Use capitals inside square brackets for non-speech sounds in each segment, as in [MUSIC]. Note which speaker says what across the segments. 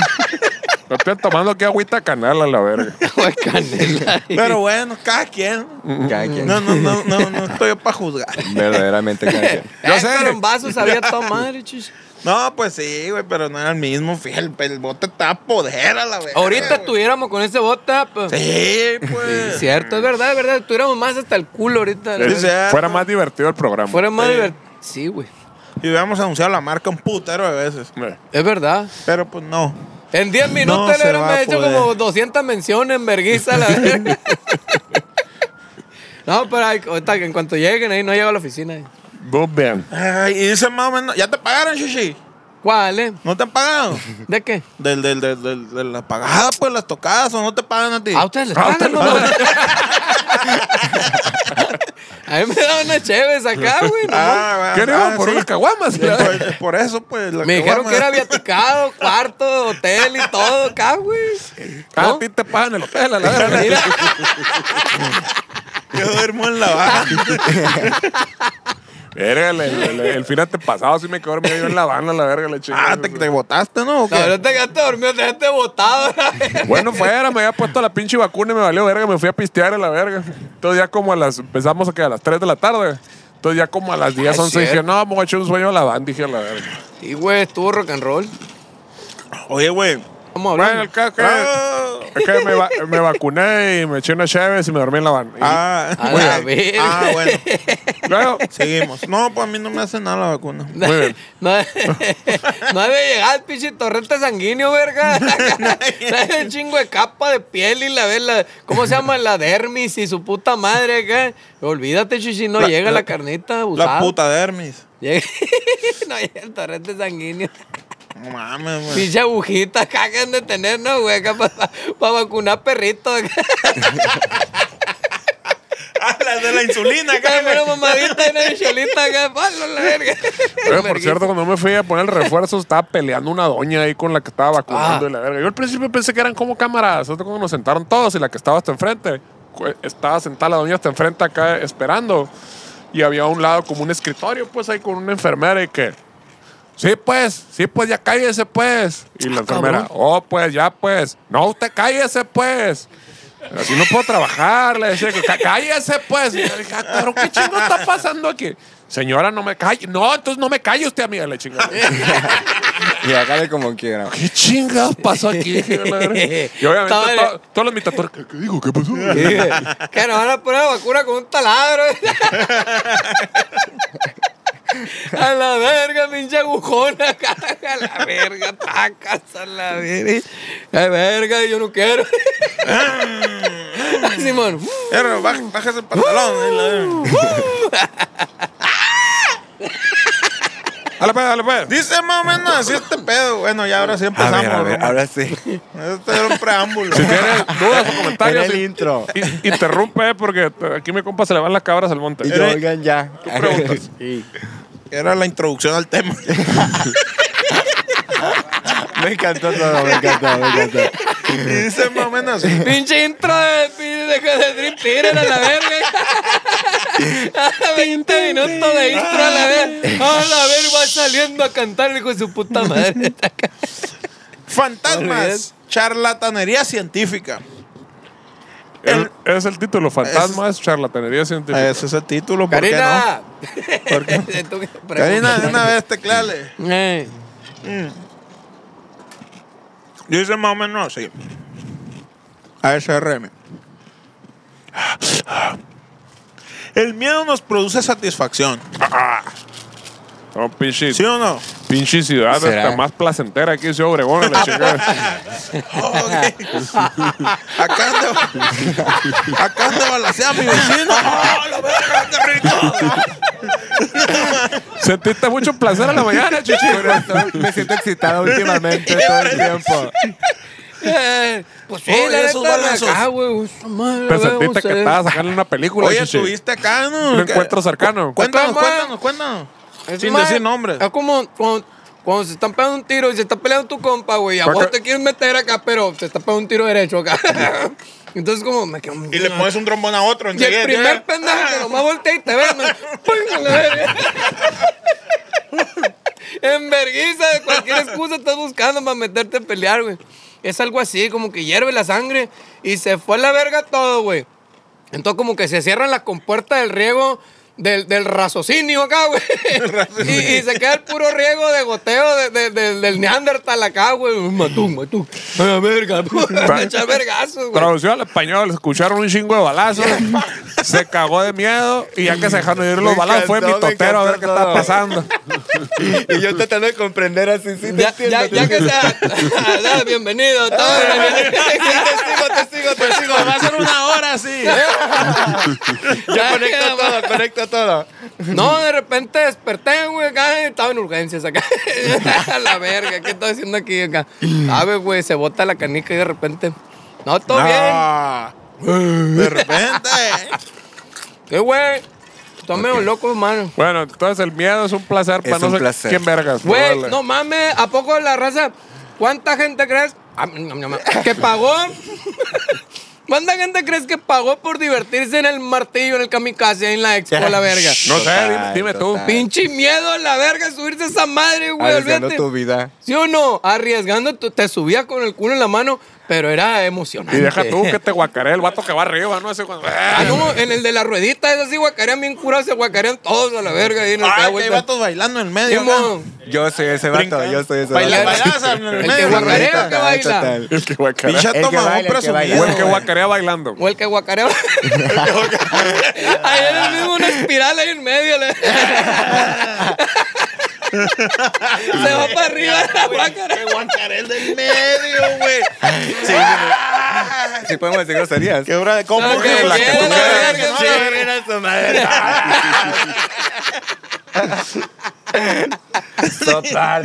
Speaker 1: No estoy tomando aquí agüita canal a la
Speaker 2: [LAUGHS]
Speaker 1: verga.
Speaker 3: Güey, canela.
Speaker 2: Pero bueno, cada quien.
Speaker 4: Cada quien.
Speaker 2: No, no, no, no, no estoy para juzgar.
Speaker 4: Verdaderamente cada quien.
Speaker 1: Yo
Speaker 3: Eh,
Speaker 1: sé.
Speaker 3: Pero en vasos había toda madre, chis.
Speaker 2: No, pues sí, güey, pero no era el mismo. Fíjate, el, el bote estaba a poder a la verga.
Speaker 3: Ahorita
Speaker 2: güey.
Speaker 3: estuviéramos con ese bota, pues.
Speaker 2: Sí, pues.
Speaker 3: Cierto, es verdad, es verdad. Estuviéramos más hasta el culo ahorita. la
Speaker 2: Sí,
Speaker 3: verdad.
Speaker 2: cierto.
Speaker 1: Fuera más divertido el programa.
Speaker 3: Fuera más
Speaker 2: Sí.
Speaker 3: divertido. Sí, güey.
Speaker 2: Y hubiéramos anunciado la marca un putero de veces.
Speaker 1: Eh.
Speaker 3: Es verdad.
Speaker 2: Pero pues no.
Speaker 3: En 10 minutos
Speaker 2: No
Speaker 3: le
Speaker 2: se va
Speaker 3: hubiéramos
Speaker 2: a
Speaker 3: hecho
Speaker 2: poder.
Speaker 3: como 200 menciones en vergüenza, la [LAUGHS] verga. No, pero ahí- ahorita que en cuanto lleguen ahí no llega a la oficina. eh.
Speaker 1: Muy bien.
Speaker 2: Ay, y dice más o menos, ¿ya te pagaron, Shishi?
Speaker 3: ¿Cuál, eh?
Speaker 2: ¿No te han pagado?
Speaker 3: ¿De qué?
Speaker 2: Del, del, del, del, de la pagada, pues las tocadas, o no te pagan a ti.
Speaker 3: ¿A ustedes les
Speaker 1: Ah,
Speaker 3: pagan, no? mames. [LAUGHS] A mí me da una chévere acá, güey. no mames.
Speaker 2: Ah,
Speaker 1: ¿Qué
Speaker 2: ah,
Speaker 1: ah, por
Speaker 2: sí.
Speaker 1: unas caguamas? [LAUGHS]
Speaker 2: Por, por eso, pues. la
Speaker 3: Me dijeron
Speaker 2: caguama.
Speaker 3: que era viaticado, cuarto, hotel y todo acá, güey.
Speaker 1: Ah,
Speaker 3: ¿No?
Speaker 1: A ti te pagan el hotel a la verga. [LAUGHS]
Speaker 3: Mira,
Speaker 2: [LAUGHS] Yo duermo en la barra.
Speaker 1: Verga, el, el, el- el fin antes pasado sí me quedó dormido yo en La Habana, la verga, la chingada.
Speaker 2: ah, te, te botaste, ¿no? ¿O qué?
Speaker 3: la verdad te quedaste dormido, te dejaste botado. [LAUGHS] la verga.
Speaker 1: Bueno, fuera, me había puesto la pinche vacuna y me valió verga, me fui a pistear a la verga. Entonces ya como a las, empezamos a, que a las 3 de la tarde. Entonces ya como a las 10,
Speaker 3: Ah,
Speaker 1: 11 dije,
Speaker 3: cierto.
Speaker 1: no, me voy a echar un sueño a la banda, dije a la verga.
Speaker 3: Y, güey, estuvo rock and roll.
Speaker 2: Oye, güey.
Speaker 3: Vamos a
Speaker 1: Bueno, el
Speaker 3: hablar.
Speaker 1: caso que
Speaker 2: Ah,
Speaker 1: Es que me, va- me vacuné y me eché una chévere y me dormí en la van. Y
Speaker 2: Ah,
Speaker 3: A
Speaker 2: muy
Speaker 3: la
Speaker 2: bien.
Speaker 3: verga.
Speaker 2: Ah, bueno.
Speaker 1: Luego, eh,
Speaker 2: Seguimos. No, pues a mí no me hace nada la vacuna.
Speaker 3: No,
Speaker 1: Muy bien.
Speaker 3: [LAUGHS] no, no debe llegar el pinche torrente sanguíneo, verga. [LAUGHS] Trae un chingo de capa de piel y la ver la- ¿Cómo se llama? La dermis y su puta madre acá. Olvídate, chichi, no
Speaker 2: La-
Speaker 3: llega
Speaker 2: la-
Speaker 3: la, carnita
Speaker 2: [LAUGHS]
Speaker 3: abusada.
Speaker 2: La puta dermis.
Speaker 3: [LAUGHS] Llega- [LAUGHS] no llega el torrente sanguíneo.
Speaker 2: No mames, güey.
Speaker 3: Pinche agujita acá que han de tener, ¿no, güey? Acá para vacunar perritos. acá.
Speaker 2: [LAUGHS] Ah, la de la insulina,
Speaker 3: Acá [LAUGHS]
Speaker 2: acá,
Speaker 3: una
Speaker 2: güey.
Speaker 3: mamadita y una bicholita acá. Palo, la verga.
Speaker 1: eh, por cierto, cuando me fui a poner el refuerzo, estaba peleando una doña ahí con la que estaba vacunando
Speaker 3: Ah.
Speaker 1: y la verga. Yo al principio pensé que eran como cámaras. Nosotros cuando nos sentaron todos y la que estaba hasta enfrente, cu- estaba sentada la doña hasta enfrente acá esperando. Y había a un lado como un escritorio, pues ahí con una enfermera y que. Sí, pues, sí, pues, ya cállese, pues. Y la enfermera, oh, pues, ya, pues. No, usted cállese, pues. Así no puedo trabajar. Le decía, "Cá- cállese, pues. Y yo dije, "Ah, cabrón, ¿qué chingo está pasando aquí? Señora, no me calle. No, entonces no me calle usted, amiga, le chingada.
Speaker 4: Y hágale como quiera.
Speaker 1: [LAUGHS] ¿Qué chingados pasó aquí? Dije, "A la verga". y obviamente,
Speaker 3: Estaba-
Speaker 1: to- todos los mitadores, ¿qué, qué digo? ¿Qué pasó?
Speaker 3: que nos van a poner la vacuna con un taladro. [LAUGHS] a la verga, pinche agujona. [LAUGHS] A la verga, tacas, a la verga. A verga, yo no quiero. [LAUGHS] Simón.
Speaker 2: Pero baja, baja ese pantalón. eh, la verga.
Speaker 1: Dale, pues, dale, pues.
Speaker 2: Dice más o menos así este pedo. Bueno, ya ahora sí
Speaker 4: A
Speaker 2: empezamos.
Speaker 4: ver, a ver,
Speaker 2: broma.
Speaker 4: ahora sí.
Speaker 2: Este era un preámbulo.
Speaker 1: Si tienes dudas
Speaker 4: [LAUGHS]
Speaker 1: o
Speaker 4: Era
Speaker 1: comentarios,
Speaker 4: el
Speaker 1: in-
Speaker 4: intro.
Speaker 1: in- interrumpe eh, porque te- aquí mi compa se le van las cabras al monte.
Speaker 4: Y yo, oigan, ya.
Speaker 1: preguntas.
Speaker 4: [LAUGHS] Sí.
Speaker 2: Era la introducción al tema.
Speaker 4: Me encantó todo, me encantó, me encantó.
Speaker 2: Y dice más o menos así.
Speaker 3: Pinche intro de, de, de Dream Theater a la verga. [LAUGHS] 20 minutos de intro a la verga. A la verga, va saliendo a cantar, hijo de su puta madre.
Speaker 2: Fantasmas. Charlatanería científica.
Speaker 1: El- es el título, Fantasmas, charlatanería científica.
Speaker 2: Ese es el título, ¿por qué no?
Speaker 3: Karina. ¿Por qué? [LAUGHS]
Speaker 2: Karina, de una vez teclale.
Speaker 3: Eh,
Speaker 2: Dice más o menos así. ASRM. El miedo nos produce satisfacción.
Speaker 1: No, pinche,
Speaker 2: ¿Sí o
Speaker 3: [LAUGHS]
Speaker 2: no?
Speaker 1: pinche ciudad
Speaker 4: ¿Será?
Speaker 1: hasta más placentera aquí en Ciudad Obregón. a La chingada.
Speaker 2: Acá te, acá te balacea mi
Speaker 3: [LAUGHS]
Speaker 2: vecino. ¡Oh, la verga, qué rico!
Speaker 1: Sentiste mucho placer a la mañana, chichi.
Speaker 4: Me siento excitado [LAUGHS] últimamente todo el tiempo.
Speaker 3: eh, pues sí,
Speaker 2: Oye,
Speaker 3: la
Speaker 2: esos
Speaker 3: neta,
Speaker 2: balazos.
Speaker 3: acá, güey. usa madre,
Speaker 1: Te
Speaker 3: güey,
Speaker 1: sentiste
Speaker 3: usa-
Speaker 1: que tá estabas sacando una película,
Speaker 2: Oye,
Speaker 1: chichi.
Speaker 2: estuviste acá, ¿no?
Speaker 1: Un encuentro cercano.
Speaker 2: Cuéntanos,
Speaker 3: Cuéntame.
Speaker 2: cuéntanos, cuéntanos.
Speaker 3: Es eh,
Speaker 2: Sin
Speaker 3: más,
Speaker 2: decir nombres.
Speaker 3: Es é como cuando, cuando se están pegando un tiro y se está peleando tu compa, güey. A
Speaker 1: Porque-
Speaker 3: vos te quieres meter acá, pero se está pegando un tiro derecho acá. Entonces, como é me quedo.
Speaker 2: Y le pones un trombón a otro.
Speaker 3: Y el
Speaker 2: enseguida.
Speaker 3: primer pendejo que nomás voltea y te ve, me- ¡pum! a la verga. [LAUGHS] En vergüenza, cualquier excusa estás buscando para meterte a pelear, güey. Es algo así, como que hierve la sangre y se fue a la verga todo, güey. Entonces, como que se cierran las compuertas del riego del, del raciocinio acá, güey. y, y se queda el puro riego de goteo de- de- de- del Neandertal acá, güey. Matú, matú. A la verga, [LAUGHS] a echar vergazos, güey.
Speaker 1: Traducido al español, escucharon un chingo de balazos, se cagó de miedo y ya que se dejaron ir los
Speaker 4: Me
Speaker 1: balazos, fue mi
Speaker 4: encantó, me
Speaker 1: totero a ver qué
Speaker 4: encantó
Speaker 1: estaba
Speaker 4: todo.
Speaker 1: pasando.
Speaker 4: Y yo tratando de comprender así, sí, te
Speaker 3: Ya,
Speaker 4: entiendo.
Speaker 3: ya,
Speaker 4: te
Speaker 3: ya que
Speaker 4: entiendo.
Speaker 3: sea, [LAUGHS] Ah, bienvenido, todo
Speaker 4: [LAUGHS]
Speaker 3: bienvenido.
Speaker 4: Te sigo, te sigo, te [LAUGHS] sigo.
Speaker 2: Va a ser una hora así.
Speaker 3: [LAUGHS] Ya
Speaker 4: Ya conecto
Speaker 3: que-
Speaker 4: todo, conecto todo.
Speaker 3: No, de repente desperté, güey, acá estaba en urgencias acá. [LAUGHS] A la verga, ¿qué estoy haciendo aquí acá? Sabe, güey, se bota la canica y de repente. No, todo bien.
Speaker 2: Ah, De
Speaker 3: [LAUGHS]
Speaker 2: repente.
Speaker 3: ¿Qué, güey? Estás medio loco, hermano.
Speaker 1: Bueno, entonces el miedo es un placer para
Speaker 4: Es
Speaker 1: no
Speaker 4: un
Speaker 1: sé
Speaker 4: placer.
Speaker 1: quién vergas.
Speaker 3: Güey,
Speaker 1: Órale.
Speaker 3: no mames, ¿a poco la raza? ¿Cuánta gente crees Ah, no, no, no, que pagó? [LAUGHS] ¿Cuánta gente crees que pagó por divertirse en el martillo, en el kamikaze, ahí en la expo,
Speaker 4: [LAUGHS]
Speaker 3: la verga?
Speaker 1: No sé, dime- dime tú.
Speaker 3: Pinche miedo a la verga, subirse a esa madre, güey,
Speaker 4: Arriesgando
Speaker 3: olvídate.
Speaker 4: tu vida.
Speaker 3: ¿Sí o no? Arriesgando, tu- te subía con el culo en la mano. Pero era
Speaker 1: Y
Speaker 3: emocionante.
Speaker 1: deja tú que te guacaré el vato que va arriba, ¿no? Ese cuando-
Speaker 3: Ah, no, en el de la ruedita, es así, guacarean bien curados, se guacarean todos a la verga. Ahí en el
Speaker 2: Ah,
Speaker 3: cada
Speaker 2: que hay
Speaker 3: vuelta.
Speaker 2: vatos bailando en medio.
Speaker 3: Simón.
Speaker 2: acá.
Speaker 4: Yo soy ese vato, yo soy ese
Speaker 2: Baila-
Speaker 4: vato.
Speaker 2: bailas en el
Speaker 3: El que
Speaker 2: medio.
Speaker 3: guacarea,
Speaker 2: güey.
Speaker 3: que baila.
Speaker 4: total.
Speaker 1: El que guacaré.
Speaker 2: Pinche
Speaker 4: que
Speaker 2: toma
Speaker 4: baila,
Speaker 2: un
Speaker 4: el que baila.
Speaker 1: O el que
Speaker 2: presumido. güey.
Speaker 1: guacarea bailando.
Speaker 3: O el que guacarea. ahí era el mismo, una espiral ahí en medio. la- se va para arriba la guacara.
Speaker 2: Que guacaré el del medio, güey. Sí,
Speaker 4: Sí podemos decir groserías.
Speaker 2: que obra de cómo
Speaker 3: No, que
Speaker 2: la
Speaker 3: quiera,
Speaker 2: que-
Speaker 3: la verga,
Speaker 2: no,
Speaker 3: sí.
Speaker 2: era su madre.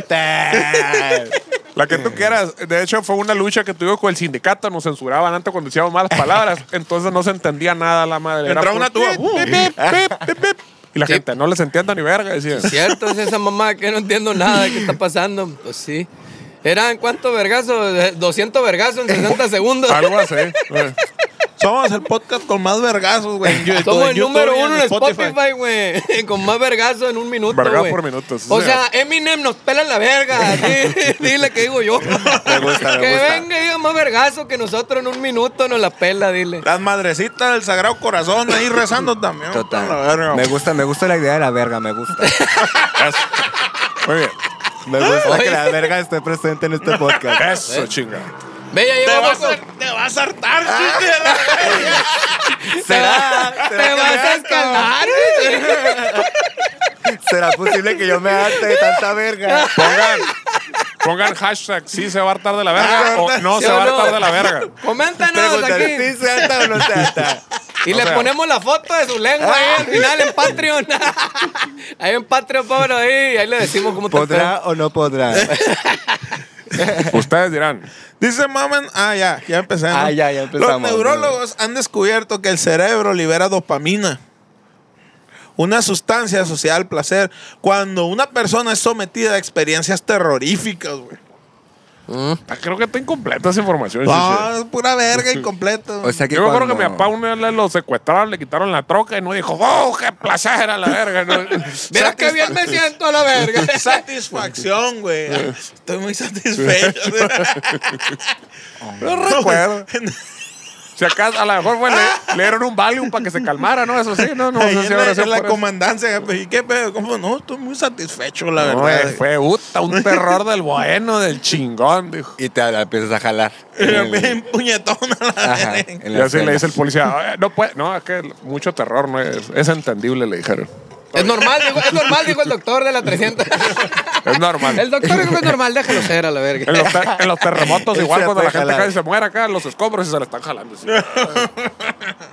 Speaker 4: Total.
Speaker 1: La que tú quieras. De hecho, fue una lucha que tuvimos con el sindicato. Nos censuraban antes cuando decíamos malas palabras. Entonces no se entendía nada la madre. Era
Speaker 2: Entraba
Speaker 1: puro
Speaker 2: una tuba.
Speaker 1: pip, pip, pip, pip, pip. Y la gente no les entienda ni verga. Decía.
Speaker 3: Cierto, es esa mamá que no entiendo nada de qué está pasando. Pues sí. ¿Eran cuántos vergazos? 200 vergazos en 60 segundos.
Speaker 1: Algo así.
Speaker 2: Somos el podcast con más vergazos, güey. en YouTube,
Speaker 3: Somos
Speaker 2: en
Speaker 3: el
Speaker 2: YouTube
Speaker 3: número
Speaker 2: y
Speaker 3: uno en Spotify, güey. [LAUGHS] Con más vergazo en un minuto,
Speaker 1: Vergazo
Speaker 3: güey.
Speaker 1: por minuto, sí,
Speaker 3: O
Speaker 1: señor.
Speaker 3: sea, Eminem nos pela en la verga. así, dile que digo yo.
Speaker 4: Me gusta, me
Speaker 3: que
Speaker 4: gusta.
Speaker 3: venga y diga más vergazo que nosotros en un minuto nos la pela, dile.
Speaker 2: Las madrecitas del Sagrado Corazón ahí rezando también. La verga.
Speaker 4: Total. Me gusta, me gusta la idea de la verga, me gusta.
Speaker 1: [LAUGHS] Muy bien.
Speaker 4: Me gusta que la verga esté presente en este podcast.
Speaker 1: Eso, chinga.
Speaker 3: Ve, ya
Speaker 2: Te
Speaker 3: llevamos.
Speaker 2: vas a, Ah. te vas a hartar, chiste, la verga.
Speaker 4: ¿Será,
Speaker 3: Te vas a escalar, güey.
Speaker 4: ¿Será posible que yo me harte de tanta
Speaker 3: [LAUGHS]
Speaker 4: verga?
Speaker 1: Pongan, pongan hashtag sí se va a hartar de la verga o no
Speaker 3: ¿Sí
Speaker 1: se
Speaker 3: o
Speaker 1: va a
Speaker 3: no?
Speaker 1: hartar de la verga.
Speaker 3: [LAUGHS] Coméntanos
Speaker 4: Preguntar
Speaker 3: aquí.
Speaker 4: si se harta o no se
Speaker 3: [LAUGHS]
Speaker 4: harta.
Speaker 3: Y
Speaker 1: O
Speaker 3: le
Speaker 1: sea-
Speaker 3: ponemos la foto de su lengua ahí al final en Patreon. [LAUGHS] ahí en Patreon, pobre, ahí. Ahí le decimos cómo te
Speaker 4: ¿Podrá o no podrá?
Speaker 1: Ustedes dirán.
Speaker 2: [LAUGHS] Dice Mamen, ah, ya, ya empecé. ¿no?
Speaker 4: Ah, ya, ya empezamos.
Speaker 2: Los neurólogos han descubierto que el cerebro libera dopamina, una sustancia asociada al placer, cuando una persona es sometida a experiencias terroríficas, güey.
Speaker 1: Ah, Creo que está incompleta esa información.
Speaker 2: Ah,
Speaker 1: Shishi.
Speaker 2: es pura verga incompleta.
Speaker 4: [LAUGHS] O sea que
Speaker 1: Yo me acuerdo que
Speaker 4: cuando-
Speaker 1: mi
Speaker 4: [LAUGHS]
Speaker 1: papá una vez lo secuestraron, le quitaron la troca y no dijo, ¡oh, qué placer a la verga! ¿no?
Speaker 3: Mira qué bien me siento a la verga.
Speaker 2: Satisfacción, güey. Estoy muy satisfecho. [LAUGHS] no recuerdo.
Speaker 1: Si acaso, a lo mejor fue, le, le dieron un Valium para que se calmara, ¿no? Eso sí, no, no.
Speaker 2: Ahí
Speaker 1: no sé si
Speaker 2: en la,
Speaker 1: habrá sido
Speaker 2: en la
Speaker 1: por eso.
Speaker 2: comandancia, pues, ¿y qué pedo? ¿Cómo? No, estoy muy satisfecho, la
Speaker 1: No,
Speaker 2: verdad.
Speaker 1: eh, fue puta, un terror del bueno, del chingón, dijo.
Speaker 4: Y te la empiezas a jalar.
Speaker 2: [LAUGHS] Bien puñetona la
Speaker 4: Ajá,
Speaker 2: verga.
Speaker 4: en
Speaker 1: Y
Speaker 4: la
Speaker 1: así le
Speaker 4: escena.
Speaker 1: dice el policía, "Eh, no puede, no, es que mucho terror, no es, es entendible, le dijeron.
Speaker 3: Es normal, digo, es normal, dijo el doctor de la 300.
Speaker 1: Es normal.
Speaker 3: El doctor dijo que es normal, déjalo ser a la verga.
Speaker 1: En los, ter- en los terremotos,
Speaker 4: Él
Speaker 1: igual
Speaker 4: se
Speaker 1: cuando la
Speaker 4: puede
Speaker 1: gente
Speaker 4: jalar.
Speaker 1: casi se muere acá, los escombros y se la están jalando. así.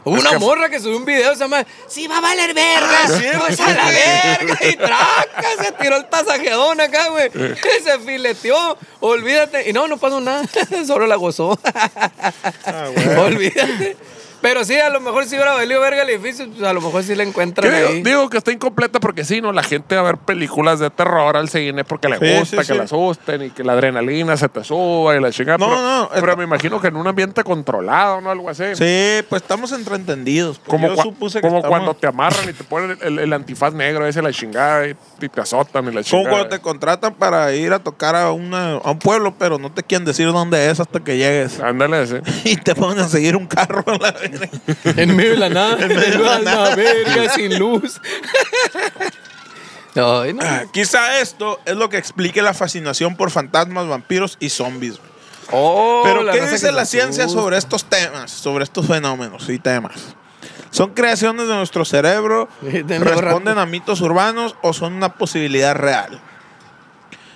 Speaker 3: Hubo una morra que subió un video, se llama, sí va a valer verga, pues a la verga, y traca, se tiró el pasajedón acá, güey. Se fileteó, olvídate. Y no, no pasó nada, [LAUGHS] solo la gozó. Olvídate. Pero sí, a lo mejor si hubiera valido verga el edificio, pues a lo mejor sí la
Speaker 1: Yo
Speaker 3: encuentran
Speaker 1: digo,
Speaker 3: ahí.
Speaker 1: digo que está incompleta porque sí, ¿no? La gente va a ver películas de terror al cine porque le
Speaker 2: Sí,
Speaker 1: gusta
Speaker 2: sí,
Speaker 1: que
Speaker 2: sí.
Speaker 1: la asusten y que la adrenalina se te suba y la chingada.
Speaker 2: No,
Speaker 1: pero,
Speaker 2: no,
Speaker 1: pero
Speaker 2: está-
Speaker 1: me imagino que en un ambiente controlado, ¿no? Algo así.
Speaker 2: Sí, pues estamos entreentendidos. pues.
Speaker 1: Como,
Speaker 2: Yo
Speaker 1: cua-
Speaker 2: supuse que
Speaker 1: como
Speaker 2: estamos-
Speaker 1: cuando te amarran y te ponen el, el antifaz negro ese, la chingada, y, y te azotan y la
Speaker 2: Como
Speaker 1: chingada.
Speaker 2: cuando te contratan para ir a tocar a, una, a un pueblo, pero no te quieren decir dónde es hasta que llegues.
Speaker 1: Ándale
Speaker 2: [LAUGHS]
Speaker 1: ese.
Speaker 2: Y te ponen a seguir un carro a la
Speaker 1: [LAUGHS]
Speaker 2: verga.
Speaker 3: En medio de la nada, en medio de la
Speaker 2: nada.
Speaker 3: verga, sin luz. [LAUGHS] Ay, no.
Speaker 2: [CLEARS THROAT] Quizá esto es lo que explique la fascinación por fantasmas, vampiros y zombies. güey.
Speaker 3: Oh,
Speaker 2: Pero
Speaker 3: la
Speaker 2: ¿qué
Speaker 3: raza
Speaker 2: dice
Speaker 3: que
Speaker 2: la
Speaker 3: se
Speaker 2: ciencia
Speaker 3: asusta.
Speaker 2: sobre estos temas, sobre estos fenómenos y temas? ¿Son creaciones de nuestro cerebro?
Speaker 3: [LAUGHS] De nuevo
Speaker 2: ¿Responden
Speaker 3: rato.
Speaker 2: a mitos urbanos o son una posibilidad real?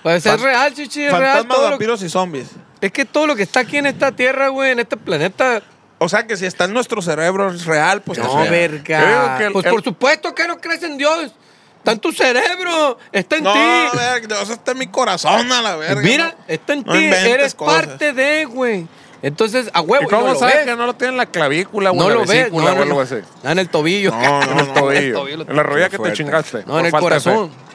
Speaker 3: Pues es
Speaker 2: Fan-
Speaker 3: real, chichi, es real.
Speaker 2: Fantasmas,
Speaker 3: Todo lo,
Speaker 2: vampiros y zombies.
Speaker 3: es que todo lo que está aquí en esta tierra, güey, en este planeta.
Speaker 2: O sea que si está en nuestro cerebro es real, pues es
Speaker 3: No,
Speaker 2: real.
Speaker 3: verga.
Speaker 1: Yo digo que el-
Speaker 3: pues
Speaker 1: el-
Speaker 3: por supuesto que no crees en Dios. Está en tu cerebro, está en
Speaker 2: No,
Speaker 3: ti.
Speaker 2: verga, Dios está en mi corazón a la verga.
Speaker 3: Mira,
Speaker 2: no.
Speaker 3: está en
Speaker 2: No
Speaker 3: ti,
Speaker 2: inventes
Speaker 3: eres
Speaker 2: cosas.
Speaker 3: parte de, güey. Entonces, a huevo,
Speaker 1: ¿Y
Speaker 3: y no
Speaker 1: cómo
Speaker 3: lo
Speaker 1: sabes
Speaker 3: ves.
Speaker 1: que no lo tienen en la clavícula o
Speaker 3: No
Speaker 1: en la
Speaker 3: lo ves, no,
Speaker 1: vesícula o
Speaker 3: no,
Speaker 1: algo
Speaker 3: no.
Speaker 1: así?
Speaker 3: Está en el tobillo.
Speaker 2: No, no,
Speaker 1: En el
Speaker 2: no.
Speaker 3: [LAUGHS]
Speaker 1: tobillo.
Speaker 3: tobillo lo-
Speaker 1: En la rodilla
Speaker 4: Qué
Speaker 1: que te
Speaker 4: fuerte.
Speaker 1: chingaste.
Speaker 3: No,
Speaker 1: por
Speaker 3: en el
Speaker 1: falta de fe.
Speaker 3: corazón.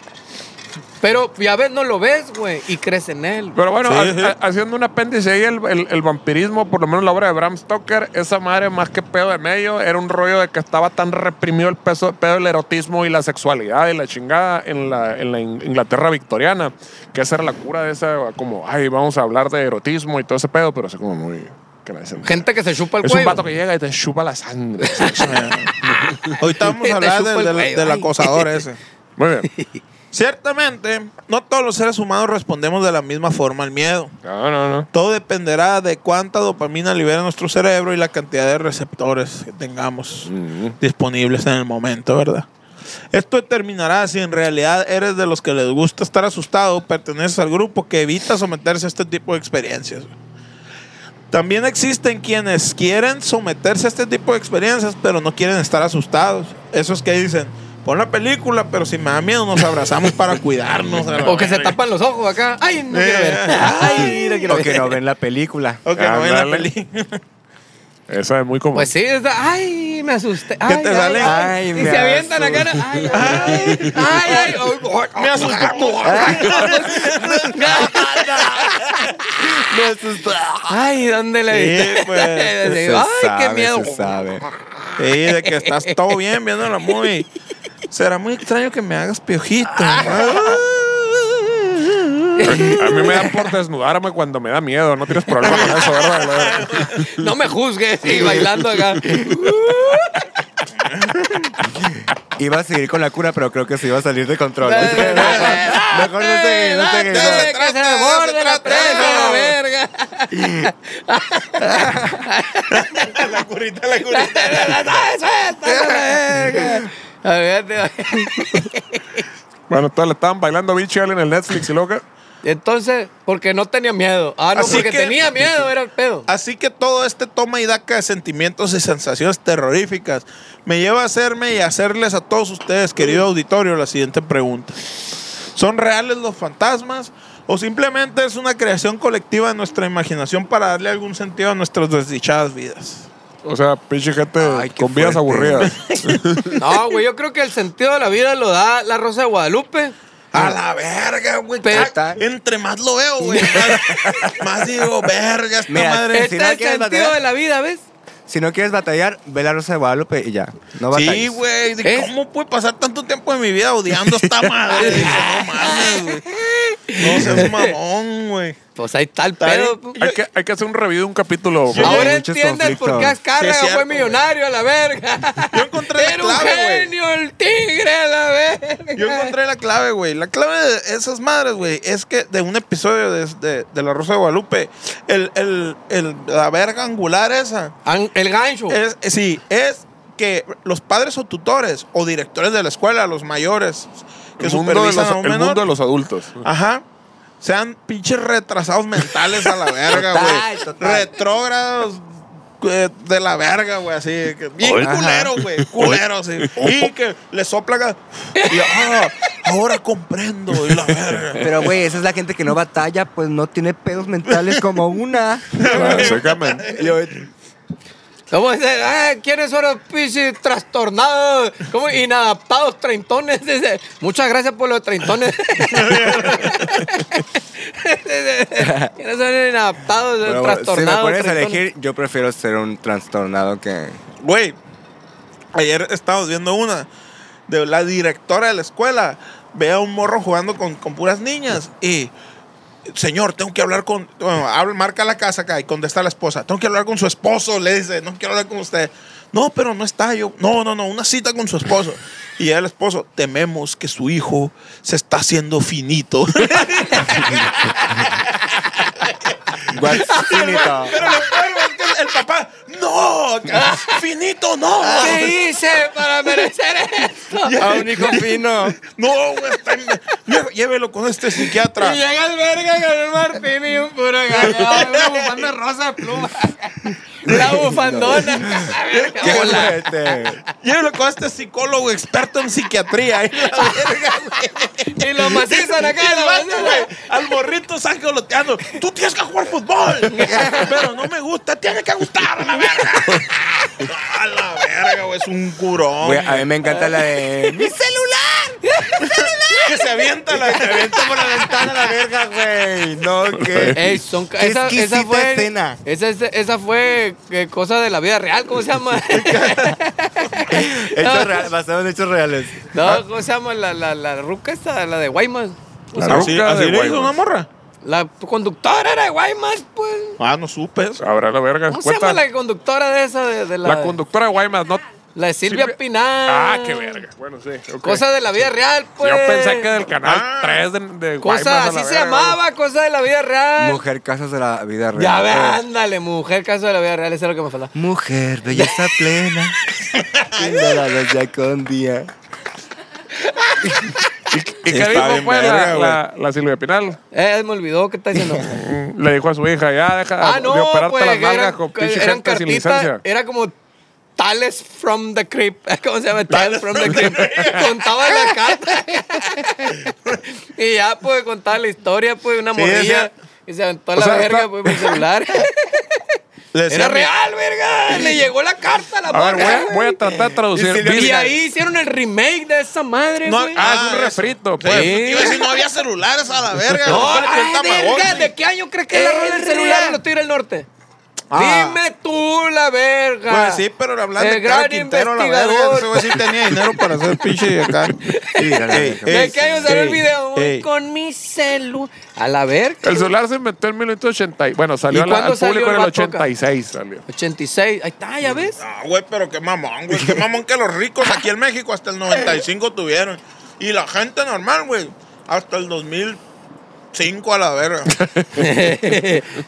Speaker 3: Pero ya ves, no lo ves, güey, y crees en él.
Speaker 1: Pero bueno,
Speaker 2: Sí,
Speaker 1: ha-
Speaker 2: sí.
Speaker 1: ha- haciendo un apéndice ahí, el, el- el vampirismo, por lo menos la obra de Bram Stoker, esa madre más que pedo de medio, era un rollo de que estaba tan reprimido el peso, pedo del erotismo y la sexualidad y la chingada en la, en la In- Inglaterra victoriana, que esa era la cura de esa, como, ay, vamos a hablar de erotismo y todo ese pedo, pero así como muy... Que la dicen.
Speaker 3: Gente que se chupa el
Speaker 1: es un
Speaker 3: cuello.
Speaker 1: vato que llega y te chupa la sangre. [LAUGHS]
Speaker 2: Ahorita vamos
Speaker 3: Te
Speaker 2: a hablar
Speaker 3: chupa
Speaker 2: del,
Speaker 3: el
Speaker 2: del-
Speaker 3: cuello,
Speaker 2: del
Speaker 3: ay.
Speaker 2: acosador ese.
Speaker 1: Muy bien.
Speaker 2: Ciertamente, no todos los seres humanos respondemos de la misma forma al miedo.
Speaker 1: No, no, no.
Speaker 2: Todo dependerá de cuánta dopamina libera nuestro cerebro y la cantidad de receptores que tengamos
Speaker 1: Mm,
Speaker 2: disponibles en el momento, ¿verdad? Esto determinará si en realidad eres de los que les gusta estar asustado o perteneces al grupo que evita someterse a este tipo de experiencias. También existen quienes quieren someterse a este tipo de experiencias, pero no quieren estar asustados. Esos que dicen, pon la película, pero si me da miedo nos abrazamos para cuidarnos. a la
Speaker 3: O que se
Speaker 2: verga".
Speaker 3: tapan los ojos acá. Ay, no
Speaker 2: Eh,
Speaker 3: quiero ver. Ay, no quiero
Speaker 4: O que
Speaker 3: ver.
Speaker 4: Ah, no ven la película.
Speaker 2: O que no ven la
Speaker 1: Ándale.
Speaker 2: película.
Speaker 1: Eso es muy común.
Speaker 3: Pues sí, es de- ay, me asusté. Ay,
Speaker 2: te
Speaker 3: ay,
Speaker 2: sale?
Speaker 3: ay.
Speaker 4: Ay,
Speaker 3: y
Speaker 4: me
Speaker 3: se avientan acá.
Speaker 4: asusté.
Speaker 3: Ay, ay, ay, ay. ay, ay, ay.
Speaker 2: Me asustó.
Speaker 4: Me asustó.
Speaker 3: Ay, ¿dónde la
Speaker 2: Sí,
Speaker 3: viste? [LAUGHS]
Speaker 2: pues,
Speaker 3: Ay,
Speaker 4: Se
Speaker 3: qué
Speaker 4: sabe,
Speaker 3: miedo.
Speaker 4: se sabe.
Speaker 2: Sí, de que estás todo bien viendo la movie. Será muy extraño que me hagas piojito.
Speaker 1: A mí me da por desnudarme cuando me da miedo. No tienes problema con eso,
Speaker 3: [LAUGHS]
Speaker 1: ¿verdad?
Speaker 3: No me juzgues, y bailando acá.
Speaker 4: Iba a seguir con la cura, pero creo que se iba a salir de control.
Speaker 3: Date,
Speaker 4: Mejor no seguir, no
Speaker 3: date,
Speaker 4: seguir.
Speaker 3: date, que se
Speaker 2: trata,
Speaker 3: desborde
Speaker 2: no se
Speaker 3: la
Speaker 2: trata.
Speaker 3: presa, la verga.
Speaker 2: La curita, la curita.
Speaker 3: A ver, te-
Speaker 1: Bueno, todos le estaban bailando bicho en el Netflix y loca.
Speaker 3: [LAUGHS] Entonces, porque no tenía miedo. Ah, no,
Speaker 2: Así
Speaker 3: porque
Speaker 2: que-
Speaker 3: tenía miedo, era el pedo.
Speaker 2: Así que todo este toma y daca de sentimientos y sensaciones terroríficas me lleva a hacerme y a hacerles a todos ustedes, querido auditorio, la siguiente pregunta. ¿Son reales los fantasmas o simplemente es una creación colectiva de nuestra imaginación para darle algún sentido a nuestras desdichadas vidas?
Speaker 1: O sea, pinche gente
Speaker 4: Ay, qué
Speaker 1: con vidas
Speaker 4: fuerte.
Speaker 1: aburridas.
Speaker 2: [LAUGHS]
Speaker 3: No, güey, yo creo que el sentido de la vida lo da la Rosa de Guadalupe.
Speaker 2: A la verga, güey.
Speaker 3: Pero-
Speaker 2: Ah, Entre más lo veo, güey. más, más digo, verga, esta
Speaker 4: Mira,
Speaker 2: madre.
Speaker 4: Pero si
Speaker 3: Este
Speaker 4: no
Speaker 3: es el
Speaker 4: quieres
Speaker 3: sentido
Speaker 4: batallar.
Speaker 3: de la vida, ¿ves?
Speaker 4: Si no quieres batallar, ve la Rosa de Guadalupe y ya. No batalles.
Speaker 2: Sí, güey. de
Speaker 3: Es-
Speaker 2: ¿Cómo puede pasar tanto tiempo de mi vida odiando a esta
Speaker 3: [LAUGHS]
Speaker 2: madre? Dice, no mames, güey. No seas mamón, güey.
Speaker 3: Pues ahí está el
Speaker 2: Está
Speaker 3: pedo.
Speaker 2: bien.
Speaker 3: pu-
Speaker 1: hay, que, hay que hacer un review, un capítulo.
Speaker 2: Sí. Ah,
Speaker 3: Ahora
Speaker 4: hay muchos
Speaker 3: entiendes por qué
Speaker 4: conflictos.
Speaker 3: Azcárraga
Speaker 2: Sí, es
Speaker 3: fue
Speaker 2: cierto,
Speaker 3: millonario a la verga.
Speaker 2: [LAUGHS] Yo encontré la
Speaker 3: Era un
Speaker 2: clave, güey.
Speaker 3: genio el tigre a la verga.
Speaker 2: Yo encontré la clave, güey. La clave de esas madres, güey, es que de un episodio de, de- de La Rosa de Guadalupe, el, el, el, la verga angular esa,
Speaker 3: An- El gancho.
Speaker 2: Es, sí, es que los padres o tutores o directores de la escuela, los mayores que
Speaker 1: el mundo, de
Speaker 2: supervisan
Speaker 1: los,
Speaker 2: a un
Speaker 1: el mundo de
Speaker 2: menor,
Speaker 1: los adultos.
Speaker 2: ajá, sean pinches retrasados mentales a la
Speaker 1: [LAUGHS]
Speaker 2: verga,
Speaker 4: Total,
Speaker 2: güey.
Speaker 4: total.
Speaker 2: Retrógrados eh, de la verga, güey, así. que- Bien
Speaker 1: Hoy-
Speaker 2: culero, güey. Culero, sí. Y que le sopla acá, Y ah, ahora comprendo. Y la verga.
Speaker 4: Pero, güey, esa es la gente que no batalla, pues no tiene pedos mentales como [LAUGHS] una.
Speaker 1: Básicamente.
Speaker 4: Yo,
Speaker 3: ¿Cómo dice? Ah, ¿Quiénes son los pichis trastornados? ¿Cómo? Inadaptados, treintones. Dice, Muchas gracias por los
Speaker 2: [LAUGHS]
Speaker 3: treintones. ¿Quiénes son los inadaptados, los
Speaker 4: Pero, si me
Speaker 3: trastornados?
Speaker 4: pones a
Speaker 3: treintones?
Speaker 4: elegir, yo prefiero ser un trastornado que.
Speaker 2: Güey, ayer estábamos viendo una de la directora de la escuela. Ve a un morro jugando con, con puras niñas y, señor, tengo que hablar con. Bueno, habla- marca la casa acá y contesta a la esposa. Tengo que hablar con su esposo, le dice. No quiero hablar con usted. No, pero no está yo. No, no, no, una cita con su esposo. Y llega el esposo, tememos que su hijo se está haciendo finito. [LAUGHS]
Speaker 4: What's in it all?
Speaker 2: pero lo peor es que el papá, no, ah, finito, no.
Speaker 3: ¿Qué hice para merecer esto?
Speaker 2: [LAUGHS]
Speaker 4: A un hijo fino. [LAUGHS]
Speaker 2: No, güey, está en- Lle- Llévelo con este psiquiatra.
Speaker 3: Y llega el verga con un martín y un puro gallo, una bufanda rosa de
Speaker 2: [LAUGHS]
Speaker 3: pluma. La bufandona. La verga,
Speaker 4: ¡Qué
Speaker 3: hola.
Speaker 4: fuerte!
Speaker 2: Llévelo con este psicólogo experto en psiquiatría. Y la verga, güey.
Speaker 3: Y lo macizan acá,
Speaker 2: Y el
Speaker 3: lo
Speaker 2: vato,
Speaker 3: macizan.
Speaker 2: güey, Al morrito sangoloteando. Tú tienes que jugar fútbol. Pero no me gusta. Tiene que gustar, a la verga. A la verga, güey. Es un curón.
Speaker 4: Güey, a mí me encanta la de. ¡Mi
Speaker 2: Que se avienta la
Speaker 4: se aventó por la ventana la verga, güey! No, que.
Speaker 1: [LAUGHS]
Speaker 3: Ey, son,
Speaker 4: Qué
Speaker 3: esa, esa
Speaker 4: exquisita
Speaker 3: fue,
Speaker 4: escena.
Speaker 3: Esa, esa- esa fue eh, cosa de la vida real,
Speaker 1: [LAUGHS]
Speaker 3: ¿cómo se llama? [LAUGHS]
Speaker 4: Hechos reales, basado en hechos reales.
Speaker 1: Ah.
Speaker 3: no, ¿cómo se llama la, la, la ruca esta, la de Guaymas?
Speaker 1: La ruca de
Speaker 2: le hizo
Speaker 1: Guaymas.
Speaker 2: morra.
Speaker 3: La conductora era de Guaymas, pues.
Speaker 2: Ah, no supe. eso.
Speaker 1: Habrá la verga.
Speaker 3: ¿Cómo se
Speaker 1: Ah, Cuenta.
Speaker 3: llama la conductora de esa? De, de la,
Speaker 1: la, conductora de Guaymas, no.
Speaker 3: la de Silvia
Speaker 1: Silvia-
Speaker 3: Pinal.
Speaker 1: Ah, qué verga. Bueno, sí. ok.
Speaker 3: Cosa de la vida real, pues.
Speaker 1: Yo pensé que del canal
Speaker 2: Ah.
Speaker 1: 3 de, de Guaymas.
Speaker 3: Cosa,
Speaker 1: a la
Speaker 3: así se
Speaker 1: verga,
Speaker 3: llamaba, cosa de la vida real.
Speaker 4: Mujer, casos de la vida real. Eh,
Speaker 3: Ya ve, ándale, mujer, caso de la vida real, eso es lo que me faltaba.
Speaker 4: Mujer, belleza plena. Índolala ya con
Speaker 2: [LAUGHS]
Speaker 4: día.
Speaker 1: ¿Y qué
Speaker 2: Está
Speaker 1: dijo,
Speaker 2: bien
Speaker 1: pues, la-
Speaker 2: verga, güey.
Speaker 1: la, la Silvia Pinal?
Speaker 3: Eh, me olvidó, ¿qué
Speaker 1: [LAUGHS]
Speaker 3: está diciendo?
Speaker 1: Mm, Le dijo a su hija, ya deja
Speaker 3: ah, no,
Speaker 1: de operarte
Speaker 3: pues,
Speaker 1: las
Speaker 3: que
Speaker 1: nalgas
Speaker 3: eran,
Speaker 1: con
Speaker 3: que
Speaker 1: pinche
Speaker 3: eran
Speaker 1: gente sin
Speaker 3: cartitas,
Speaker 1: licencia.
Speaker 3: era como Tales from the Crypt. [LAUGHS] ¿Cómo se llama? Tales from the Crypt. contaba
Speaker 1: [LAUGHS]
Speaker 3: la carta. [LAUGHS] y ya, pues, contaba la historia, pues, de una
Speaker 2: Sí,
Speaker 3: morrilla.
Speaker 2: esa-
Speaker 3: Y se aventó a
Speaker 1: O
Speaker 3: la
Speaker 1: sea,
Speaker 3: verga,
Speaker 1: está-
Speaker 3: pues, por
Speaker 1: [LAUGHS]
Speaker 3: el celular.
Speaker 2: Le decía
Speaker 3: Era
Speaker 2: a mi-
Speaker 3: real, verga. Le llegó la carta a la
Speaker 1: A ver,
Speaker 3: morra.
Speaker 1: voy a, voy a tratar de traducir.
Speaker 3: Y
Speaker 1: Dice-
Speaker 3: ahí hicieron el remake de esa madre,
Speaker 2: No,
Speaker 3: güey.
Speaker 1: Ah, es un refrito, pues.
Speaker 2: Iba a decir, no había celulares a la verga.
Speaker 3: No,
Speaker 2: güey.
Speaker 3: Oh, ay,
Speaker 2: El
Speaker 3: verga,
Speaker 2: Tamagotchi.
Speaker 3: ¿de qué año crees que es la rola del
Speaker 2: El
Speaker 3: celular
Speaker 2: día.
Speaker 3: en los Tigres del Norte?
Speaker 2: Ah.
Speaker 3: Dime tú la verga.
Speaker 2: Pues sí, pero hablando
Speaker 3: El
Speaker 2: de Caro
Speaker 3: gran
Speaker 2: Quintero, la verga,
Speaker 3: investigador.
Speaker 2: ese güey sí tenía dinero para hacer pinche acá.
Speaker 4: la verga.
Speaker 2: Ey,
Speaker 3: ¿De
Speaker 2: ey,
Speaker 3: qué año salió el
Speaker 2: ey,
Speaker 3: video? Voy
Speaker 2: ey.
Speaker 3: Con mi celu. A la verga.
Speaker 1: El celular se inventó en 1980. y- Bueno, salió
Speaker 3: ¿Y
Speaker 1: a la-
Speaker 3: cuándo
Speaker 1: al público
Speaker 3: salió el
Speaker 1: en el
Speaker 3: vato acá?
Speaker 1: 86. Salió.
Speaker 3: 86. Ahí está, ya ves.
Speaker 2: Ah, güey, pero qué mamón, güey. Qué mamón que los ricos aquí en México hasta el 95 tuvieron. Y la gente normal, güey, hasta el 2005 a la verga.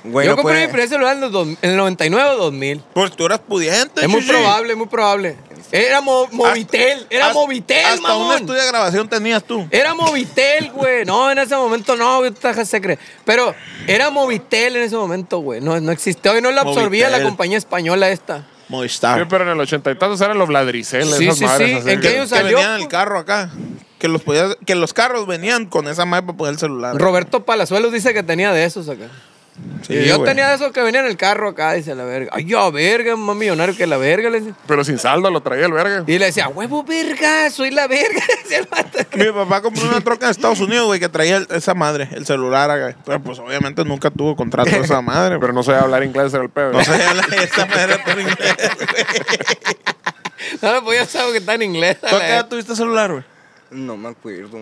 Speaker 4: Bueno,
Speaker 3: Yo compré
Speaker 4: pues-
Speaker 3: mi primer celular en, los dos- en el 99 o 2000.
Speaker 2: Pues tú eras pudiente,
Speaker 3: Es muy
Speaker 2: chichi.
Speaker 3: probable, muy probable. Era mo- Movitel. Era
Speaker 2: Hasta-
Speaker 3: Movitel,
Speaker 2: Hasta un
Speaker 3: mamón.
Speaker 2: estudio de grabación tenías tú.
Speaker 3: Era Movitel, güey. No, en ese momento no, güey, esta gente se cree. Pero era Movitel en ese momento, güey. No, no existió. Hoy no la absorbía
Speaker 2: Movitel.
Speaker 3: la compañía española esta.
Speaker 1: Sí,
Speaker 2: Movistar.
Speaker 1: pero en el 80 y tantos eran los ladriceles.
Speaker 3: Sí,
Speaker 1: esas
Speaker 3: sí,
Speaker 1: madres
Speaker 3: sí.
Speaker 1: así
Speaker 3: ¿En
Speaker 1: que-
Speaker 3: qué año
Speaker 2: Que
Speaker 3: salió?
Speaker 2: venían en el carro acá. Que los, podías- que los carros venían con esa madre para poner el celular.
Speaker 3: Roberto Palazuelos dice que tenía de esos acá.
Speaker 2: Sí,
Speaker 3: y yo
Speaker 2: güey.
Speaker 3: tenía de esos que venía en el carro acá, dice la verga. Ay, yo, verga, más millonario que la verga. Le decía.
Speaker 1: Pero sin saldo lo traía el verga.
Speaker 3: Y le decía, huevo, verga, soy la verga. [LAUGHS] decía el vato.
Speaker 2: Mi papá compró una troca en Estados Unidos, güey, que traía el- esa madre, el celular acá. Pero pues obviamente nunca tuvo contrato de esa
Speaker 3: [LAUGHS]
Speaker 2: madre.
Speaker 1: Pero no sabía hablar inglés, era el pedo.
Speaker 2: No sé, [LAUGHS] la- esa madre por inglés.
Speaker 3: no me podía saber que está en inglés. a
Speaker 2: ¿Tú
Speaker 3: la
Speaker 2: acá
Speaker 3: verga.
Speaker 2: tuviste celular, güey?
Speaker 4: No me acuerdo.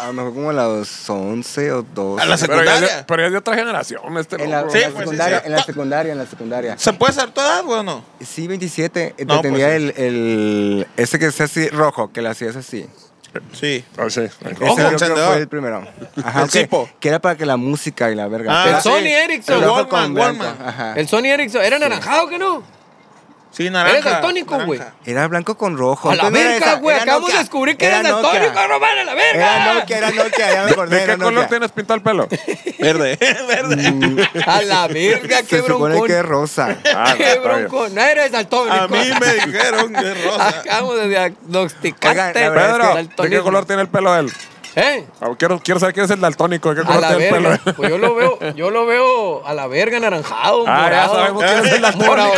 Speaker 4: A lo mejor como a las 11 o 12.
Speaker 2: A
Speaker 1: Pero ya,
Speaker 2: la
Speaker 1: es de-
Speaker 2: secundaria.
Speaker 1: pero ya es de otra generación este
Speaker 4: En la,
Speaker 1: loco.
Speaker 4: en
Speaker 2: Sí,
Speaker 4: la
Speaker 2: pues,
Speaker 4: secundaria,
Speaker 2: sí, sí.
Speaker 4: en la secundaria, en la secundaria.
Speaker 2: ¿Se puede hacer tu edad, güey, o no?
Speaker 4: Sí, 27. eh,
Speaker 2: No,
Speaker 4: te tenía
Speaker 2: pues,
Speaker 4: el, el. Ese que es así, rojo, que lo hacías así.
Speaker 2: Sí.
Speaker 1: Ah, sí.
Speaker 2: Ojo,
Speaker 4: Ese yo creo que
Speaker 2: encendedor.
Speaker 4: fue el primero. Ajá,
Speaker 2: El
Speaker 4: que,
Speaker 2: cipo.
Speaker 4: que era para que la música y la verga.
Speaker 2: Ah,
Speaker 3: El
Speaker 4: Era-
Speaker 2: sí.
Speaker 3: Sony Ericsson.
Speaker 4: el
Speaker 2: El
Speaker 4: rojo
Speaker 2: Walkman,
Speaker 4: con blanco.
Speaker 2: Walkman.
Speaker 4: Ajá.
Speaker 3: El Sony Ericsson. ¿Era naranjado que no?
Speaker 2: Sí, naranja.
Speaker 3: Eres daltónico, güey.
Speaker 2: naranja.
Speaker 4: Era blanco con rojo.
Speaker 3: A la
Speaker 4: Entonces, era
Speaker 3: verga,
Speaker 4: esa-
Speaker 3: güey.
Speaker 4: era
Speaker 3: Acabamos de
Speaker 4: Nokia.
Speaker 3: descubrir que
Speaker 4: Era
Speaker 3: eres daltónico,
Speaker 4: Nokia.
Speaker 3: Román, a la
Speaker 4: Era
Speaker 3: verga.
Speaker 4: Nokia, era Nokia,
Speaker 2: [LAUGHS]
Speaker 4: ya me acordé.
Speaker 1: ¿De qué
Speaker 4: era
Speaker 1: color
Speaker 4: Nokia.
Speaker 1: tienes pintado el
Speaker 3: [LAUGHS]
Speaker 1: pelo?
Speaker 2: Verde, [LAUGHS] verde.
Speaker 3: A la verga,
Speaker 4: [LAUGHS]
Speaker 3: qué
Speaker 4: Se supone
Speaker 3: broncón.
Speaker 4: que es rosa.
Speaker 1: Ah, no,
Speaker 3: [LAUGHS] Qué
Speaker 1: está
Speaker 3: broncón. No eres daltónico.
Speaker 2: A mí
Speaker 3: [LAUGHS]
Speaker 2: me dijeron que es rosa.
Speaker 3: Acabamos de
Speaker 4: Oigan,
Speaker 3: diagnosticarte.
Speaker 4: la verdad
Speaker 1: Pedro, ¿de qué
Speaker 3: daltonismo.
Speaker 1: color tiene el pelo él?
Speaker 3: ¿Eh?
Speaker 1: Ah, Quiero, quiero saber quién es el daltónico, ¿de qué
Speaker 3: A
Speaker 1: color
Speaker 3: la
Speaker 1: tiene el pelo
Speaker 3: verga.
Speaker 1: él? [LAUGHS]
Speaker 3: Pues yo lo veo, yo lo veo a la verga anaranjado,
Speaker 1: Ah, ya
Speaker 3: morado.
Speaker 1: sabemos quién es el daltónico.
Speaker 3: morado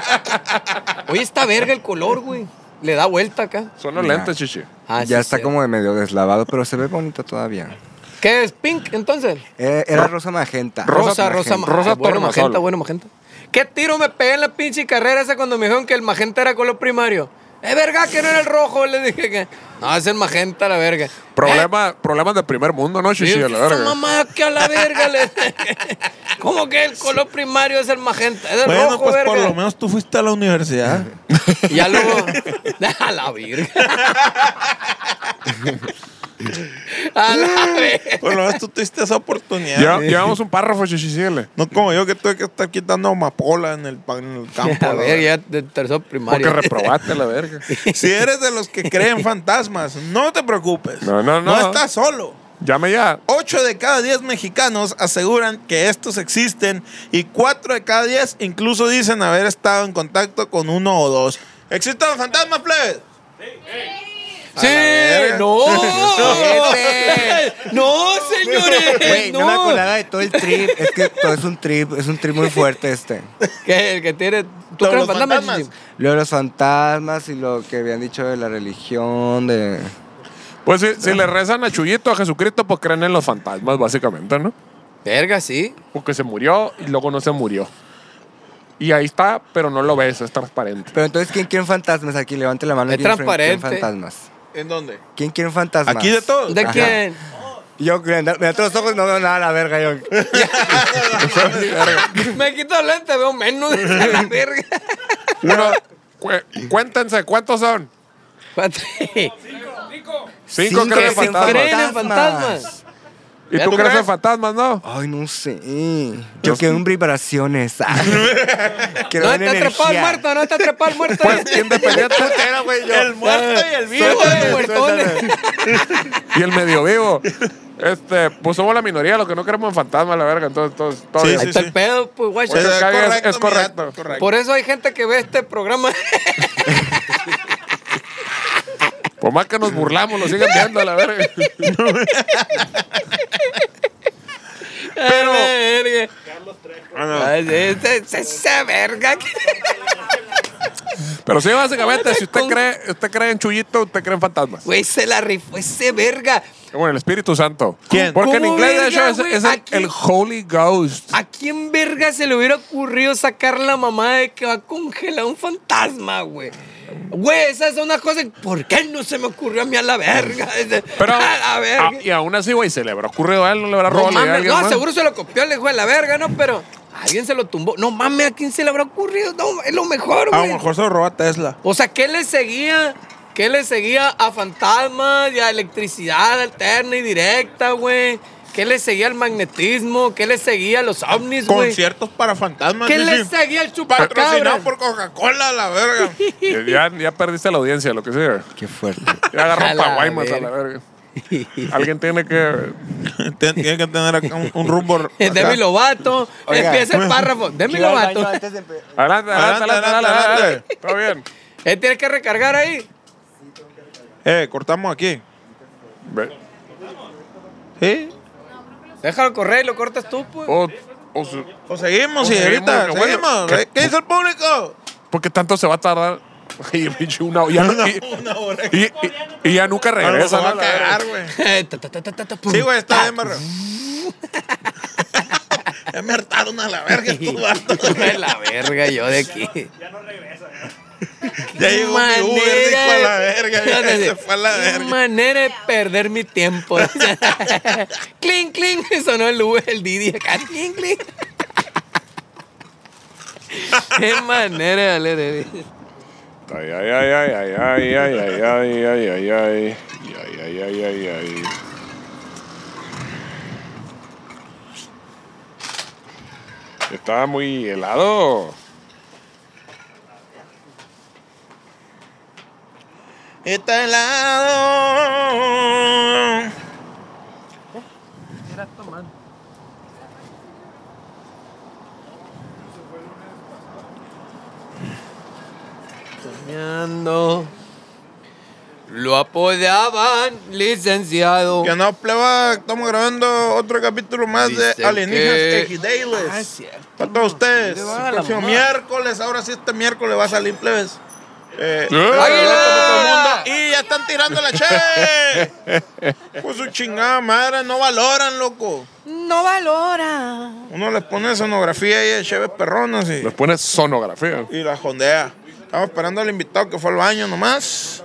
Speaker 3: rosa. Oye, está verga el color, güey. Le da vuelta acá.
Speaker 1: Son los
Speaker 4: Mira.
Speaker 1: lentes, chichi.
Speaker 3: Ah, sí,
Speaker 4: ya está
Speaker 3: sí.
Speaker 4: como de medio deslavado, pero se ve bonito todavía.
Speaker 3: ¿Qué es pink entonces?
Speaker 4: Eh, era rosa magenta.
Speaker 3: Rosa, rosa,
Speaker 4: magenta.
Speaker 3: magenta.
Speaker 1: rosa
Speaker 3: bueno,
Speaker 1: tornasol.
Speaker 3: magenta, bueno, magenta. ¿Qué tiro me pegué en la pinche carrera esa cuando me dijeron que el magenta era color primario? Es verga que no era el rojo, le dije que. No, es el magenta, la verga.
Speaker 1: Problema, problemas de primer mundo, ¿no, chichi?
Speaker 3: Digo,
Speaker 1: A
Speaker 3: "¿Qué
Speaker 1: la
Speaker 3: esa
Speaker 1: verga.
Speaker 3: mamá que a la verga le [LAUGHS] ¿Cómo que el color primario es el magenta? Es el
Speaker 2: Bueno,
Speaker 3: rojo,
Speaker 2: pues
Speaker 3: verga.
Speaker 2: por lo menos tú fuiste a la universidad.
Speaker 3: Y Ya luego. [LAUGHS] A la [LAUGHS] verga. A la verga.
Speaker 2: Por lo menos tú tuviste esa oportunidad.
Speaker 1: Lleva- Llevamos un párrafo, chichi, síguele.
Speaker 2: No como yo que tuve que estar quitando amapola en el, pa- en el campo.
Speaker 3: [LAUGHS] A
Speaker 2: la
Speaker 3: ver,
Speaker 2: verga.
Speaker 3: ya de tercer primario.
Speaker 1: Porque reprobaste a la verga.
Speaker 2: Si eres de los que creen fantasmas, no te preocupes.
Speaker 1: No, no, no.
Speaker 2: No estás solo.
Speaker 1: [LAUGHS] Llame ya.
Speaker 2: 8 de cada 10 mexicanos aseguran que estos existen y 4 de cada 10 incluso dicen haber estado en contacto con uno o dos. ¿Existen los fantasmas, plebes?
Speaker 3: Sí, [LAUGHS] no. jefe. No, [LAUGHS]
Speaker 4: [LAUGHS]
Speaker 3: señores.
Speaker 4: Güey, no. me
Speaker 3: no.
Speaker 4: acordaba de todo el trip. Es que todo es un trip, es un trip muy fuerte este.
Speaker 3: Que el que tiene. ¿Tú
Speaker 2: Todos
Speaker 3: crees
Speaker 2: los
Speaker 3: fantasmas?
Speaker 2: fantasmas.
Speaker 3: Chichi?
Speaker 4: Lo de los fantasmas y lo que habían dicho de la religión, de...
Speaker 1: Pues si, si le rezan a Chuyito, a Jesucristo, pues creen en los fantasmas, básicamente, ¿no?
Speaker 3: Verga, sí.
Speaker 1: Porque se murió y luego no se murió. Y ahí está, pero no lo ves, es
Speaker 4: [LAUGHS]
Speaker 1: transparente.
Speaker 4: Pero entonces, ¿quién quiere fantasmas aquí? Levante la mano.
Speaker 3: Es
Speaker 4: ¿quién fre- quiere
Speaker 3: transparente.
Speaker 4: fantasmas?
Speaker 2: ¿En dónde?
Speaker 4: ¿Quién quiere fantasmas?
Speaker 2: Aquí de todos.
Speaker 3: ¿De
Speaker 4: Ajá.
Speaker 3: quién?
Speaker 4: Yo, me ato los ojos no veo nada, la verga. Yo,
Speaker 3: [LAUGHS] Me quito el lente, veo menos [LAUGHS] de la verga.
Speaker 1: Uno, cu- cuéntense, ¿cuántos son?
Speaker 3: Cuatro.
Speaker 4: [LAUGHS]
Speaker 1: Cinco,
Speaker 4: Cinco,
Speaker 1: crees
Speaker 4: sí,
Speaker 1: en fantasmas.
Speaker 3: creen en fantasmas.
Speaker 1: Y tú
Speaker 3: ¿Tú
Speaker 1: crees en
Speaker 3: crees?
Speaker 1: fantasmas,
Speaker 4: [LAUGHS]
Speaker 1: ¿no?
Speaker 4: Ay, no sé. Yo quiero un vibraciones. quiero
Speaker 3: No
Speaker 4: una
Speaker 3: está trepado el
Speaker 4: energía. Pues,
Speaker 3: muerto, no está trepado el muerto. [LAUGHS]
Speaker 1: Independiente
Speaker 4: Era, güey, yo.
Speaker 2: El muerto y el vivo.
Speaker 3: Suéltame,
Speaker 2: eh.
Speaker 3: muertones.
Speaker 1: y el medio vivo. Este, pues somos la minoría, lo que no queremos en fantasmas, la verga. Entonces, entonces todo
Speaker 2: Sí,
Speaker 1: bien.
Speaker 3: Ahí está el pedo, pues, guacho.
Speaker 1: Oye,
Speaker 2: Es
Speaker 1: cague, es-
Speaker 2: correcto,
Speaker 1: es
Speaker 2: mira,
Speaker 1: correcto.
Speaker 3: Por eso hay gente que ve este programa. [LAUGHS]
Speaker 1: Por más que nos burlamos, lo siguen viendo, la verga.
Speaker 3: Pero. Ay, sí, esa- esa- Esa verga. [LAUGHS]
Speaker 1: Pero sí, básicamente, si usted cree, usted cree en Chuyito, usted cree en fantasmas.
Speaker 3: Güey, se la rifó ese verga.
Speaker 1: Bueno, el Espíritu Santo.
Speaker 2: ¿Quién?
Speaker 1: Porque en
Speaker 3: ¿Cómo
Speaker 1: inglés, de
Speaker 3: verga,
Speaker 1: hecho, es,
Speaker 3: güey?
Speaker 1: es el,
Speaker 3: Aquí-
Speaker 1: el Holy Ghost.
Speaker 3: ¿A quién verga se le hubiera ocurrido sacar la mamá de que va a congelar un fantasma, güey? Güey, esa es una cosa. ¿Por qué no se me ocurrió a mí a la verga?
Speaker 1: Pero,
Speaker 3: [LAUGHS] a la verga.
Speaker 1: ah, y aún así, güey, se le habrá ocurrido a él, no le habrá
Speaker 3: No
Speaker 1: robado la idea a
Speaker 3: mames,
Speaker 1: alguien
Speaker 3: no,
Speaker 1: más.
Speaker 3: seguro se lo copió el hijo de la verga, ¿no? Pero alguien se lo tumbó. No mames, ¿a quién se le habrá ocurrido? No, es lo mejor,
Speaker 2: A
Speaker 3: güey.
Speaker 2: lo mejor se lo roba Tesla.
Speaker 3: O sea, ¿qué le seguía? ¿Qué le seguía a fantasmas y a electricidad alterna y directa, güey? ¿Qué le seguía al magnetismo? ¿Qué le seguía a los ovnis, Pues, güey?
Speaker 2: Conciertos para fantasmas.
Speaker 3: ¿Qué
Speaker 2: sí,
Speaker 3: le
Speaker 2: sí.
Speaker 3: seguía al chupacabra?
Speaker 2: Patrocinado por Coca-Cola, la
Speaker 3: [LAUGHS]
Speaker 2: verga.
Speaker 1: Ya, ya perdiste la audiencia, lo que sea.
Speaker 4: Qué fuerte.
Speaker 1: Ya
Speaker 3: [LAUGHS] A
Speaker 1: agarró
Speaker 3: la
Speaker 1: paguaymas a la
Speaker 3: verga.
Speaker 1: verga. Alguien tiene que.
Speaker 2: Tien- Tiene que tener acá un, un rumbo.
Speaker 3: [LAUGHS] [LAUGHS] Demi Lovato.
Speaker 4: Oiga.
Speaker 3: Empieza el
Speaker 4: [LAUGHS]
Speaker 3: párrafo. Demi
Speaker 4: Quiero ir al
Speaker 3: Lovato.
Speaker 4: baño antes de empe-
Speaker 1: Adelante, adelante, adelante, adelante. adelante.
Speaker 2: adelante.
Speaker 1: Todo bien.
Speaker 3: Él tiene que recargar ahí.
Speaker 2: Eh, cortamos aquí.
Speaker 1: Ve.
Speaker 2: ¿Sí?
Speaker 3: Déjalo correr y lo cortas tú, pues.
Speaker 2: Oh.
Speaker 1: O- o Oh, su-
Speaker 2: O seguimos,
Speaker 1: O
Speaker 2: y
Speaker 1: seguimos,
Speaker 2: ahorita,
Speaker 1: que bueno,
Speaker 2: seguimos.
Speaker 1: que-
Speaker 2: ¿Qué dice el público?
Speaker 1: ¿Por qué tanto se va a tardar? [LAUGHS] Y pinche una ya no- y,
Speaker 2: Una hora.
Speaker 1: y, y- y ya nunca
Speaker 2: A lo mejor
Speaker 1: regresa.
Speaker 2: va a
Speaker 1: ¿no? La verga.
Speaker 2: cagar, güey.
Speaker 3: [LAUGHS] Ta, ta, ta, ta, ta, ta, pum.
Speaker 2: Sí, güey, está bien, [LAUGHS] barrio. ya me hartaron a la verga
Speaker 3: [LAUGHS]
Speaker 2: estos vatos.
Speaker 3: Hijo de la verga yo de aquí.
Speaker 2: Ya llegó mi Uber, dijo a la verga. ya se fue a la
Speaker 3: Qué
Speaker 2: verga.
Speaker 3: manera de perder mi tiempo. [LAUGHS] cling, cling. Sonó el Uber, el Didi acá. Cling, cling. [LAUGHS] Qué manera de valer, eh.
Speaker 1: Ay, ay, ay, ay, ay, ay, ay, ay, ay, ay, ay, ay, ay, ay, ay, ay, ay. Estaba muy helado.
Speaker 2: Está helado.
Speaker 3: Soñando. Lo apodaban licenciado.
Speaker 2: Que no, pleba, estamos grabando otro capítulo más de
Speaker 3: Dicen
Speaker 2: Alienígenas
Speaker 3: que-
Speaker 2: que...
Speaker 3: Ah, es cierto.
Speaker 2: Para todos ustedes.
Speaker 3: ¿Dónde va
Speaker 2: El
Speaker 3: la
Speaker 2: próximo
Speaker 3: mamá?
Speaker 2: miércoles, ahora sí este miércoles va a salir, plebes. Eh,
Speaker 1: ¡Águila!
Speaker 3: Ah.
Speaker 2: ¡Águila! Y ya están tirando la
Speaker 3: [LAUGHS]
Speaker 2: che. Pues su chingada madre, no valoran, loco.
Speaker 3: No valora.
Speaker 2: Uno les pone sonografía y cheve perronas y,
Speaker 1: Les pone sonografía.
Speaker 2: y la jondea. Estamos esperando al invitado que fue al baño nomás.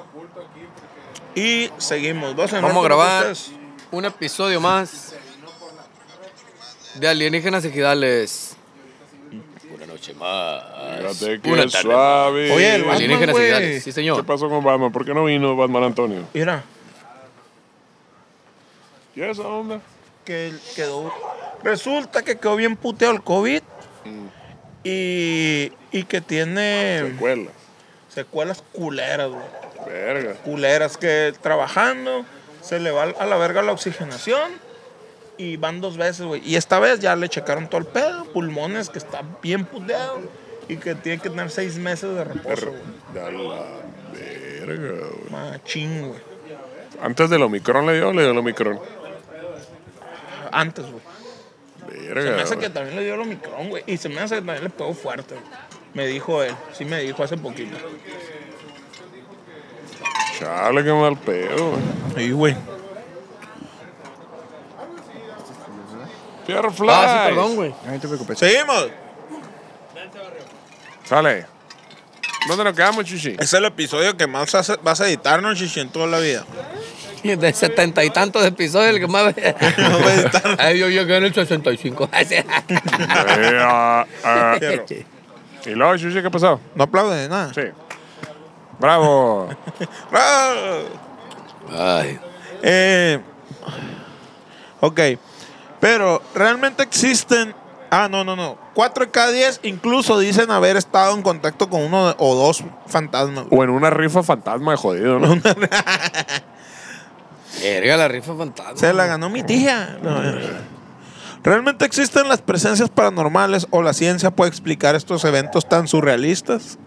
Speaker 2: Y seguimos. Dos en
Speaker 3: Vamos a
Speaker 2: otro,
Speaker 3: grabar
Speaker 2: ustedes.
Speaker 3: un episodio más de Alienígenas Ejidales. Una noche más.
Speaker 1: Fíjate
Speaker 3: Una
Speaker 1: que
Speaker 3: tarde.
Speaker 1: suave.
Speaker 2: Oye, el Batman,
Speaker 3: Alienígenas
Speaker 2: güey.
Speaker 3: Ejidales, sí
Speaker 1: ¿Qué
Speaker 3: señor.
Speaker 1: pasó con Batman? ¿Por qué no vino Batman Antonio?
Speaker 2: Mira,
Speaker 1: ¿Y esa onda?
Speaker 2: que él quedó. Resulta que quedó bien puteado el COVID. Y, y que tiene
Speaker 1: Secuela.
Speaker 2: secuelas culeras, güey.
Speaker 1: Verga.
Speaker 2: Culeras que trabajando, se le va a la verga la oxigenación. Y van dos veces, güey. Y esta vez ya le checaron todo el pedo, pulmones, que está bien puteado. Y que tiene que tener seis meses de reposo, güey.
Speaker 1: Da la verga, güey.
Speaker 2: Machín, güey.
Speaker 1: Antes del Omicron le dio, le dio el Omicron.
Speaker 2: Antes, güey. Se me
Speaker 1: Verga.
Speaker 2: hace que
Speaker 1: güey.
Speaker 2: también le dio el Omicron, güey. Y se me hace que también le pegó fuerte. güey. Me dijo él. Sí me dijo hace poquito.
Speaker 1: Chale, qué mal pedo, güey.
Speaker 2: Sí, güey.
Speaker 1: Pierre Fly.
Speaker 3: Ah, sí, perdón, güey.
Speaker 4: Ay, No te preocupes.
Speaker 2: Seguimos.
Speaker 1: Sale. ¿Dónde nos quedamos, Chichi?
Speaker 2: [LAUGHS] Es el episodio que más hace- vas a editar, ¿no, Chichi, en toda la vida?
Speaker 3: de setenta y tantos episodios, el que más
Speaker 2: [LAUGHS]
Speaker 3: ve. [LAUGHS] Ay, yo llegué en el [LAUGHS] 65.
Speaker 1: Eh, ah, ah. Y luego, Chuchi, ¿qué pasó?
Speaker 2: No aplauden de nada.
Speaker 1: Sí. Bravo.
Speaker 2: Ah.
Speaker 3: Ay.
Speaker 2: Eh, ok. Pero realmente existen. Ah, no, no, no. 4 de cada 10 incluso dicen haber estado en contacto con uno de- o dos fantasmas. güey.
Speaker 1: O en una rifa fantasma de jodido, ¿no?
Speaker 3: Verga, la rifa fantasma.
Speaker 2: Se la ganó mi tía. No, eh. ¿Realmente existen las presencias paranormales o la ciencia puede explicar estos eventos tan surrealistas?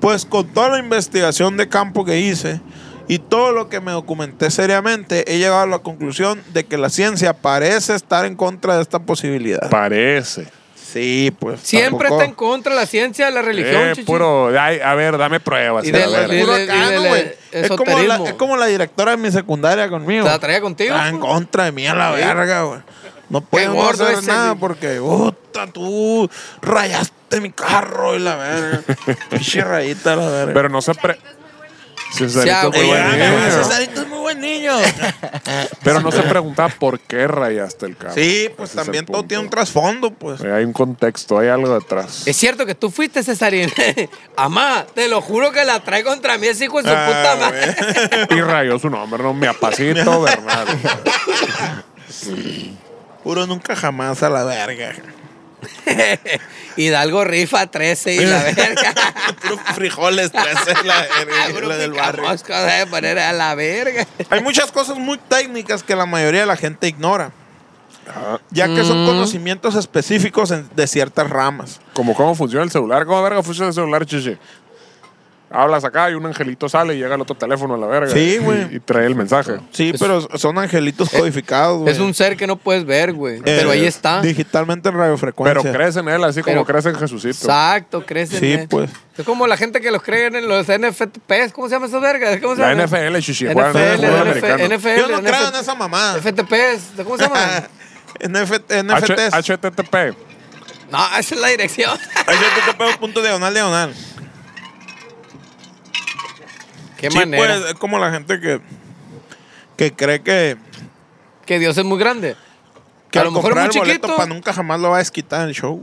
Speaker 2: Pues con toda la investigación de campo que hice y todo lo que me documenté seriamente, he llegado a la conclusión de que la ciencia parece estar en contra de esta posibilidad.
Speaker 1: Parece.
Speaker 2: Sí, pues.
Speaker 3: Siempre
Speaker 2: tampoco-
Speaker 3: está en contra de la ciencia de la religión,
Speaker 1: Eh,
Speaker 3: chichi.
Speaker 1: puro. ay, a ver, dame pruebas.
Speaker 3: Y
Speaker 1: a
Speaker 3: de-
Speaker 1: ver.
Speaker 3: de-
Speaker 2: Puro
Speaker 3: dile,
Speaker 2: acá,
Speaker 3: dile,
Speaker 2: ¿no,
Speaker 3: dile,
Speaker 2: güey? Es como, la,
Speaker 3: esoterismo.
Speaker 2: es como la directora de mi secundaria conmigo.
Speaker 3: ¿Te la traía contigo?
Speaker 2: Está en
Speaker 3: pues?
Speaker 2: contra de mí a la verga, güey. No podemos
Speaker 3: gordo
Speaker 2: hacer
Speaker 3: ese,
Speaker 2: nada
Speaker 3: sí.
Speaker 2: porque, puta, tú rayaste mi carro y la
Speaker 3: [LAUGHS]
Speaker 2: verga. Pinche rayita, la verga.
Speaker 1: Pero no se pre... Cesarito,
Speaker 3: Sea
Speaker 1: muy buen
Speaker 3: bueno.
Speaker 2: Ey, ándale,
Speaker 1: niño.
Speaker 2: Cesarito es muy buen
Speaker 3: [LAUGHS]
Speaker 2: niño.
Speaker 1: Pero no se preguntaba por qué rayaste el carro.
Speaker 2: sí, pues
Speaker 1: Ese es el
Speaker 2: también todo
Speaker 1: punto.
Speaker 2: tiene un trasfondo, pues.
Speaker 1: Eh, Hay un contexto, hay algo detrás.
Speaker 3: Es cierto que tú fuiste, Cesarín. [LAUGHS] Amá, te lo juro que la trae contra mí ese hijo de su
Speaker 2: Ah,
Speaker 3: puta
Speaker 2: güey.
Speaker 3: madre. [LAUGHS]
Speaker 1: Y rayó su nombre, no me apacito, Bernal.
Speaker 2: [LAUGHS] Puro nunca jamás a la verga.
Speaker 3: Hidalgo rifa 13
Speaker 2: [LAUGHS]
Speaker 3: y la verga. Ah,
Speaker 2: Puro frijoles, trece, la
Speaker 3: [LAUGHS]
Speaker 2: verga.
Speaker 3: Puro
Speaker 2: la del barrio.
Speaker 3: picamoscas, debe poner a la verga.
Speaker 2: Hay muchas cosas muy técnicas que la mayoría de la gente ignora, ya que
Speaker 3: Mm.
Speaker 2: son conocimientos específicos en- de ciertas ramas.
Speaker 1: Como cómo funciona el celular. ¿Cómo verga funciona el celular, chiche? Hablas acá y un angelito sale y llega el otro teléfono a la verga.
Speaker 2: Sí, güey.
Speaker 1: Y, y trae el mensaje.
Speaker 2: Sí, pero son angelitos codificados. güey.
Speaker 3: Eh, Es un ser que no puedes ver, güey.
Speaker 2: Eh,
Speaker 3: Pero ahí está.
Speaker 2: Digitalmente en radiofrecuencia.
Speaker 1: Pero crece en él, así
Speaker 3: Pero-
Speaker 1: como crece en Jesucito.
Speaker 3: Exacto, crecen.
Speaker 2: Sí,
Speaker 3: eh.
Speaker 2: pues.
Speaker 3: Es como la gente que los cree en los NFTPs. ¿Cómo se llama esa verga? ¿Cómo se
Speaker 1: La
Speaker 3: llama?
Speaker 1: NFL, chiche.
Speaker 3: NFL,
Speaker 1: juegan en el fútbol
Speaker 3: NFL,
Speaker 1: americano.
Speaker 3: NFL,
Speaker 2: Yo no creo en esa mamada.
Speaker 3: FTPs. ¿Cómo
Speaker 2: [LAUGHS]
Speaker 3: se llama?
Speaker 2: NFT,
Speaker 1: H-
Speaker 2: NFTs.
Speaker 1: HTTP.
Speaker 3: no, esa es la dirección. [LAUGHS]
Speaker 2: HTTP punto diagonal diagonal.
Speaker 3: Qué
Speaker 2: Sí,
Speaker 3: manera.
Speaker 2: pues, es como la gente que, que cree que,
Speaker 3: Que Dios es muy grande.
Speaker 2: que
Speaker 3: A
Speaker 2: al
Speaker 3: lo mejor
Speaker 2: comprar
Speaker 3: muy
Speaker 2: el boleto
Speaker 3: chiquito.
Speaker 2: pa'
Speaker 3: [LAUGHS]
Speaker 2: nunca jamás lo va a desquitar en el show.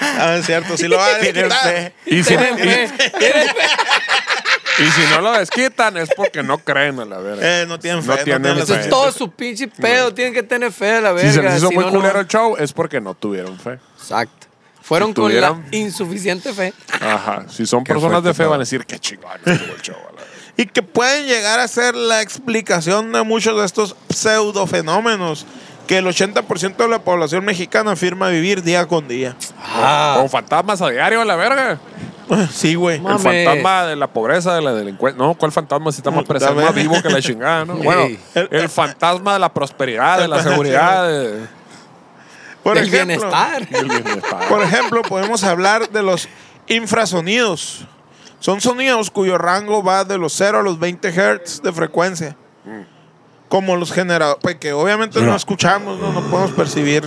Speaker 2: ah, es cierto, sí lo va a desquitar.
Speaker 1: Y si,
Speaker 3: Tiene fe, tiene fe.
Speaker 1: y si no lo desquitan es porque no creen a la verga.
Speaker 2: Eh, no tienen fe.
Speaker 1: No tienen
Speaker 2: la
Speaker 1: fe.
Speaker 3: Eso es
Speaker 2: suficiente-
Speaker 3: todo su pinche pedo. Tienen que tener fe a la verga.
Speaker 1: si se les hizo
Speaker 3: si
Speaker 1: muy
Speaker 3: no, no.
Speaker 1: culero el show es porque no tuvieron fe.
Speaker 3: Exacto. Fueron
Speaker 1: Si
Speaker 3: con
Speaker 1: tuvieran-
Speaker 3: la insuficiente fe.
Speaker 1: Ajá. Si son
Speaker 4: Qué
Speaker 1: personas de
Speaker 4: fuerte,
Speaker 1: fe van
Speaker 4: padre.
Speaker 1: a decir qué chingón estuvo el show. a
Speaker 3: [LAUGHS]
Speaker 1: la verga".
Speaker 2: Y que pueden llegar a ser la explicación de muchos de estos pseudofenómenos que el 80% de la población mexicana afirma vivir día con día. [LAUGHS] Ah,
Speaker 3: Ah.
Speaker 1: O fantasmas a diario a la verga.
Speaker 2: Sí, güey.
Speaker 3: Ma- Mames.
Speaker 1: El fantasma de la pobreza, de la delincuencia. No, ¿cuál fantasma si está más
Speaker 2: Mm,
Speaker 1: presente,
Speaker 2: dame.
Speaker 1: más vivo que la chingada, no?
Speaker 3: [LAUGHS]
Speaker 1: Bueno,
Speaker 3: Ey.
Speaker 1: el, el fantasma de la prosperidad, de la seguridad, de-
Speaker 2: Por
Speaker 3: el
Speaker 2: ejemplo,
Speaker 3: bienestar.
Speaker 1: del
Speaker 3: [LAUGHS]
Speaker 1: bienestar.
Speaker 2: Por ejemplo, podemos hablar de los infrasonidos. Son sonidos cuyo rango va de los 0 a los 20 Hz de frecuencia. Como los generadores, que obviamente no escuchamos, no, no podemos percibir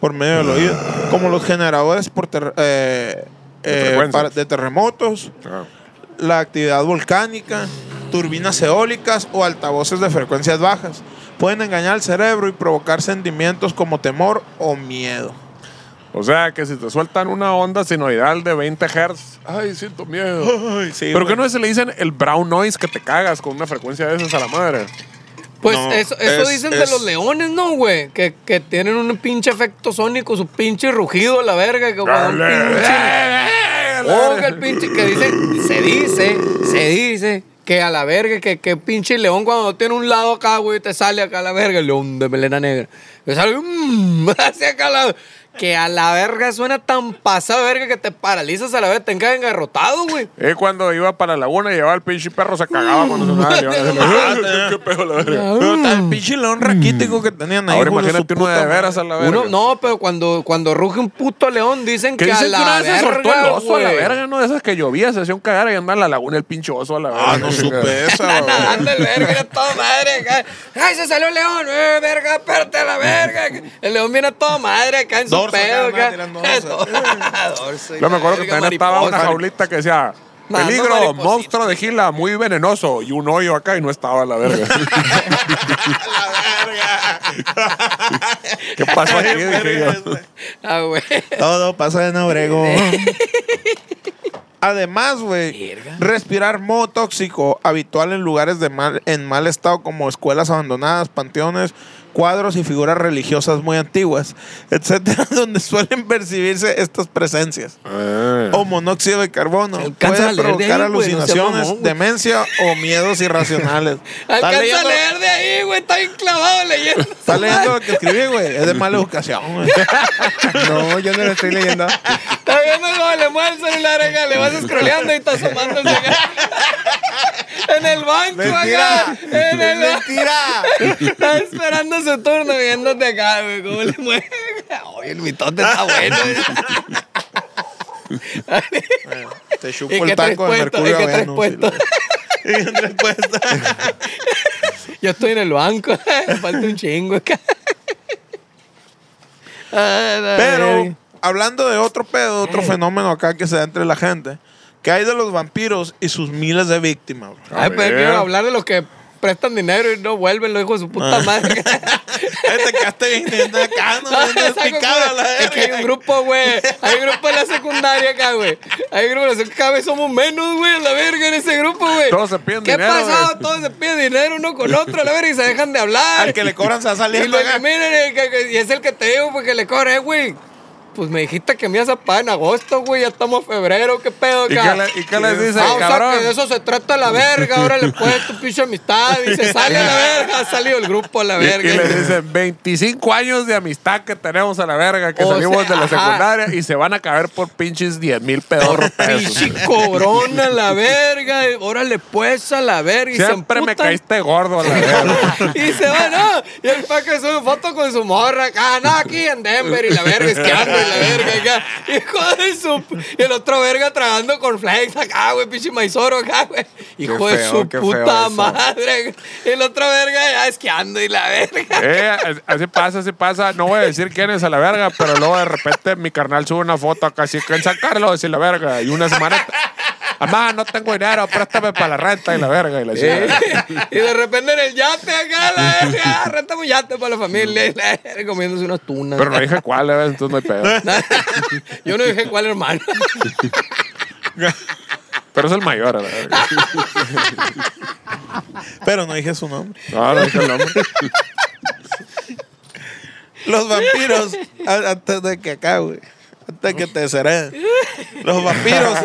Speaker 2: por medio del oído. Como los generadores por ter- eh, eh,
Speaker 1: frecuencias.
Speaker 2: para- de terremotos,
Speaker 1: Ah.
Speaker 2: la actividad volcánica, turbinas eólicas o altavoces de frecuencias bajas. Pueden engañar al cerebro y provocar sentimientos como temor o miedo.
Speaker 1: O sea, que si te sueltan una onda sinoidal de 20 Hz, ay, siento
Speaker 3: [LAUGHS]
Speaker 1: miedo. ¿Pero qué no se le dicen el brown noise que te cagas con una frecuencia de esas a la madre?
Speaker 3: Pues
Speaker 2: No,
Speaker 3: eso, eso
Speaker 2: es-
Speaker 3: dicen de
Speaker 2: es-
Speaker 3: los leones, ¿no, güey? Que, que tienen un pinche efecto sónico, su pinche rugido a la verga. Que cuando un
Speaker 1: [LAUGHS]
Speaker 3: pinche- Oh, que el pinche que dice, se dice, se dice que a la verga, que, que pinche león cuando tiene un lado acá, güey, te sale acá a la verga, el león de melena negra. Te sale, [LAUGHS] mmm, hacia acá a la Que a la verga suena tan pasado, verga, que te paralizas a la verga, te caen engarrotado, güey.
Speaker 1: Es cuando iba para la laguna y llevaba el pinche perro, se cagaba cuando sonaba el león. [LAUGHS] ¿Qué pedo la verga?
Speaker 2: Pero está el pinche león raquítico que tenían ahí.
Speaker 1: Ahora
Speaker 2: hijo de su
Speaker 1: imagínate uno
Speaker 2: puta
Speaker 1: de veras a la verga.
Speaker 3: Uno, no, pero cuando, cuando ruge un puto león, dicen
Speaker 1: Que
Speaker 3: que,
Speaker 1: dicen que
Speaker 3: a
Speaker 1: una
Speaker 3: la
Speaker 1: vez se soltó el
Speaker 3: verga,
Speaker 1: oso a la
Speaker 3: güey.
Speaker 1: verga, ¿no? De esas que llovía, se hacía un cagar y andaba en la laguna el pinche oso a la verga.
Speaker 2: Ah, no [LAUGHS] supe esa, güey.
Speaker 3: Anda el verga, era toda madre. acá. Ay, se salió el león. Eh, verga, espérate a la verga. El león viene a toda madre acá en su
Speaker 2: Dorso,
Speaker 3: pedo.
Speaker 2: nada más,
Speaker 3: Acá.
Speaker 2: tirando dorso.
Speaker 3: [LAUGHS] Dorso y
Speaker 1: Yo me
Speaker 3: la
Speaker 1: acuerdo que
Speaker 3: verga,
Speaker 1: también estaba una
Speaker 3: mariposa.
Speaker 1: jaulita que decía,
Speaker 3: Nah, no
Speaker 1: Peligro,
Speaker 3: mariposita.
Speaker 1: monstruo de gila, muy venenoso. Y un hoyo acá y no estaba la
Speaker 3: [LAUGHS]
Speaker 1: verga. ¿Qué pasó aquí? Dije yo.
Speaker 3: Ah, güey.
Speaker 2: Todo pasa en Obregón. [LAUGHS] Además, güey,
Speaker 3: Verga.
Speaker 2: respirar moho tóxico habitual en lugares de mal, en mal estado como escuelas abandonadas, panteones, cuadros y figuras religiosas muy antiguas, etcétera, [LAUGHS] donde suelen percibirse estas presencias.
Speaker 1: Ah.
Speaker 2: O monóxido de carbono
Speaker 3: Alcanza a
Speaker 2: puede
Speaker 3: leer de ahí,
Speaker 2: provocar
Speaker 3: güey, no sea
Speaker 2: alucinaciones,
Speaker 3: mamón, güey.
Speaker 2: demencia o miedos [LAUGHS] irracionales. Está
Speaker 3: Alcanza
Speaker 2: leyendo-
Speaker 3: a leer de ahí, güey. Está enclavado leyendo.
Speaker 2: está leyendo lo que escribí, güey. Es de mala educación,
Speaker 3: [LAUGHS]
Speaker 2: güey.
Speaker 4: No, yo no lo estoy leyendo.
Speaker 3: Está viendo cómo le mueve el celular acá. Le vas scrolleando y está asomándose acá. [LAUGHS] En el banco acá.
Speaker 4: ¡Mentira!
Speaker 3: En el banco.
Speaker 4: ¡Mentira!
Speaker 3: Está esperando su turno viéndote acá, güey. ¿Cómo le mueve? Oye, el mitote está bueno.
Speaker 2: Te chupo
Speaker 3: Y
Speaker 2: el
Speaker 3: que tres
Speaker 2: taco de
Speaker 3: puestos. Y
Speaker 2: mercurio.
Speaker 3: que tres
Speaker 2: Venus, y
Speaker 3: puestos.
Speaker 2: la- y tres puestos.
Speaker 3: Yo estoy en el banco. [LAUGHS] Me falta un chingo acá. [LAUGHS] Ah, la verga.
Speaker 2: Pero, hablando de otro pedo, otro fenómeno acá que se da entre la gente, que hay de los vampiros y sus miles de víctimas. bro.
Speaker 3: Ay, pero
Speaker 1: ver.
Speaker 3: quiero hablar de los que prestan dinero y no vuelven, lo dijo su puta madre. [LAUGHS]
Speaker 2: Ahí te quedaste Este bien bien acá, Ah. [LAUGHS] no,
Speaker 3: Ah,
Speaker 2: bien despicado a la
Speaker 3: saco, es que hay
Speaker 2: verga.
Speaker 3: un grupo, güey. Hay un grupo en la secundaria acá, güey. Hay un grupo en la secundaria. Cada vez somos menos, güey, a la verga en ese grupo, güey.
Speaker 1: Todos se piden
Speaker 3: ¿Qué
Speaker 1: dinero,
Speaker 3: ha pasado?
Speaker 1: güey.
Speaker 3: Todos se piden dinero uno con otro, a la verga, y se dejan de hablar.
Speaker 2: Al que le cobran se va
Speaker 3: [LAUGHS] y
Speaker 2: saliendo
Speaker 3: lo
Speaker 2: acá.
Speaker 3: eliminan, y, que- que- y es el que te digo, porque le cobra, eh, güey. Pues me dijiste que me ibas a pagar en agosto, güey. Ya estamos en febrero, qué pedo,
Speaker 1: ¿Y
Speaker 3: acá?
Speaker 1: qué le- y qué les dice,
Speaker 3: Ah, o sea,
Speaker 1: cabrón?
Speaker 3: que de eso se trata la verga. Ahora le puedes tu pinche amistad. Y
Speaker 1: [LAUGHS]
Speaker 3: se sale a la verga. Ha salido el grupo a la
Speaker 1: Y, y
Speaker 3: verga.
Speaker 1: les dicen 25 años de amistad que tenemos a la verga, que
Speaker 3: O
Speaker 1: salimos de
Speaker 3: sea,
Speaker 1: la
Speaker 3: ajá.
Speaker 1: secundaria y se van a caer por pinches 10 mil pedorros pesos.
Speaker 3: [LAUGHS] Pinche cobrón a la verga. y Órale, pues a la verga. Y
Speaker 1: Siempre
Speaker 3: se
Speaker 1: me
Speaker 3: emputan.
Speaker 1: caíste gordo a la verga.
Speaker 3: [LAUGHS] y se va, no. Y el Paco sube foto con su morra acá, no, aquí en Denver y la verga, esquiando y la verga acá. Hijo de su. Y el otro verga tragando con flex acá, güey, pinche maizoro acá, güey. Hijo
Speaker 4: Qué
Speaker 3: de
Speaker 4: feo,
Speaker 3: su
Speaker 4: qué feo
Speaker 3: puta
Speaker 4: eso.
Speaker 3: madre. Y el otro verga ya esquiando y la verga. [LAUGHS]
Speaker 1: Eh, así pasa, así pasa. No voy a decir quién es a la verga, pero luego de repente mi carnal sube una foto acá, así que en San Carlos y la verga. Y una semana. Amá, no tengo dinero, préstame para la renta y la verga. Y la chingada.
Speaker 3: Y de repente en el yate acá, la verga, ah, rentamos yate para la familia y la verga, comiéndose unas tunas.
Speaker 1: Pero no dije cuál, eh, entonces no hay pedo.
Speaker 3: [LAUGHS] Yo no dije cuál hermano.
Speaker 1: Pero es el mayor, a la verga.
Speaker 3: [LAUGHS]
Speaker 2: Pero no dije su nombre.
Speaker 1: No, no dije el nombre.
Speaker 2: Los vampiros, a- antes de que acá, güey. Antes de que te seré. Los vampiros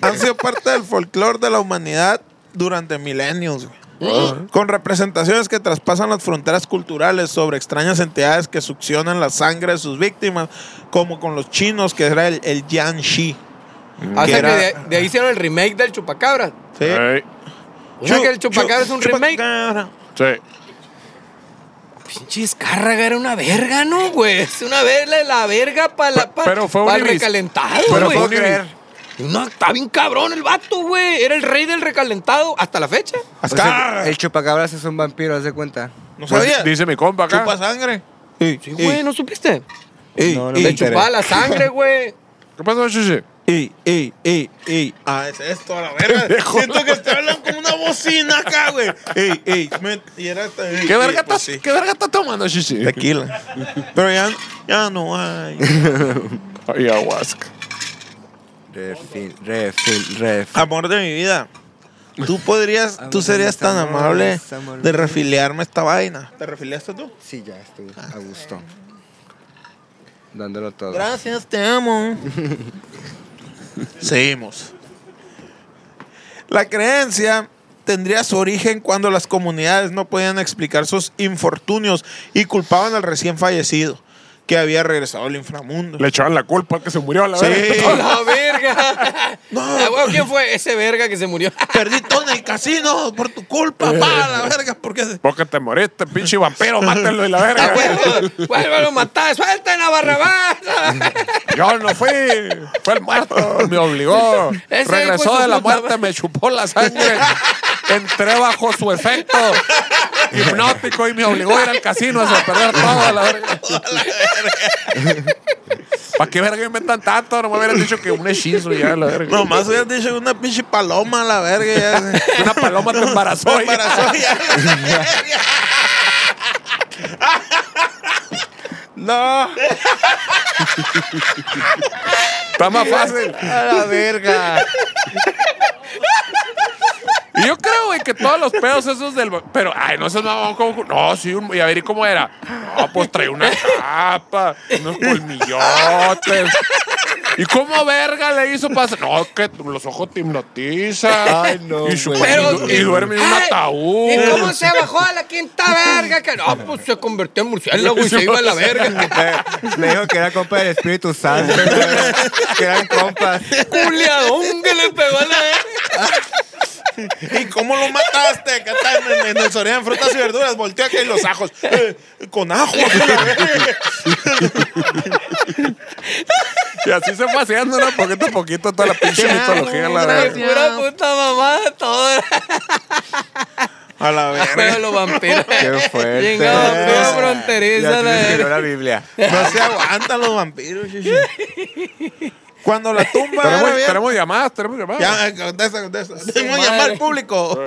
Speaker 2: han sido parte del folclore de la humanidad durante milenios, güey. Con representaciones que traspasan las fronteras culturales sobre extrañas entidades que succionan la sangre de sus víctimas, como con los chinos, que era el, el Yanxi.
Speaker 1: Mm.
Speaker 3: O sea
Speaker 2: era-
Speaker 3: que de, de ahí hicieron el remake del Chupacabra.
Speaker 2: ¿sí?
Speaker 1: Ey,
Speaker 3: O sea
Speaker 2: Chu-
Speaker 3: que el Chupacabra
Speaker 2: chu-
Speaker 3: es un remake.
Speaker 2: chupacabra.
Speaker 1: sí.
Speaker 3: Pinche Escárraga era una verga, ¿no, güey? Es una verga de la verga para la pa-
Speaker 1: Pero fue un
Speaker 3: pa'
Speaker 1: inis-
Speaker 3: recalentado,
Speaker 1: pero
Speaker 3: güey.
Speaker 1: fue un inis-
Speaker 3: No, está bien cabrón el vato, güey. Era el rey del recalentado hasta la fecha.
Speaker 4: O sea,
Speaker 2: Azcar.
Speaker 4: el chupacabras es un vampiro, haz de cuenta.
Speaker 2: ¿No sabía?
Speaker 1: Pues Dice mi compa acá.
Speaker 2: Chupa sangre.
Speaker 3: Sí, güey, ¿no supiste?
Speaker 2: Ey,
Speaker 4: No, no me
Speaker 2: ey,
Speaker 3: Le
Speaker 4: enteré.
Speaker 3: chupaba la
Speaker 1: [LAUGHS]
Speaker 3: sangre, güey.
Speaker 1: ¿Qué pasó, Chuchi?
Speaker 2: Ey, ey, ey, ey. Ah, es esto, a la verga. Siento que estoy hablando con una bocina acá, güey. Ey, ey. me- y era hasta- ey,
Speaker 1: ¿Qué
Speaker 2: ey,
Speaker 1: verga
Speaker 2: pues
Speaker 1: estás
Speaker 2: sí.
Speaker 1: qué verga estás tomando, Chuchi?
Speaker 2: Tequila. Pero ya, ya no hay.
Speaker 1: [LAUGHS] Ay, aguasca.
Speaker 4: Refil, refil, refil.
Speaker 2: Amor de mi vida. Tú podrías, tú
Speaker 4: Amor,
Speaker 2: serías tan
Speaker 4: amor,
Speaker 2: amable
Speaker 4: amor.
Speaker 2: de refiliarme esta vaina. ¿Te refiliaste tú?
Speaker 4: Sí, ya estoy a gusto. Dándolo todo.
Speaker 2: Gracias, te amo. [LAUGHS] Seguimos. La creencia tendría su origen cuando las comunidades no podían explicar sus infortunios y culpaban al recién fallecido, que había regresado al inframundo.
Speaker 1: Le echaban la culpa al que se murió a la
Speaker 2: Sí.
Speaker 1: verga.
Speaker 3: ¡A la
Speaker 1: [LAUGHS]
Speaker 3: verga! Ah, güey, ¿Quién fue ese verga que se murió?
Speaker 2: [LAUGHS]
Speaker 3: [LAUGHS]
Speaker 2: Perdí todo en el casino por tu culpa, pa, la verga, porque se-
Speaker 1: Porque te moriste, pinche vampiro, mátenlo y la
Speaker 3: ¡A
Speaker 1: verga.
Speaker 3: huevo! ¡Vuélvelo a matar! ¡Suelten a Barrabás!
Speaker 1: [LAUGHS] Yo no fui, fue el muerto, me [LAUGHS] obligó.
Speaker 3: Ese hijo de
Speaker 1: Regresó
Speaker 3: su
Speaker 1: de la
Speaker 3: puta
Speaker 1: muerte,
Speaker 3: madre.
Speaker 1: me chupó la sangre. [LAUGHS] Entré bajo su efecto hipnótico [LAUGHS] y me obligó a ir al casino a perder todo. a La verga. ¿Para qué verga inventan tanto? No me hubieran dicho que un hechizo ya, la verga.
Speaker 2: Nomás hubieras dicho una pinche paloma a la verga. ya.
Speaker 1: Una paloma te embarazó.
Speaker 2: Me embarazó ya.
Speaker 4: No,
Speaker 1: Está más fácil.
Speaker 4: a la verga.
Speaker 1: Y yo creo, güey, que todos los pedos esos del. Pero, ay, no seas mamón. ¿cómo? No, sí, un... y a ver, ¿y cómo era? No, pues traía una capa, unos colmillotes. ¿Y cómo verga le hizo pasar? No, que los ojos te hipnotizan.
Speaker 4: Ay, no,
Speaker 1: Y, su-
Speaker 4: güey.
Speaker 3: Pero-
Speaker 1: y, y duerme en un
Speaker 3: Ay,
Speaker 1: ataúd.
Speaker 3: ¿Y cómo se bajó a la quinta verga? Que no, pues se convirtió en murciélago y se iba a
Speaker 1: [LAUGHS]
Speaker 3: la verga.
Speaker 4: Me- Me dijo que era compa del Espíritu Santo, güey. que eran compas.
Speaker 3: Culiadón que le pegó a la verga.
Speaker 2: ¿Y cómo lo mataste? Acá está en, en el Soriana, frutas y verduras. Volteó acá y los ajos. Eh, con ajo.
Speaker 1: Y así se fue haciendo, ¿no? Poquito a poquito toda la pinche mitología, la verga.
Speaker 3: Pura puta mamada toda.
Speaker 2: A la verga.
Speaker 3: Pero los vampiros.
Speaker 4: [LAUGHS] Qué fuerte.
Speaker 3: Chingado, pura
Speaker 4: Y
Speaker 3: fronteriza
Speaker 4: así
Speaker 3: la
Speaker 4: me escribió
Speaker 3: verga.
Speaker 4: la Biblia.
Speaker 2: No se aguantan los vampiros. chichi. Cuando la tumba era
Speaker 1: Tenemos,
Speaker 2: bien-
Speaker 1: tenemos llamadas, tenemos llamadas.
Speaker 2: Ya, eh, contesta, contesta. Tengo que
Speaker 3: madre.
Speaker 2: llamar al público.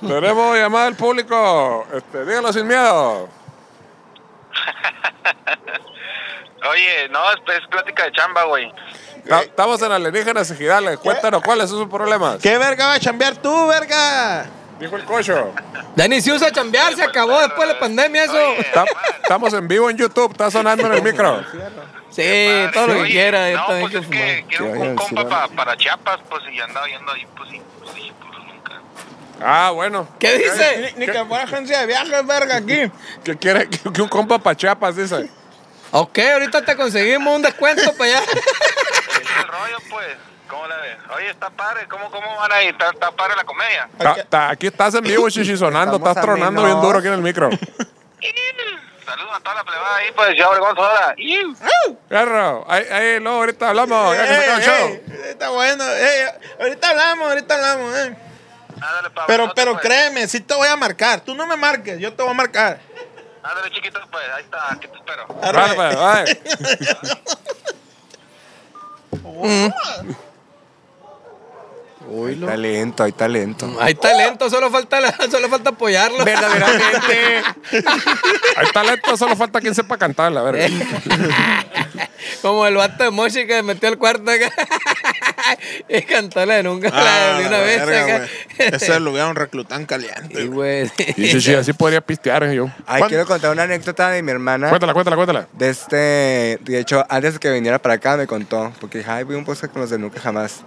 Speaker 1: Tenemos llamadas al público. Este, díganlo sin miedo.
Speaker 5: Oye, no, es, es plática de chamba, güey.
Speaker 1: Ta- Estamos en alienígenas y gidales. Cuéntanos cuáles son sus problemas.
Speaker 2: ¿Qué verga va a chambear tú, verga?
Speaker 1: Dijo el cocho.
Speaker 3: Ya ni se usa chambear, se acabó después de la pandemia eso.
Speaker 5: Oye.
Speaker 1: Ta- Estamos en vivo en YouTube. Está sonando en el micro.
Speaker 3: Sí, todo lo que
Speaker 5: Oye,
Speaker 3: quiera. Yo
Speaker 5: No,
Speaker 3: también
Speaker 5: pues
Speaker 3: quiero
Speaker 5: es
Speaker 3: fumar.
Speaker 5: que quiero
Speaker 4: Que vayan,
Speaker 5: un compa
Speaker 4: sí,
Speaker 5: pa- para Chiapas, pues y andaba yendo ahí, pues y pues, dije, pues nunca.
Speaker 1: Ah, bueno.
Speaker 3: ¿Qué dice?
Speaker 2: Ni, que fuera agencia de viajes, verga, aquí.
Speaker 1: Que quiere que, que un compa pa' Chiapas, dice.
Speaker 3: Ok, ahorita te conseguimos un descuento para allá. [LAUGHS]
Speaker 5: Ese Es el rollo, pues. ¿Cómo la ves? Oye, está padre. ¿Cómo, cómo van ahí? ¿Está, está padre la comedia?
Speaker 1: Ta- ta- aquí estás en vivo, chichi, sonando.
Speaker 4: Estamos
Speaker 1: Estás tronando bien
Speaker 4: amigos.
Speaker 1: duro aquí en el micro.
Speaker 5: Saludos a toda la plebada ahí, pues. Yo, Obregón, Sola. ¡Iu!
Speaker 1: Perro, ahí, ahí, luego ahorita hablamos. Ya que se
Speaker 2: Ey,
Speaker 1: acaba el
Speaker 2: ey,
Speaker 1: show.
Speaker 2: Eh, está bueno. ey, ahorita hablamos, ahorita hablamos. eh.
Speaker 5: Ándale, pa'
Speaker 2: Pero,
Speaker 5: vosotros,
Speaker 2: pero
Speaker 5: pues.
Speaker 2: créeme, sí te voy a marcar. Tú no me marques, yo te voy a marcar.
Speaker 5: Ándale, chiquito, pues. Ahí está. Aquí te espero.
Speaker 2: Arre.
Speaker 1: Vale, pues, vale.
Speaker 4: Hay talento, hay talento.
Speaker 3: Hay talento, solo falta, la- solo falta apoyarlo.
Speaker 4: Verdaderamente.
Speaker 1: Hay talento, solo falta quien sepa cantar, la verga.
Speaker 3: Como el vato de Moshi que metió el cuarto acá. [LAUGHS] y cantó la de nunca la de
Speaker 2: Ah,
Speaker 3: una
Speaker 2: la
Speaker 3: vez
Speaker 2: verga,
Speaker 3: acá.
Speaker 2: güey. Ese lo hubieran reclutado en caliente.
Speaker 3: Y güey. [LAUGHS]
Speaker 1: Y sí, sí, así podría pistear eh, yo.
Speaker 4: Ay,
Speaker 1: Cuán-
Speaker 4: quiero contar una anécdota de mi hermana.
Speaker 1: Cuéntala, cuéntala, cuéntala.
Speaker 4: De este, de hecho, antes de que viniera para acá me contó, porque dije, ay, voy a un podcast con los de nunca jamás.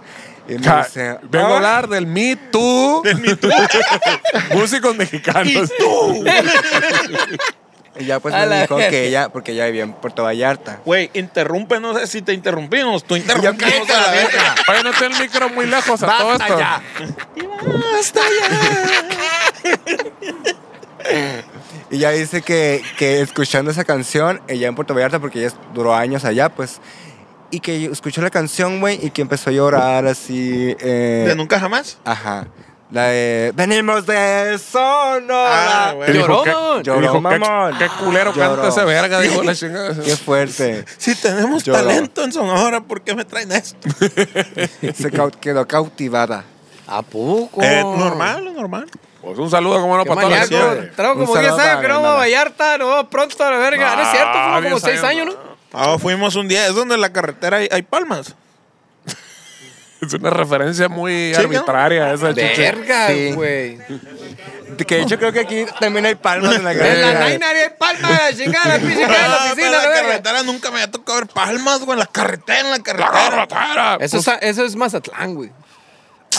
Speaker 4: Y me
Speaker 1: Ja,
Speaker 4: dice,
Speaker 1: vengo
Speaker 4: "Ah".
Speaker 1: a hablar del Me Too. Del Me [LAUGHS] Músicos mexicanos.
Speaker 4: Y ya pues
Speaker 3: A
Speaker 4: me
Speaker 3: la
Speaker 4: dijo
Speaker 3: verga.
Speaker 4: que ella, porque ella vivía en Puerto Vallarta.
Speaker 2: Güey, interrumpe, no sé si te interrumpimos. Tú interrumpimos
Speaker 4: cállate
Speaker 2: a la
Speaker 4: la
Speaker 2: verga.
Speaker 1: Oye, no tiene el micro muy lejos a todo esto.
Speaker 2: [LAUGHS] Basta ya.
Speaker 4: [LAUGHS] Y ella dice que, que escuchando esa canción, ella en Puerto Vallarta, porque ella duró años allá, pues, y que escuchó la canción, güey, y que empezó a llorar así. eh,
Speaker 2: ¿De nunca jamás?
Speaker 4: Ajá. La de, venimos de
Speaker 2: Ah,
Speaker 4: Sonora.
Speaker 2: güey.
Speaker 1: Y dijo,
Speaker 3: Lloró,
Speaker 1: ¿qué,
Speaker 3: mamón.
Speaker 1: y
Speaker 4: Lloró,
Speaker 1: dijo, ¿qué,
Speaker 4: mamón.
Speaker 1: qué culero
Speaker 4: Lloró.
Speaker 1: canta ese verga, dijo la chingada.
Speaker 4: Qué fuerte.
Speaker 2: Si tenemos
Speaker 4: Lloró.
Speaker 2: talento en Sonora, ¿por qué me traen esto?
Speaker 4: Se cau- quedó cautivada.
Speaker 3: ¿A poco?
Speaker 2: Eh, normal, normal.
Speaker 1: Pues un saludo como no
Speaker 3: Qué
Speaker 1: para todos.
Speaker 3: maníaco.
Speaker 2: siempre.
Speaker 3: Traigo como
Speaker 4: Un
Speaker 3: 10
Speaker 4: saludo
Speaker 3: años que
Speaker 4: para
Speaker 3: no vamos a
Speaker 4: Granada.
Speaker 3: Vallarta, no vamos pronto a la verga. no es cierto,
Speaker 1: Ah,
Speaker 3: fuimos como
Speaker 1: 10
Speaker 3: 6 años,
Speaker 1: años,
Speaker 3: ¿no?
Speaker 2: Ah, fuimos un día, es donde en la carretera hay, hay palmas.
Speaker 1: Es una referencia muy
Speaker 2: Sí, ¿no?
Speaker 1: arbitraria esa chicha.
Speaker 3: Verga,
Speaker 4: Sí.
Speaker 3: güey.
Speaker 4: De Que de hecho creo que aquí también hay palmas en la
Speaker 3: En la
Speaker 4: carretera.
Speaker 3: Naina de Palma, chingada, la pinche cara de la
Speaker 2: Ah, pero en
Speaker 3: oficina,
Speaker 2: la
Speaker 3: la verga.
Speaker 2: carretera nunca me había tocado ver palmas, güey. En la carretera, en la
Speaker 1: La
Speaker 2: carretera.
Speaker 1: garrotera.
Speaker 3: Eso, es, eso es Mazatlán, güey.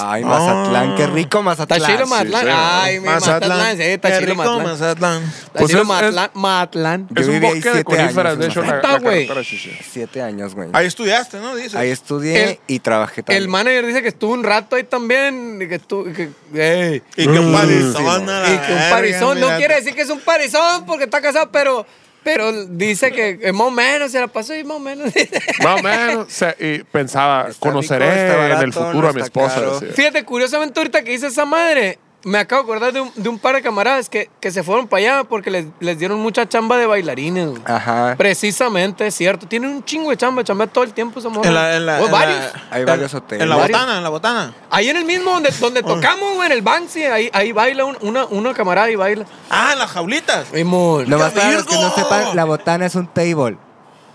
Speaker 4: Ay, Mazatlán, qué rico
Speaker 3: Está
Speaker 4: Mazatlán.
Speaker 3: chido Mazatlán.
Speaker 1: sí.
Speaker 3: Ay, mi Mazatlán. Sí, está
Speaker 2: Qué
Speaker 3: chido
Speaker 2: rico
Speaker 3: Mazatlán.
Speaker 2: Mazatlán.
Speaker 3: Está
Speaker 1: Pues
Speaker 3: chido
Speaker 1: es- es-
Speaker 3: Mazatlán. Mazatlán.
Speaker 4: Yo
Speaker 1: Es un
Speaker 4: viví ahí
Speaker 1: bosque de
Speaker 4: siete años
Speaker 1: coníferas,
Speaker 4: en
Speaker 1: de hecho, la, la
Speaker 3: Mazatlán, güey.
Speaker 1: carretera chicha.
Speaker 4: Siete años, güey.
Speaker 2: Ahí estudiaste, ¿no? Dices.
Speaker 4: Ahí estudié
Speaker 3: El-
Speaker 4: y trabajé también.
Speaker 3: El manager dice que estuvo un rato ahí también. y Que estuvo, que, ey.
Speaker 2: Y que un parizón. a la
Speaker 3: Y que un
Speaker 2: verga,
Speaker 3: parizón. No
Speaker 2: mira.
Speaker 3: quiere decir que es un parizón porque está casado, pero, pero dice que eh, más o menos se la pasó y más o menos. [LAUGHS]
Speaker 1: [LAUGHS] Más o menos. se- y pensaba,
Speaker 4: Está rico,
Speaker 1: conoceré
Speaker 4: está
Speaker 1: en el
Speaker 4: barato,
Speaker 1: futuro
Speaker 4: no
Speaker 1: a mi
Speaker 4: está
Speaker 1: esposa.
Speaker 4: caro.
Speaker 1: decía.
Speaker 3: Fíjate, curiosamente ahorita que dice esa madre, me acabo de acordar de un, de un par de camaradas que, que se fueron para allá porque les, les dieron mucha chamba de bailarines. güey.
Speaker 4: Ajá.
Speaker 3: Precisamente, es cierto. Tienen un chingo de chamba, chambea todo el tiempo esa morra.
Speaker 2: En la, en la- en
Speaker 3: Oh,
Speaker 2: la-
Speaker 3: varios.
Speaker 4: Hay
Speaker 2: en-
Speaker 4: varios hoteles.
Speaker 2: En la
Speaker 4: Varios.
Speaker 2: botana, en la botana.
Speaker 3: Ahí en el mismo donde,
Speaker 2: Oh.
Speaker 3: donde tocamos, güey, en el Banksy, ahí, ahí baila un- una, una camarada y baila.
Speaker 2: Ah, en las jaulitas.
Speaker 3: Simón.
Speaker 4: Nomás para los
Speaker 2: Virgo!
Speaker 4: que no sepan, la botana es un table.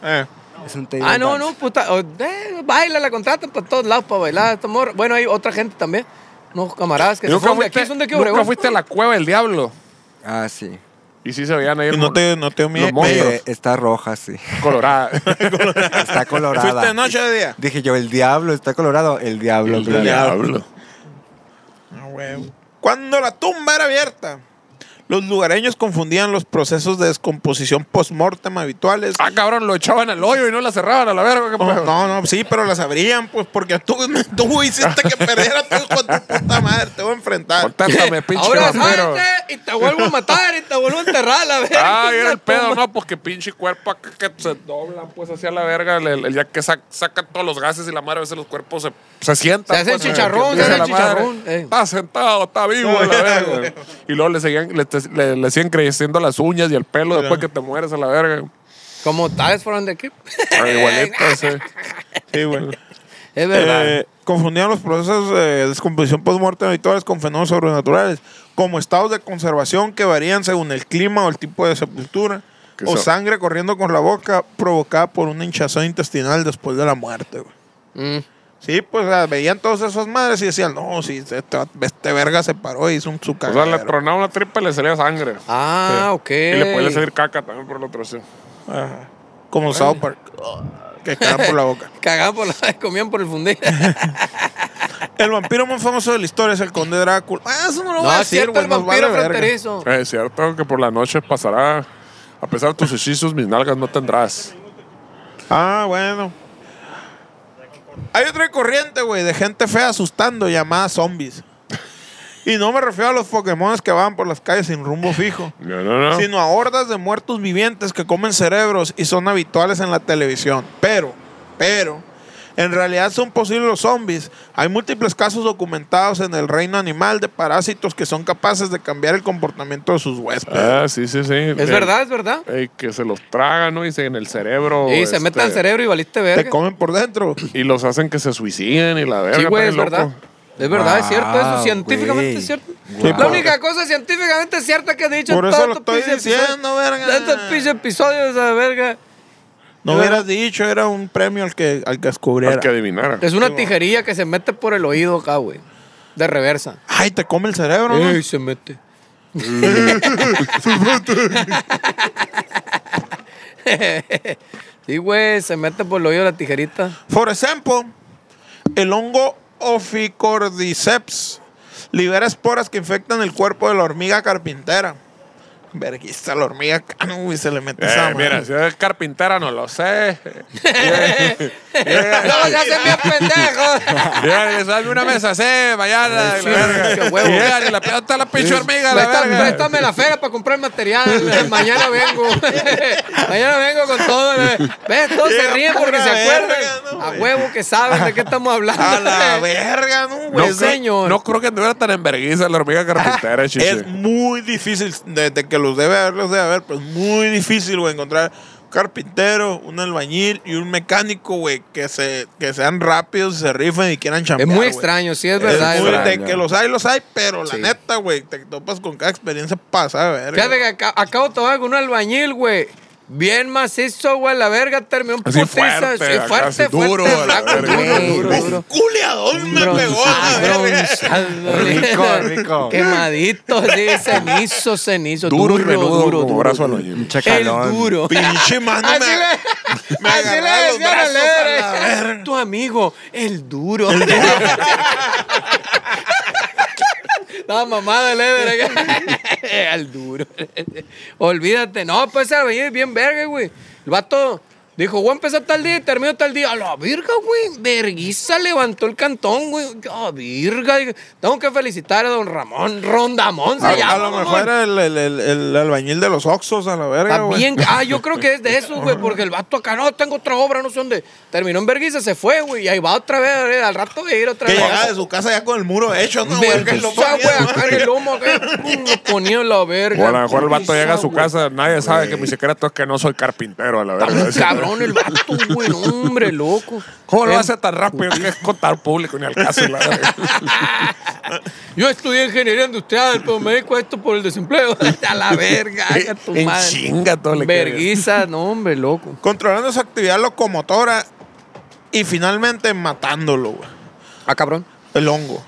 Speaker 2: Eh.
Speaker 4: Es un table.
Speaker 3: Ah, no, no,
Speaker 4: dance.
Speaker 3: puta. oh, eh, baila, la contratan para todos lados para bailar. esta morra. Bueno, hay otra gente también. No, camaradas que se
Speaker 1: Nunca
Speaker 3: fueron de
Speaker 1: fuiste,
Speaker 3: aquí, son de aquí,
Speaker 1: nunca
Speaker 3: Obregón.
Speaker 1: fuiste a la cueva del diablo.
Speaker 4: Ah, sí.
Speaker 1: Y sí se veían ahí.
Speaker 2: Y no te, no te
Speaker 1: Los
Speaker 2: miedo.
Speaker 1: monstruos.
Speaker 4: Eh, está roja, sí.
Speaker 1: Colorada.
Speaker 2: [LAUGHS]
Speaker 4: Está colorada.
Speaker 2: ¿Fuiste de noche o de día?
Speaker 4: Dije yo, el diablo está colorado. El diablo, claro.
Speaker 2: diablo. Ah, huevo. Cuando la tumba era abierta, los lugareños confundían los procesos de descomposición post-mortem habituales.
Speaker 1: ah, cabrón, lo echaban al hoyo y no la cerraban a la verga. ¿qué pedo?
Speaker 2: No, no, sí, pero las abrían, pues, porque tú, [LAUGHS] tú hiciste que perdiera tu hijo a tu puta madre. Te voy a enfrentar. [LAUGHS]
Speaker 1: Contáctame, pinche
Speaker 3: Ahora
Speaker 1: vampiro.
Speaker 3: salte y te vuelvo a matar y te vuelvo a enterrar, la verga.
Speaker 1: Ah, era el
Speaker 3: Esa tumba.
Speaker 1: pedo, no, pues que pinche cuerpo acá que se dobla, pues hacia la verga, el, el- ya que sac- sacan todos los gases y la madre a veces los cuerpos se, se sientan.
Speaker 3: Se hacen
Speaker 1: pues,
Speaker 3: chicharrón,
Speaker 1: que empieza
Speaker 3: se hacen
Speaker 1: la madre.
Speaker 3: chicharrón, eh.
Speaker 1: Está sentado, está vivo,
Speaker 2: No, [LAUGHS]
Speaker 1: la
Speaker 2: güey.
Speaker 1: verga. Y luego le seguían, le, te- le- le siguen creciendo las uñas y el pelo después que te mueres a la verga.
Speaker 3: Como tales fueron de aquí.
Speaker 1: Ah,
Speaker 2: [LAUGHS]
Speaker 1: Igualito, sí.
Speaker 2: Sí, güey.
Speaker 3: Es verdad.
Speaker 2: Eh, confundían los procesos de descomposición post-muerte habituales con fenómenos sobrenaturales, como estados de conservación que varían según el clima o el tipo de sepultura,
Speaker 1: Que
Speaker 2: o
Speaker 1: son-
Speaker 2: sangre corriendo con la boca provocada por una hinchazón intestinal después de la muerte. güey.
Speaker 3: Mm.
Speaker 2: Sí, pues o sea, veían todas esas madres y decían, no, si este, este verga se paró y hizo un su
Speaker 1: O sea, le
Speaker 2: cagadero".
Speaker 1: tronaba una tripa y le salía sangre.
Speaker 3: Ah, ok.
Speaker 1: Y le puede salir caca también por el otro, sí.
Speaker 2: Ajá. Como South Park, que cagan por la boca.
Speaker 3: Cagaban por la... [LAUGHS] comían por el fundido.
Speaker 2: El vampiro más famoso de la historia es el conde Drácula. Ah, eso no lo
Speaker 3: No,
Speaker 2: voy a
Speaker 3: es
Speaker 2: decir,
Speaker 3: cierto,
Speaker 2: güey,
Speaker 3: el
Speaker 2: nos vale
Speaker 3: vampiro
Speaker 2: verga.
Speaker 3: fronterizo.
Speaker 1: Eh, Es cierto que por la noche pasará, a pesar de tus hechizos, mis nalgas no tendrás.
Speaker 2: Ah, bueno. Hay otra corriente, güey, de gente fea asustando llamada zombies. Y no me refiero a los Pokémon que van por las calles sin rumbo fijo,
Speaker 1: No, no, no.
Speaker 2: sino a hordas de muertos vivientes que comen cerebros y son habituales en la televisión. Pero, pero, en realidad son posibles los zombies. Hay múltiples casos documentados en el reino animal de parásitos que son capaces de cambiar el comportamiento de sus huéspedes.
Speaker 1: Ah, sí, sí, sí.
Speaker 3: Es verdad, es verdad.
Speaker 1: Ey, que se los tragan, ¿no? Y se en el cerebro.
Speaker 3: Y
Speaker 1: este,
Speaker 3: se mete al cerebro y valiste
Speaker 2: Te
Speaker 1: Ah.
Speaker 3: verga.
Speaker 2: comen por dentro.
Speaker 1: Y los hacen que se suiciden y la verga.
Speaker 3: Sí, güey,
Speaker 1: está
Speaker 3: es
Speaker 1: bien loco.
Speaker 3: verdad. Es verdad, es cierto eso,
Speaker 4: Wow,
Speaker 3: científicamente
Speaker 4: güey.
Speaker 3: es cierto.
Speaker 4: Sí,
Speaker 3: la
Speaker 2: porque-
Speaker 3: única cosa científicamente cierta que he dicho
Speaker 2: Por
Speaker 3: en
Speaker 2: eso
Speaker 3: todo
Speaker 2: lo
Speaker 3: este
Speaker 2: estoy
Speaker 3: pinche episodio-
Speaker 2: diciendo, verga.
Speaker 3: de Estos pinches episodios, esa verga.
Speaker 2: No
Speaker 3: Era-
Speaker 2: hubieras dicho, era un premio al que, al que descubriera.
Speaker 1: Al que adivinara.
Speaker 3: Es una tijerilla que se mete por el oído acá, güey. De reversa.
Speaker 2: Ay, te come el cerebro, ¿no?
Speaker 3: Ey,
Speaker 2: [LAUGHS]
Speaker 3: se mete. sí, güey, se mete por el oído la tijerita.
Speaker 2: Por ejemplo, el hongo Ophicordyceps libera esporas que infectan el cuerpo de la hormiga carpintera. Verguista, la hormiga cano, y se le mete esa
Speaker 1: Eh,
Speaker 2: madre.
Speaker 1: mira, si es carpintera, no lo
Speaker 3: [LAUGHS]
Speaker 1: sé.
Speaker 3: ¡No, ya se
Speaker 2: [LAUGHS]
Speaker 3: me pendejo!
Speaker 1: Mira, dame una mesa, sé, mañana. y la verga.
Speaker 3: sí, huevo.
Speaker 1: Mira, y la ¿dónde está la pinche hormiga, la
Speaker 3: Préstame,
Speaker 1: verga.
Speaker 3: préstame la feria para comprar material.
Speaker 2: [LAUGHS]
Speaker 3: Mañana vengo. Mañana vengo con todo. ¿Ves? Todos se
Speaker 2: Era
Speaker 3: ríen porque
Speaker 2: pura
Speaker 3: se acuerdan.
Speaker 2: verga, ¿no,
Speaker 3: a
Speaker 2: güey?
Speaker 3: huevo que saben de qué estamos hablando.
Speaker 2: A la verga, ¿no, güey?
Speaker 3: No, señor.
Speaker 1: No creo que anduviera tan enverguiza la hormiga
Speaker 3: Ah,
Speaker 1: carpintera, chiche.
Speaker 2: Es muy difícil, desde que los debe haber, los debe haber, pero es muy difícil, güey, encontrar un carpintero, un albañil y un mecánico, güey, que, se, que sean rápidos, se rifen y quieran chambear,
Speaker 3: es muy
Speaker 2: güey.
Speaker 3: extraño, sí, es
Speaker 2: Es
Speaker 3: verdad. es
Speaker 2: muy
Speaker 3: verdad.
Speaker 2: de que los hay, los hay, pero la
Speaker 3: Sí.
Speaker 2: neta, güey, te topas con cada experiencia pasada, verga.
Speaker 3: Fíjate que acá- acabo de tomar con un albañil, güey. Bien macizo, güey, la verga terminó un
Speaker 1: Así
Speaker 3: putiza.
Speaker 1: fuerte,
Speaker 3: sí,
Speaker 1: acá,
Speaker 3: fuerte,
Speaker 1: así duro,
Speaker 3: fuerte,
Speaker 1: a la
Speaker 3: flaco,
Speaker 1: verga. Ah,
Speaker 3: güey,
Speaker 4: Duro,
Speaker 3: duro,
Speaker 2: Un culeadón me pegó, la
Speaker 3: Bronzado,
Speaker 2: verga.
Speaker 3: bronzado.
Speaker 4: Rico, rico.
Speaker 3: Quemadito, sí, cenizo, cenizo.
Speaker 1: Duro y menudo,
Speaker 3: duro,
Speaker 1: como
Speaker 3: duro,
Speaker 1: brazo
Speaker 3: duro.
Speaker 1: al hoyo.
Speaker 4: Un chacalón.
Speaker 3: El
Speaker 2: [LAUGHS]
Speaker 3: duro.
Speaker 2: Pinche mano
Speaker 3: Así
Speaker 2: me,
Speaker 3: le,
Speaker 2: [LAUGHS] me
Speaker 3: así
Speaker 2: agarraba
Speaker 3: le
Speaker 2: los
Speaker 3: decían
Speaker 2: brazos
Speaker 3: al Ever,
Speaker 2: a la verga.
Speaker 3: Tu amigo, el duro. [LAUGHS] La mamada del Ever [LAUGHS] acá. Al duro. Olvídate. No, pues ese albañil es bien verga, güey. El vato Dijo, voy a empezar tal día y termino tal día. A la virga, güey. Verguiza levantó el cantón, güey. A virga. dije, Tengo que felicitar a don Ramón Rondamón. Se
Speaker 2: A,
Speaker 3: llama,
Speaker 2: a lo
Speaker 3: mamón.
Speaker 2: mejor el, el- el- el albañil de los Oxos, a la verga,
Speaker 3: Está
Speaker 2: güey.
Speaker 3: bien- Ah, yo creo que es de eso,
Speaker 1: [LAUGHS]
Speaker 3: güey, porque el vato acá, no, tengo otra obra, no sé dónde. Terminó en Verguiza, se fue, güey, y ahí va otra vez, eh, al rato voy a ir otra
Speaker 2: Que
Speaker 3: vez.
Speaker 2: llegaba de su casa ya con el muro hecho, ¿no, güey? Que lo
Speaker 3: Verguiza, güey,
Speaker 2: ponía,
Speaker 3: acá en el lomo, acá, pum, lo ponía en la verga.
Speaker 1: O a lo mejor el vato
Speaker 3: Verguiza,
Speaker 1: llega a su
Speaker 3: güey.
Speaker 1: casa, nadie sabe que mi secreto es que no soy carpintero, a la
Speaker 3: Está
Speaker 1: verdad.
Speaker 3: bien cabrón el vato, güey, no, hombre, loco.
Speaker 1: ¿Cómo lo
Speaker 3: Eh,
Speaker 1: hace tan rápido que es contar público ni al caso? La
Speaker 3: [LAUGHS]
Speaker 1: verga.
Speaker 3: Yo estudié ingeniería industrial, pero me dedico a esto por el desempleo. [LAUGHS] a la
Speaker 1: [LAUGHS]
Speaker 3: verga, a tu
Speaker 1: en
Speaker 3: madre.
Speaker 1: chinga todo le cae.
Speaker 3: Verguiza, no, hombre, loco.
Speaker 2: Controlando su actividad locomotora y finalmente matándolo, güey.
Speaker 3: Ah, cabrón.
Speaker 2: El hongo.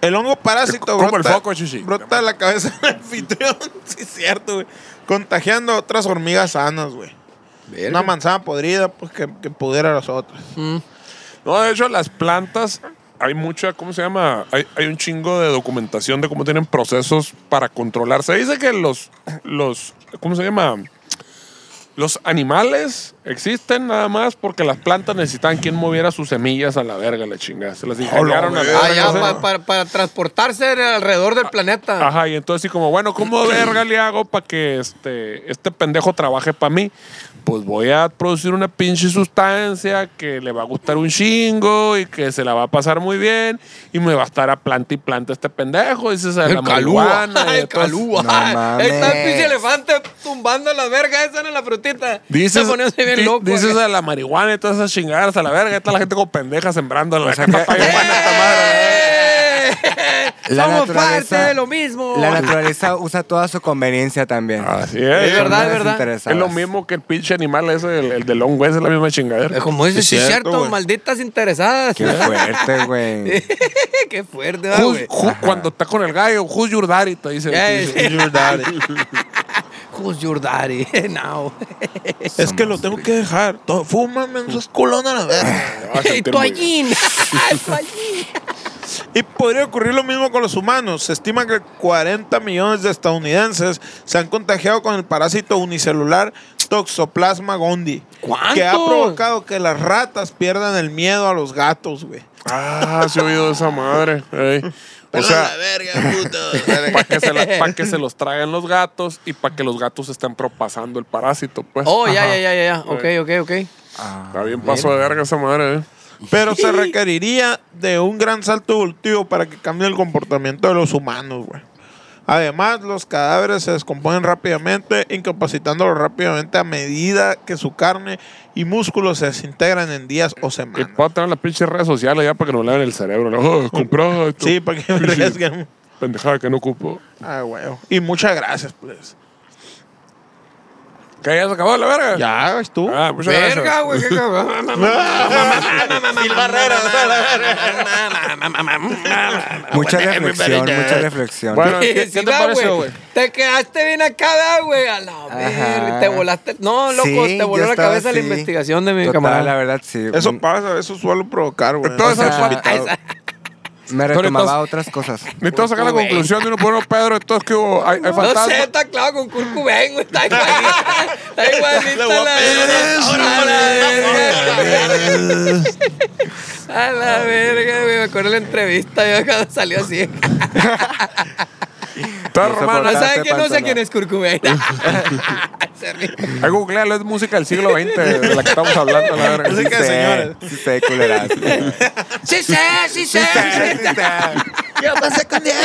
Speaker 2: El hongo parásito
Speaker 1: Como el
Speaker 2: brota,
Speaker 1: foco, Chuchi.
Speaker 2: brota de la cabeza del anfitrión, [LAUGHS] sí es cierto, güey. Contagiando a otras hormigas sanas, güey. Una manzana podrida, pues que, que pudiera a las otras.
Speaker 1: No, de hecho, las plantas, hay mucha, ¿cómo se llama? Hay, hay un chingo de documentación de cómo tienen procesos para controlar. Se dice que los, los, ¿cómo se llama? Los animales existen nada más porque las plantas necesitan quien moviera sus semillas a la verga, la chingada. Se las ingeniaron a la
Speaker 3: Ah,
Speaker 1: verga,
Speaker 3: ya,
Speaker 1: no sé.
Speaker 3: pa- para, para transportarse alrededor del planeta.
Speaker 1: Ajá, y entonces así como, bueno, ¿cómo verga le hago para que este, este pendejo trabaje para mí? Pues voy a producir una pinche sustancia que le va a gustar un chingo y que se la va a pasar muy bien y me va a estar a planta y planta este pendejo. Dices, a la
Speaker 3: El calúa.
Speaker 1: marihuana
Speaker 3: [LAUGHS]
Speaker 1: y
Speaker 3: El
Speaker 1: entonces-
Speaker 3: calúa.
Speaker 4: No mames.
Speaker 3: Ahí está el pinche elefante tumbando la verga esa en la frutita.
Speaker 1: [LAUGHS] Dices,
Speaker 3: Se poniéndose bien
Speaker 1: di-
Speaker 3: loco. eh.
Speaker 1: dices
Speaker 3: acá.
Speaker 1: a la marihuana y todas esas chingadas a la verga. Está la gente como pendeja sembrando la
Speaker 4: que-
Speaker 1: papaya,
Speaker 4: ¡Eh!
Speaker 1: buena esta madre.
Speaker 3: ¡Eh!
Speaker 4: La
Speaker 3: Somos
Speaker 4: naturaleza-
Speaker 3: parte de lo mismo.
Speaker 4: La naturaleza usa toda su conveniencia también.
Speaker 1: Así es.
Speaker 3: Es verdad, es
Speaker 4: Personas
Speaker 3: verdad.
Speaker 1: Es
Speaker 4: interesadas.
Speaker 1: lo mismo que el pinche animal ese, el, el de Long West, es la misma chingadera.
Speaker 3: Eh, Como dices,
Speaker 2: Es
Speaker 3: sí es
Speaker 2: cierto,
Speaker 3: cierto,
Speaker 2: güey.
Speaker 3: malditas interesadas.
Speaker 4: Qué fuerte,
Speaker 3: [LAUGHS]
Speaker 4: güey.
Speaker 3: Qué fuerte, va,
Speaker 1: Who's-
Speaker 3: güey.
Speaker 1: who- cuando está con el gallo, who's your daddy? Te dice.
Speaker 3: Ya
Speaker 1: te
Speaker 3: es.
Speaker 1: dice,
Speaker 2: Your [LAUGHS] daddy.
Speaker 3: Who's your daddy? Now.
Speaker 2: es que lo tengo que dejar. To- Fúmame en sus culones a la verga.
Speaker 1: "Te vas a sentir muy bien".
Speaker 3: Toallín. Toallín.
Speaker 2: [LAUGHS] Y podría ocurrir lo mismo con los humanos. Se estima que 40 millones de estadounidenses se han contagiado con el parásito unicelular Toxoplasma gondii.
Speaker 3: ¿Cuánto?
Speaker 2: Que ha provocado que las ratas pierdan el miedo a los gatos, güey.
Speaker 1: Ah, se ha oído esa madre. ey. O
Speaker 2: Pero
Speaker 1: sea,
Speaker 2: la verga, [LAUGHS] puto.
Speaker 1: para que, se la- pa' que se los traigan los gatos y para que los gatos estén propasando el parásito, pues.
Speaker 3: Oh, ya,
Speaker 1: Ajá.
Speaker 3: ya, ya, ya, ya. Ok, ok, ok.
Speaker 1: Está bien paso de verga esa madre, eh.
Speaker 2: Pero se requeriría de un gran salto evolutivo para que cambie el comportamiento de los humanos, güey. Además, los cadáveres se descomponen rápidamente, incapacitándolos rápidamente a medida que su carne y músculos se desintegran en días o
Speaker 1: Y
Speaker 2: semanas.
Speaker 1: para tener las pinches redes sociales ya para que nos laven el cerebro. ¿no? Oh, compró esto.
Speaker 2: Sí, para que me
Speaker 1: Pinche
Speaker 2: arriesguen.
Speaker 1: Pendejada que no ocupo.
Speaker 2: Ah, güey. Y muchas gracias, pues.
Speaker 1: ¿Que ya se acabó la verga?
Speaker 2: Ya, tú.
Speaker 1: Ah, muchas
Speaker 3: Verga,
Speaker 1: gracias.
Speaker 3: güey, qué cabrón.
Speaker 4: Mucha reflexión, mucha reflexión.
Speaker 1: Bueno, ¿qué-
Speaker 3: [LAUGHS] Sí,
Speaker 1: qué te
Speaker 3: va,
Speaker 1: pareció, güey?
Speaker 3: Te quedaste bien acá, güey. A la verga. Te volaste. No, loco,
Speaker 4: Sí,
Speaker 3: te voló
Speaker 4: yo
Speaker 3: la
Speaker 4: estaba
Speaker 3: cabeza la
Speaker 4: así.
Speaker 3: investigación de mi
Speaker 4: Total,
Speaker 3: camarada.
Speaker 4: La verdad, sí. Mm,
Speaker 2: Eso pasa, eso suele provocar, güey.
Speaker 1: Entonces, ah,
Speaker 2: Entonces,
Speaker 4: sea,
Speaker 2: invitado.
Speaker 4: Me
Speaker 1: Pero
Speaker 4: retomaba
Speaker 1: entonces-
Speaker 4: otras cosas.
Speaker 1: Necesitamos sacar la
Speaker 3: Güey.
Speaker 1: conclusión de uno por uno, Pedro. Entonces, que hubo? ¿Hay, hay
Speaker 3: No
Speaker 1: fantasmas?
Speaker 3: sé, está claro con Curcuben,
Speaker 4: [LAUGHS]
Speaker 3: güey. Está igualita. Está igualita
Speaker 2: Le voy a
Speaker 3: la
Speaker 2: pedir
Speaker 3: verga.
Speaker 2: una
Speaker 3: Ahora,
Speaker 2: foto,
Speaker 3: A la verga. A la verga, güey. Me acuerdo de la entrevista. Yo cuando
Speaker 4: [LAUGHS]
Speaker 3: salió así.
Speaker 1: Está romano.
Speaker 3: No
Speaker 4: Cortaste
Speaker 3: sabe que no sé
Speaker 4: este pantalón.
Speaker 3: quién
Speaker 4: [LAUGHS]
Speaker 3: es [LAUGHS] Curcuben.
Speaker 1: Hay googlealo, es música del siglo XX de la que estamos hablando, la verga.
Speaker 2: Así que,
Speaker 4: Sí sé,
Speaker 2: señores.
Speaker 4: Sí, sé, culera. sí sé.
Speaker 3: Sí, sí, sí, sí.
Speaker 2: Yo pasé con 10.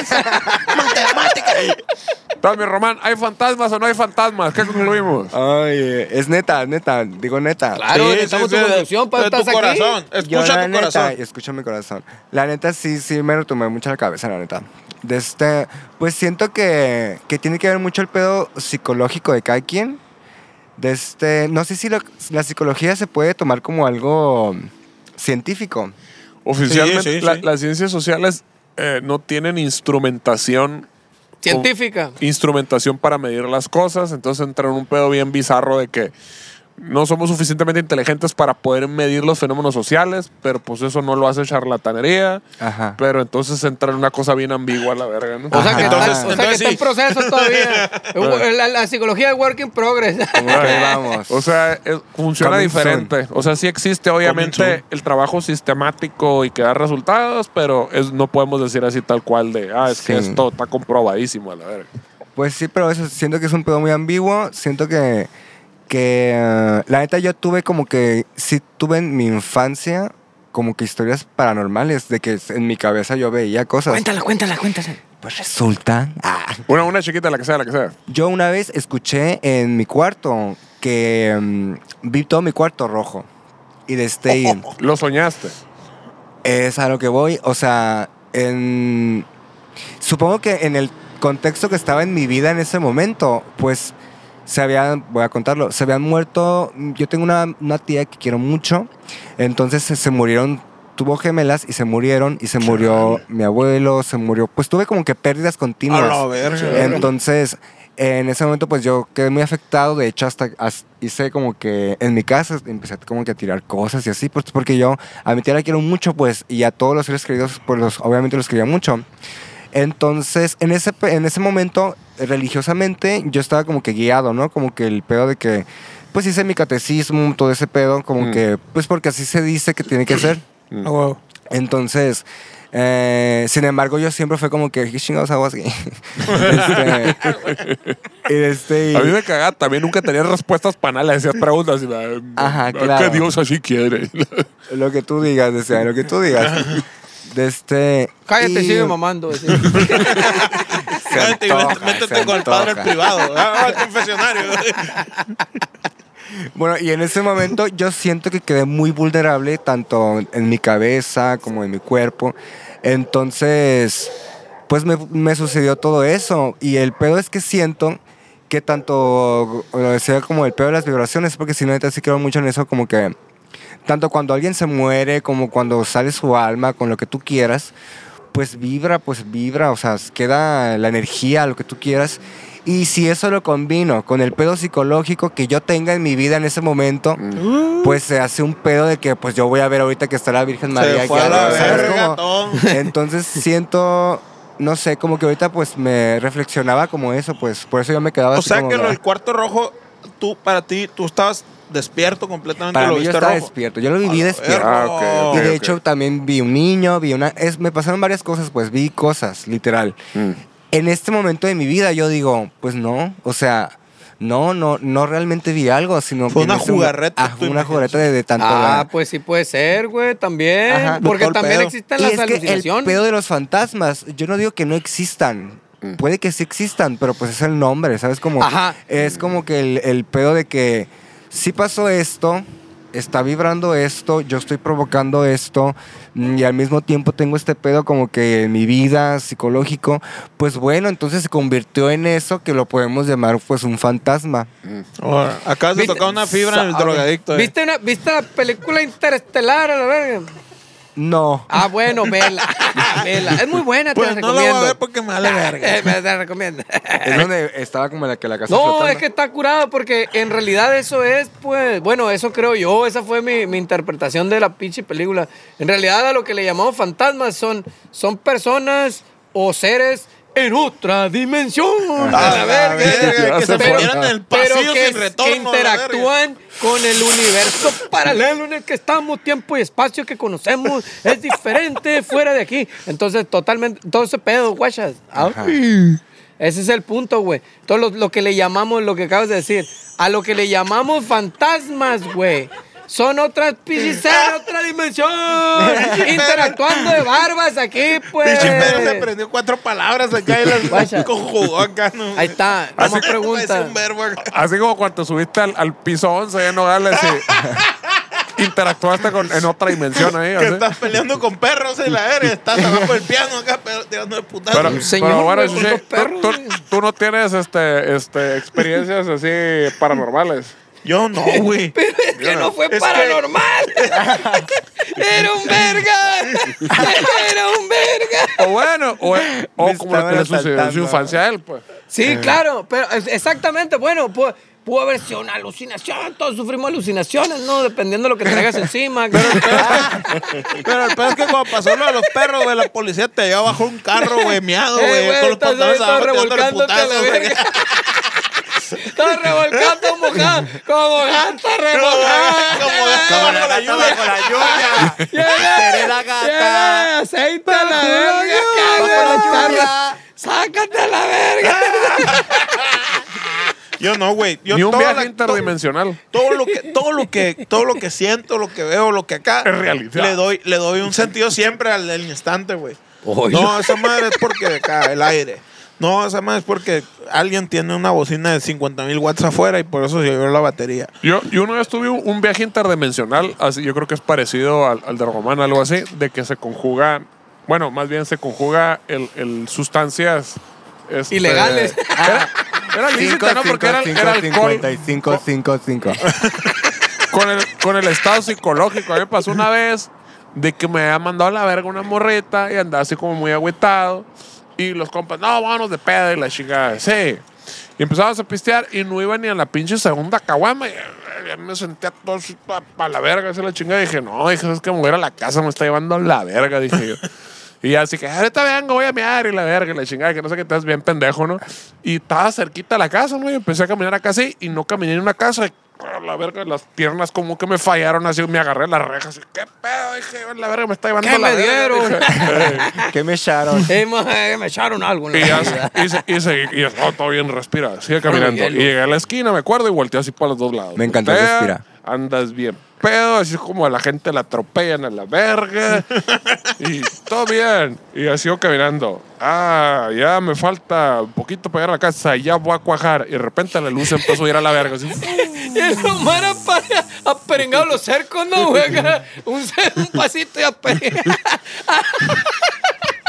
Speaker 2: Matemáticas.
Speaker 1: Entonces, mi Román, ¿hay fantasmas o no hay fantasmas? ¿Qué concluimos?
Speaker 4: Ay, eh, es neta, neta. Digo neta.
Speaker 3: Claro,
Speaker 2: Sí,
Speaker 3: necesitamos
Speaker 2: sí,
Speaker 3: tu
Speaker 2: sí.
Speaker 3: producción para
Speaker 2: De
Speaker 3: estar
Speaker 2: tu
Speaker 3: aquí.
Speaker 2: corazón.
Speaker 4: Yo,
Speaker 2: Escucha
Speaker 4: la
Speaker 2: tu
Speaker 4: neta,
Speaker 2: corazón.
Speaker 4: y escucho mi corazón. La neta, sí, sí, me lo tomé mucho a la cabeza, la neta. De este, pues siento que, que tiene que ver mucho el pedo psicológico de cada quien. De este, no sé si lo- la psicología se puede tomar como algo científico.
Speaker 1: Oficialmente,
Speaker 2: Sí, sí,
Speaker 1: la-
Speaker 2: sí.
Speaker 1: las ciencias sociales eh, no tienen instrumentación
Speaker 3: Científica.
Speaker 1: instrumentación para medir las cosas, entonces entra en un pedo bien bizarro de que no somos suficientemente inteligentes para poder medir los fenómenos sociales, pero pues eso no lo hace charlatanería.
Speaker 4: Ajá.
Speaker 1: Pero entonces entra en una cosa bien ambigua a la verga, ¿no?
Speaker 3: O sea, que,
Speaker 2: Entonces-
Speaker 3: está, o sea que
Speaker 2: entonces
Speaker 3: está
Speaker 2: sí.
Speaker 3: en proceso [LAUGHS] todavía. la, la psicología de work in
Speaker 4: [LAUGHS]
Speaker 3: progress.
Speaker 4: Ahí vamos.
Speaker 1: O sea, es- funciona
Speaker 4: Coming
Speaker 1: diferente. O sea, sí existe
Speaker 2: Coming
Speaker 1: obviamente
Speaker 2: soon.
Speaker 1: el trabajo sistemático y que da resultados, pero es, no podemos decir así tal cual de, ah, es que
Speaker 4: Sí.
Speaker 1: esto está comprobadísimo a la verga.
Speaker 4: Pues sí, pero eso, siento que es un pedo muy ambiguo. Siento que, que eh, la neta yo tuve como que, sí tuve en mi infancia como que historias paranormales, de que en mi cabeza yo veía cosas.
Speaker 3: cuéntala, cuéntala, cuéntala.
Speaker 4: Pues resulta, ah,
Speaker 1: Una, una chiquita, la que sea, la que sea.
Speaker 4: yo una vez escuché en mi cuarto que mm, vi todo mi cuarto rojo. Y de este...
Speaker 1: Lo soñaste.
Speaker 4: Es a lo que voy. O sea, en. Supongo que en el contexto que estaba en mi vida en ese momento, pues se habían. Voy a contarlo. Se habían muerto. Yo tengo una, una tía que quiero mucho. Entonces se, se murieron. Tuvo gemelas y se murieron. Y se murió mi abuelo, se murió. Pues tuve como que pérdidas
Speaker 2: A
Speaker 4: continuas.
Speaker 2: la verga.
Speaker 4: Entonces, en ese momento, pues yo quedé muy afectado. De hecho, hasta, as- hice como que en mi casa empecé como que a tirar cosas y así, pues, porque yo a mi tía la quiero mucho, pues, y a todos los seres queridos, pues, los, obviamente los quería mucho. Entonces, en ese, pe- en ese momento, religiosamente, yo estaba como que guiado, ¿no? Como que el pedo de que, pues, hice mi catecismo, todo ese pedo, como
Speaker 1: Mm.
Speaker 4: que, pues, porque así se dice que tiene que ser.
Speaker 2: A huevo.
Speaker 4: Entonces, eh, sin embargo, yo siempre fue como que, ¿qué chingados hago [LAUGHS] aquí? Este, y este, y-
Speaker 1: A mí me cagaba también, nunca tenía respuestas para nada, le decías preguntas y la-
Speaker 4: Ajá,
Speaker 1: "Ah,
Speaker 4: claro.
Speaker 1: que Dios así quiere. [LAUGHS]
Speaker 4: lo que tú digas, o sea, lo que tú digas. De este,
Speaker 3: Cállate,
Speaker 4: y-
Speaker 3: sigue mamando. así.
Speaker 4: se
Speaker 2: Cállate y
Speaker 4: antoja,
Speaker 2: vete- Métete
Speaker 4: se
Speaker 2: con el padre
Speaker 4: antoja.
Speaker 2: privado. Ah, al confesionario.
Speaker 4: Bueno, y en ese momento yo siento que quedé muy vulnerable, tanto en mi cabeza como en mi cuerpo. Entonces, pues me, me sucedió todo eso. Y el pedo es que siento que tanto, lo decía como el pedo de las vibraciones, porque si no, ahorita sí creo mucho en eso, como que tanto cuando alguien se muere, como cuando sale su alma, con lo que tú quieras, pues vibra, pues vibra, o sea, queda la energía, lo que tú quieras. Y si eso lo combino con el pedo psicológico que yo tenga en mi vida en ese momento, pues se hace un pedo de que pues yo voy a ver ahorita que está la Virgen María.
Speaker 2: Se
Speaker 4: aquí
Speaker 2: fue a la
Speaker 4: arriba, ¿sabes
Speaker 2: verga,
Speaker 4: cómo?
Speaker 2: todo.
Speaker 4: Entonces siento, no sé, como que ahorita pues me reflexionaba como eso, pues por eso yo me quedaba
Speaker 2: O
Speaker 4: así
Speaker 2: sea
Speaker 4: como,
Speaker 2: que lo
Speaker 4: ah.
Speaker 2: del cuarto rojo, tú, para ti, tú estabas despierto completamente,
Speaker 4: Para
Speaker 2: lo
Speaker 4: mí yo
Speaker 2: viste
Speaker 4: estaba
Speaker 2: rojo.
Speaker 4: despierto, yo lo viví
Speaker 2: A la
Speaker 4: despierto.
Speaker 2: verga.
Speaker 1: Ah, ok, ok,
Speaker 4: Y de
Speaker 1: ok.
Speaker 4: hecho también vi un niño, vi una... Es, me pasaron varias cosas, pues vi cosas, literal.
Speaker 1: Mm.
Speaker 4: En este momento de mi vida yo digo, pues no, o sea, no, no, no realmente vi algo, sino
Speaker 2: Fue
Speaker 4: que en
Speaker 2: una
Speaker 4: ese mo-
Speaker 2: jugarreta,
Speaker 4: Ah,
Speaker 2: tú
Speaker 4: fue una
Speaker 2: imaginas.
Speaker 4: jugarreta de, de tanto...
Speaker 3: ah,
Speaker 4: la-
Speaker 3: pues sí puede ser, güey, también.
Speaker 4: Ajá.
Speaker 3: porque
Speaker 2: Todo el
Speaker 3: también
Speaker 2: pedo.
Speaker 3: existen
Speaker 4: y
Speaker 3: las
Speaker 4: es que el
Speaker 3: alucinaciones.
Speaker 4: pedo de los fantasmas, yo no digo que no existan. Puede que sí existan, pero pues es el nombre, ¿sabes? Como,
Speaker 3: Ajá.
Speaker 4: Es como que el, el pedo de que sí pasó esto, está vibrando esto, yo estoy provocando esto, mm, y al mismo tiempo tengo este pedo como que en mi vida psicológico, pues bueno, entonces se convirtió en eso que lo podemos llamar pues un fantasma.
Speaker 2: Ahora, Acabas de
Speaker 3: Viste-
Speaker 2: tocar una fibra en el
Speaker 3: Sabe.
Speaker 2: drogadicto. eh.
Speaker 3: ¿Viste, una, ¿Viste la película interestelar a la verga?
Speaker 4: No.
Speaker 3: Ah, bueno, vela. [LAUGHS] vela. Es muy buena, te
Speaker 2: Pues
Speaker 3: la
Speaker 2: no la
Speaker 3: recomiendo.
Speaker 2: voy a ver porque me
Speaker 3: [LAUGHS]
Speaker 2: vale
Speaker 3: Eh,
Speaker 2: verga.
Speaker 3: me la recomiendo.
Speaker 1: Eh.
Speaker 4: Es donde estaba como la que la casa
Speaker 3: No,
Speaker 4: flotando.
Speaker 3: es que está curado porque en realidad eso es, pues, bueno, eso creo yo, esa fue mi, mi interpretación de la pinche película. En realidad a lo que le llamamos fantasmas son, son personas o seres en otra dimensión.
Speaker 2: A Ah, la
Speaker 3: verga.
Speaker 2: verga, que se
Speaker 3: Pero-
Speaker 2: metieran en el
Speaker 3: Pero
Speaker 2: pasillo
Speaker 3: que,
Speaker 2: sin retorno.
Speaker 3: que
Speaker 2: a la verga.
Speaker 3: interactúan con el universo paralelo en el que estamos, tiempo y espacio que conocemos, es diferente fuera de aquí. Entonces, totalmente, todo ese pedo, guachas. ¿ah?
Speaker 4: Ajá.
Speaker 3: Ese es el punto, güey. Todo lo, lo que le llamamos, lo que acabas de decir, a lo que le llamamos fantasmas, güey. Son otras piscis en otra dimensión. interactuando de barbas aquí, pues.
Speaker 2: Pinche Pedro se aprendió cuatro palabras acá y [LAUGHS]
Speaker 3: Guacha.
Speaker 2: las conjugó acá. ¿no?
Speaker 3: Ahí está, no
Speaker 2: Así
Speaker 3: más
Speaker 2: como
Speaker 3: preguntas.
Speaker 2: decía un verbo acá.
Speaker 1: Así como cuando subiste al, al piso 11 en Nogales y interactuaste con, en otra dimensión ahí.
Speaker 2: Que
Speaker 1: así.
Speaker 2: estás peleando con perros en la verga. Estás abajo del piano acá, pero tirando de putazo.
Speaker 1: Pero,
Speaker 3: señor,
Speaker 1: pero bueno,
Speaker 3: güey, con
Speaker 1: Shushi,
Speaker 3: dos
Speaker 1: tú-
Speaker 3: perros,
Speaker 1: tú,
Speaker 3: güey.
Speaker 1: tú no tienes este, este, experiencias así paranormales.
Speaker 2: Yo no, güey.
Speaker 3: [LAUGHS] Pero es que no fue
Speaker 2: Es que-
Speaker 3: paranormal.
Speaker 2: [LAUGHS]
Speaker 3: Era un verga. Era un verga.
Speaker 1: O bueno, [LAUGHS] o, o
Speaker 4: Me
Speaker 1: como lo que
Speaker 4: estaban
Speaker 1: le sucedió en su
Speaker 4: asaltando.
Speaker 2: Eh.
Speaker 1: infancia a él, pues.
Speaker 3: Sí, claro, pero es- exactamente, bueno, pues Pudo haber sido una alucinación, todos sufrimos alucinaciones, ¿no? Dependiendo de lo que traigas encima.
Speaker 2: Pero el peor es que cuando pasó lo de los perros, güey, la policía te llevó bajo un carro, güey, miado,
Speaker 3: Eh,
Speaker 2: güey,
Speaker 3: güey,
Speaker 2: con los
Speaker 3: estás
Speaker 2: pantalones
Speaker 3: ahí todo
Speaker 2: abajo, tirando los
Speaker 3: revolcándote a la
Speaker 2: putazos, güey. [LAUGHS]
Speaker 3: verga. Estaba revolcando como mojado, como gata remojada.
Speaker 2: Como gata
Speaker 4: Como
Speaker 2: bajo
Speaker 4: la
Speaker 2: la
Speaker 4: gata bajo la lluvia. Seré la gata.
Speaker 3: Llega, aceite a la verga,
Speaker 4: Bajo
Speaker 3: cabrón.
Speaker 4: la lluvia.
Speaker 3: Sácate a la verga.
Speaker 2: Yo no, güey. Yo
Speaker 1: Ni un
Speaker 2: toda
Speaker 1: viaje
Speaker 2: la-
Speaker 1: interdimensional.
Speaker 2: todo lo que todo lo que todo lo que siento lo que veo lo que acá
Speaker 1: Es realidad.
Speaker 2: le doy le doy un sentido siempre al, al instante güey
Speaker 6: Oy.
Speaker 2: no esa madre es porque acá el aire no esa madre es porque alguien tiene una bocina de 50 mil watts afuera y por eso se llevó la batería
Speaker 1: Yo, yo una vez tuve un, un viaje interdimensional, así, yo creo que es parecido al, al de Román, algo así, de que se conjuga, bueno, más bien se conjuga el, el sustancias este,
Speaker 3: Ilegales.
Speaker 1: Era, era lícita, ¿no? Porque era, era alcohol.
Speaker 4: 55, 55.
Speaker 1: Con el, con el estado psicológico. A mí me pasó una vez de que me había mandado a la verga una morreta y andaba así como muy agüitado. Y los compas, no, vámonos de pedo y la chingada. Sí. Y empezamos a pistear y no iba ni a la pinche segunda caguama. Y, eh, ya me senté todo así para la verga, así la chingada. Y dije, no, dije, es que me voy a ir a la casa, me está llevando a la verga, dije yo. Y así que ahorita vengo, voy a mirar y la verga, y la chingada, que no sé qué estás bien pendejo, ¿no? Y estaba cerquita a la casa, güey. Empecé a caminar acá así y no caminé en una casa. Y, a la verga, las piernas como que me fallaron así, me agarré las rejas. y, ¿Qué pedo? Dije, la verga, me está llevando
Speaker 3: ¿Qué
Speaker 1: a la
Speaker 3: me
Speaker 1: verga",
Speaker 3: dieron? [LAUGHS]
Speaker 1: dije.
Speaker 4: ¿Qué me
Speaker 2: [LAUGHS]
Speaker 4: echaron?
Speaker 3: Eh, mo- eh, me echaron algo. en la
Speaker 1: Y ya
Speaker 3: verga.
Speaker 1: se- y se- y se- y yo, "Oh, todo bien, respira, sigue caminando. Y
Speaker 3: hielo.
Speaker 1: llegué a la esquina, me acuerdo, y volteé así para los dos lados.
Speaker 4: Me encantó el
Speaker 1: Voltea,
Speaker 4: respira.
Speaker 1: Andas bien pedo, así es como a la gente la atropellan a la
Speaker 3: [LAUGHS]
Speaker 1: verga. y todo bien. Y así sigo caminando. Ah, ya me falta un poquito para llegar a la casa, ya voy a cuajar. Y de repente la luz empezó a ir a la verga. así.
Speaker 3: Y el Omar ha pa- ha perengado los cercos, ¿no, güey? [LAUGHS] Acá, Un, cer- un pasito y ha perengado.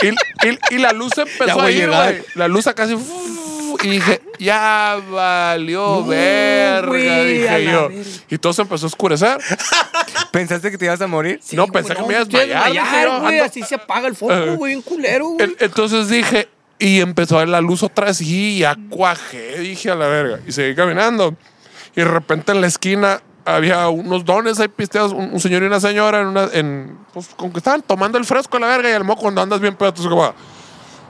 Speaker 1: Y, y- y la luz empezó
Speaker 3: Ya voy
Speaker 1: a
Speaker 3: a
Speaker 1: ir,
Speaker 3: llegar.
Speaker 1: güey. La luz acá así. ¡fuu! Y dije, ya valió verga,
Speaker 3: güey, a la
Speaker 1: dije yo.
Speaker 3: verga.
Speaker 1: Y todo se empezó a oscurecer.
Speaker 4: ¿Pensaste que te ibas a morir?
Speaker 1: no, pensé que me iba a
Speaker 3: No, te
Speaker 1: desmayar. dije yo,
Speaker 3: güey.
Speaker 1: ando-
Speaker 3: Así se apaga el foco, güey. Un culero,
Speaker 1: En- [LAUGHS]
Speaker 3: güey.
Speaker 1: Entonces dije, y empezó a ver la luz otra vez y ya cuajé, dije a la verga. Y seguí caminando. Y de repente en la esquina había unos dones ahí pisteados, un, un señor y una señora, en una, en, pues como que estaban tomando el fresco a la verga y al moco cuando andas bien pedo, tú como,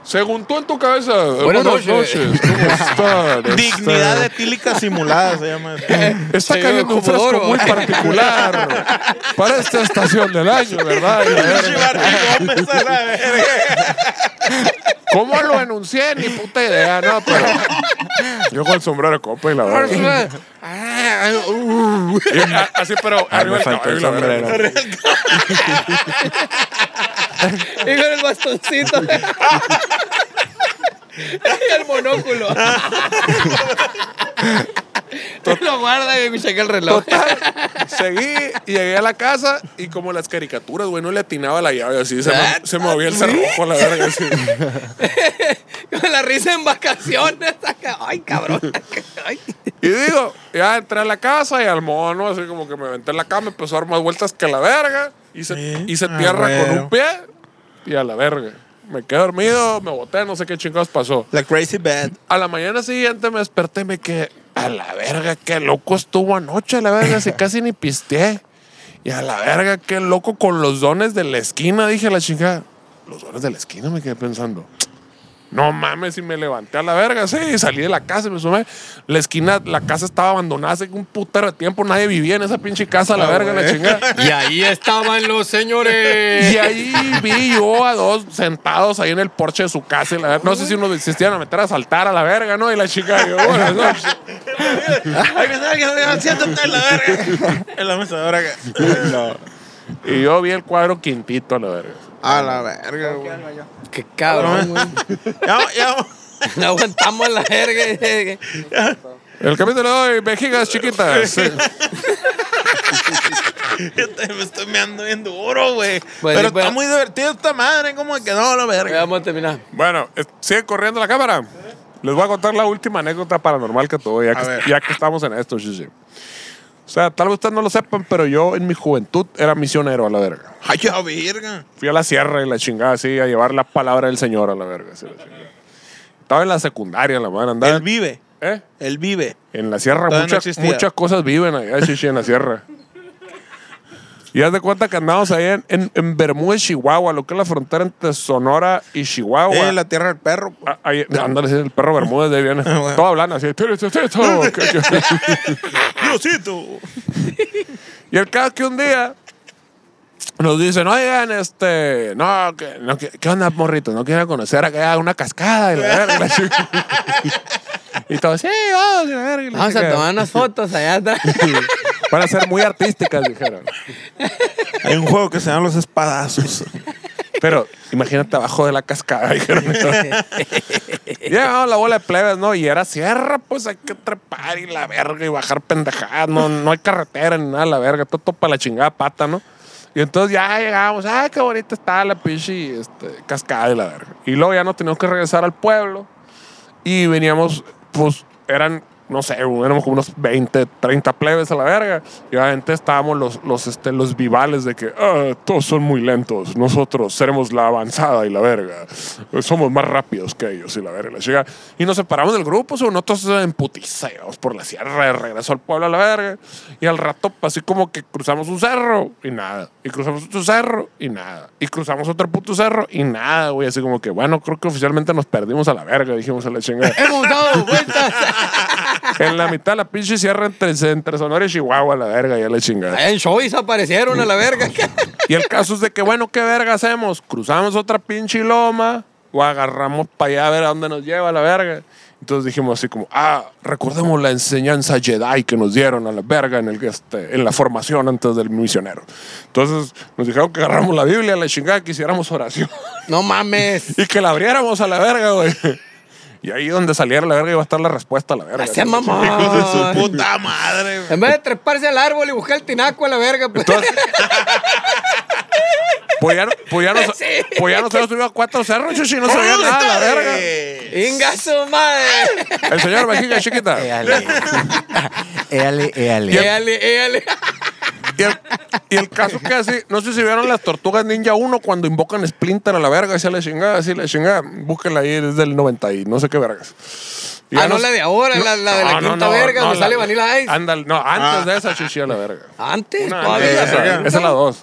Speaker 1: según tú en tu cabeza, eh,
Speaker 3: Buenas
Speaker 1: buenas,
Speaker 3: noches.
Speaker 1: noches, ¿cómo están? Este,
Speaker 2: dignidad etílica simulada se [LAUGHS] llama
Speaker 1: Está
Speaker 3: Sí,
Speaker 1: cayendo un
Speaker 3: Comodoro.
Speaker 1: fresco muy particular para esta estación del año, ¿verdad? Y la
Speaker 2: Pinche
Speaker 1: verga.
Speaker 2: Barry Gómez a la verga.
Speaker 1: ¿Cómo lo enuncié? Ni puta idea, no, pero. Yo con el sombrero de copa y la verdad. Así, pero
Speaker 2: Ah,
Speaker 4: Ay,
Speaker 1: arriba del
Speaker 4: me faltó
Speaker 1: caballo
Speaker 4: el
Speaker 1: y la verga.
Speaker 4: sombrero.
Speaker 3: Y con el bastoncito. y el monóculo. Lo guarda y me checa el reloj.
Speaker 1: Seguí y llegué a la casa y como las caricaturas, güey, no le atinaba la llave así. Se, mo- se movía el cerrojo, la verga. [LAUGHS] Así.
Speaker 3: Con la risa en vacaciones. acá. Ay, cabrón. Ay.
Speaker 1: Y digo, ya entré a la casa y al mono, así como que me aventé en la cama, empezó a dar más vueltas que la verga. Hice,
Speaker 2: Sí.
Speaker 1: hice
Speaker 2: Ah,
Speaker 1: tierra con
Speaker 2: güey.
Speaker 1: un pie y a la verga. Me quedé dormido, me boté, no sé qué chingados pasó.
Speaker 2: la crazy bad
Speaker 1: A la mañana siguiente me desperté y me quedé, a la verga, qué loco estuvo anoche, a la verga, si casi ni pisteé. Y a la verga, qué loco con los dones de la esquina, dije la chingada. Los dones de la esquina, me quedé pensando. No mames, y me levanté a la verga, sí, y salí de la casa y me sumé. La esquina, la casa estaba abandonada hace un putero de tiempo, nadie vivía en esa pinche casa, a la verga, la chingada.
Speaker 3: Y ahí estaban los señores.
Speaker 1: Y ahí vi yo a dos sentados ahí en el porche de su casa. y la ver- no sé si uno insistían a meter a saltar a la verga, ¿no? Y la chica, yo, bueno, no,
Speaker 2: Ahí viene alguien, alguien, siéntate a la [LAUGHS] verga en la mesa de ahora acá.
Speaker 1: Y yo vi el cuadro quintito a la verga.
Speaker 2: a la verga güey
Speaker 3: Qué cabrón, güey.
Speaker 2: ya ya
Speaker 3: No aguantamos la verga.
Speaker 1: El capítulo de hoy, vejigas chiquitas. Sí.
Speaker 2: Yo te- me estoy meando bien duro, güey.
Speaker 3: Bueno,
Speaker 2: Pero
Speaker 3: pues-
Speaker 2: está muy divertido esta madre, como que no, la
Speaker 3: Ya
Speaker 2: verga.
Speaker 3: Vamos a terminar.
Speaker 1: Bueno, es- sigue corriendo la cámara. Les voy a contar la última anécdota paranormal que tuve, ya,
Speaker 2: A ver.
Speaker 1: que, ya que estamos en esto, sí, sí. O sea, tal vez ustedes no lo sepan, pero yo en mi juventud era misionero a la verga.
Speaker 2: Ay, ya, verga.
Speaker 1: Fui a la sierra y la chingada así, a llevar la palabra del Señor a la verga. así, la chingada. Estaba en la secundaria, la madre andaba.
Speaker 2: Él vive.
Speaker 1: ¿Eh?
Speaker 2: Él vive.
Speaker 1: En la sierra
Speaker 2: Todavía no
Speaker 1: muchas,
Speaker 2: existía.
Speaker 1: muchas cosas viven allá, sí, sí, en la sierra. Y haz de cuenta que andamos allá en, en, en Bermúdez, Chihuahua, lo que es la frontera entre Sonora y Chihuahua.
Speaker 2: Eh, la tierra del perro. pues.
Speaker 1: Ah, ahí- ándale, sí, el perro Bermúdez de ahí
Speaker 2: [LAUGHS]
Speaker 1: viene.
Speaker 2: bueno.
Speaker 1: Todo hablando así. "Pero esto es esto".
Speaker 2: [LAUGHS] Diosito.
Speaker 1: y el caso es que un día nos dicen, oigan, este, no, que, no, que- ¿qué onda, morrito? ¿No quieren conocer acá una cascada? Y, la verga, y la [LAUGHS] chica. Y todo, sí, vamos, y la verga, y la
Speaker 3: Vamos a
Speaker 1: chica.
Speaker 3: tomar unas fotos allá atrás.
Speaker 1: Van a ser muy artísticas, dijeron.
Speaker 2: Hay un juego que se llama Los Espadazos.
Speaker 1: Pero imagínate abajo de la cascada, dijeron. Y Llegamos la bola de plebes, ¿no? Y era sierra, pues hay que trepar y la verga y bajar pendejadas. No, no hay carretera ni nada, la verga. Todo topa la chingada pata, ¿no? Y entonces ya llegamos, ¡ay, qué bonita está la pinche este, cascada y la verga! Y luego ya nos teníamos que regresar al pueblo y veníamos, pues eran, no sé, éramos como unos 20, 30 plebes a la verga. Y obviamente estábamos los, los, este, los vivales de que "Ah, todos son muy lentos, nosotros seremos la avanzada y la verga. Somos más rápidos que ellos y la verga. La chica. Y nos separamos del grupo, según nosotros eh, en putiza, íbamos por la sierra, de regreso al pueblo a la verga. Y al rato, pues, así como que cruzamos un cerro y nada. Y cruzamos otro cerro y nada. Y cruzamos otro puto cerro y nada, güey. Así como que, bueno, creo que oficialmente nos perdimos a la verga, dijimos a la chingada.
Speaker 3: [LAUGHS] Hemos dado vueltas.
Speaker 1: En la mitad de la pinche sierra entre, entre Sonora y Chihuahua, la verga, ya la chingada.
Speaker 3: Allá en Choice aparecieron a la verga.
Speaker 1: Y el caso es de que, bueno, ¿qué verga hacemos? Cruzamos otra pinche loma o agarramos para allá a ver a dónde nos lleva la verga. Entonces dijimos así como, ah, recordemos la enseñanza Jedi que nos dieron a la verga en, el, este, en la formación antes del misionero. Entonces nos dijeron que agarramos la Biblia, la chingada, que hiciéramos oración. [LAUGHS]
Speaker 3: No mames.
Speaker 1: Y que la abriéramos a la verga, güey. Y ahí donde saliera la verga iba a estar la respuesta a la verga.
Speaker 3: Hacía
Speaker 2: Hijos de su [LAUGHS]
Speaker 3: mamón.
Speaker 2: puta madre. güey.
Speaker 3: En vez de treparse al árbol y buscar el tinaco a la verga, pues.
Speaker 1: Entonces, pues ya, no- pues ya no,
Speaker 3: Sí.
Speaker 1: pues ya no se había subido a cuatro cerros, chuchi, no se veía nada, la verga.
Speaker 3: Inga su madre.
Speaker 1: El señor Vejiga Chiquita.
Speaker 4: Éale. [LAUGHS] Éale, éale.
Speaker 3: Éale, éale.
Speaker 1: Y el, y el caso que así, no sé si vieron las tortugas Ninja 1 cuando invocan Splinter a la verga, así la chingada, así la chingada. Búsquenla ahí desde el 90 y no sé qué vergas. Y ya
Speaker 3: Ah, no la de ahora, la, la
Speaker 1: Ah,
Speaker 3: de la quinta verga, donde sale
Speaker 1: la-
Speaker 3: Vanilla Ice.
Speaker 1: Ándale, no, antes
Speaker 2: Ah.
Speaker 1: de esa chuchi a la verga.
Speaker 3: Antes,
Speaker 1: Una
Speaker 3: todavía.
Speaker 1: antes de esa,
Speaker 2: verga.
Speaker 1: esa es la 2.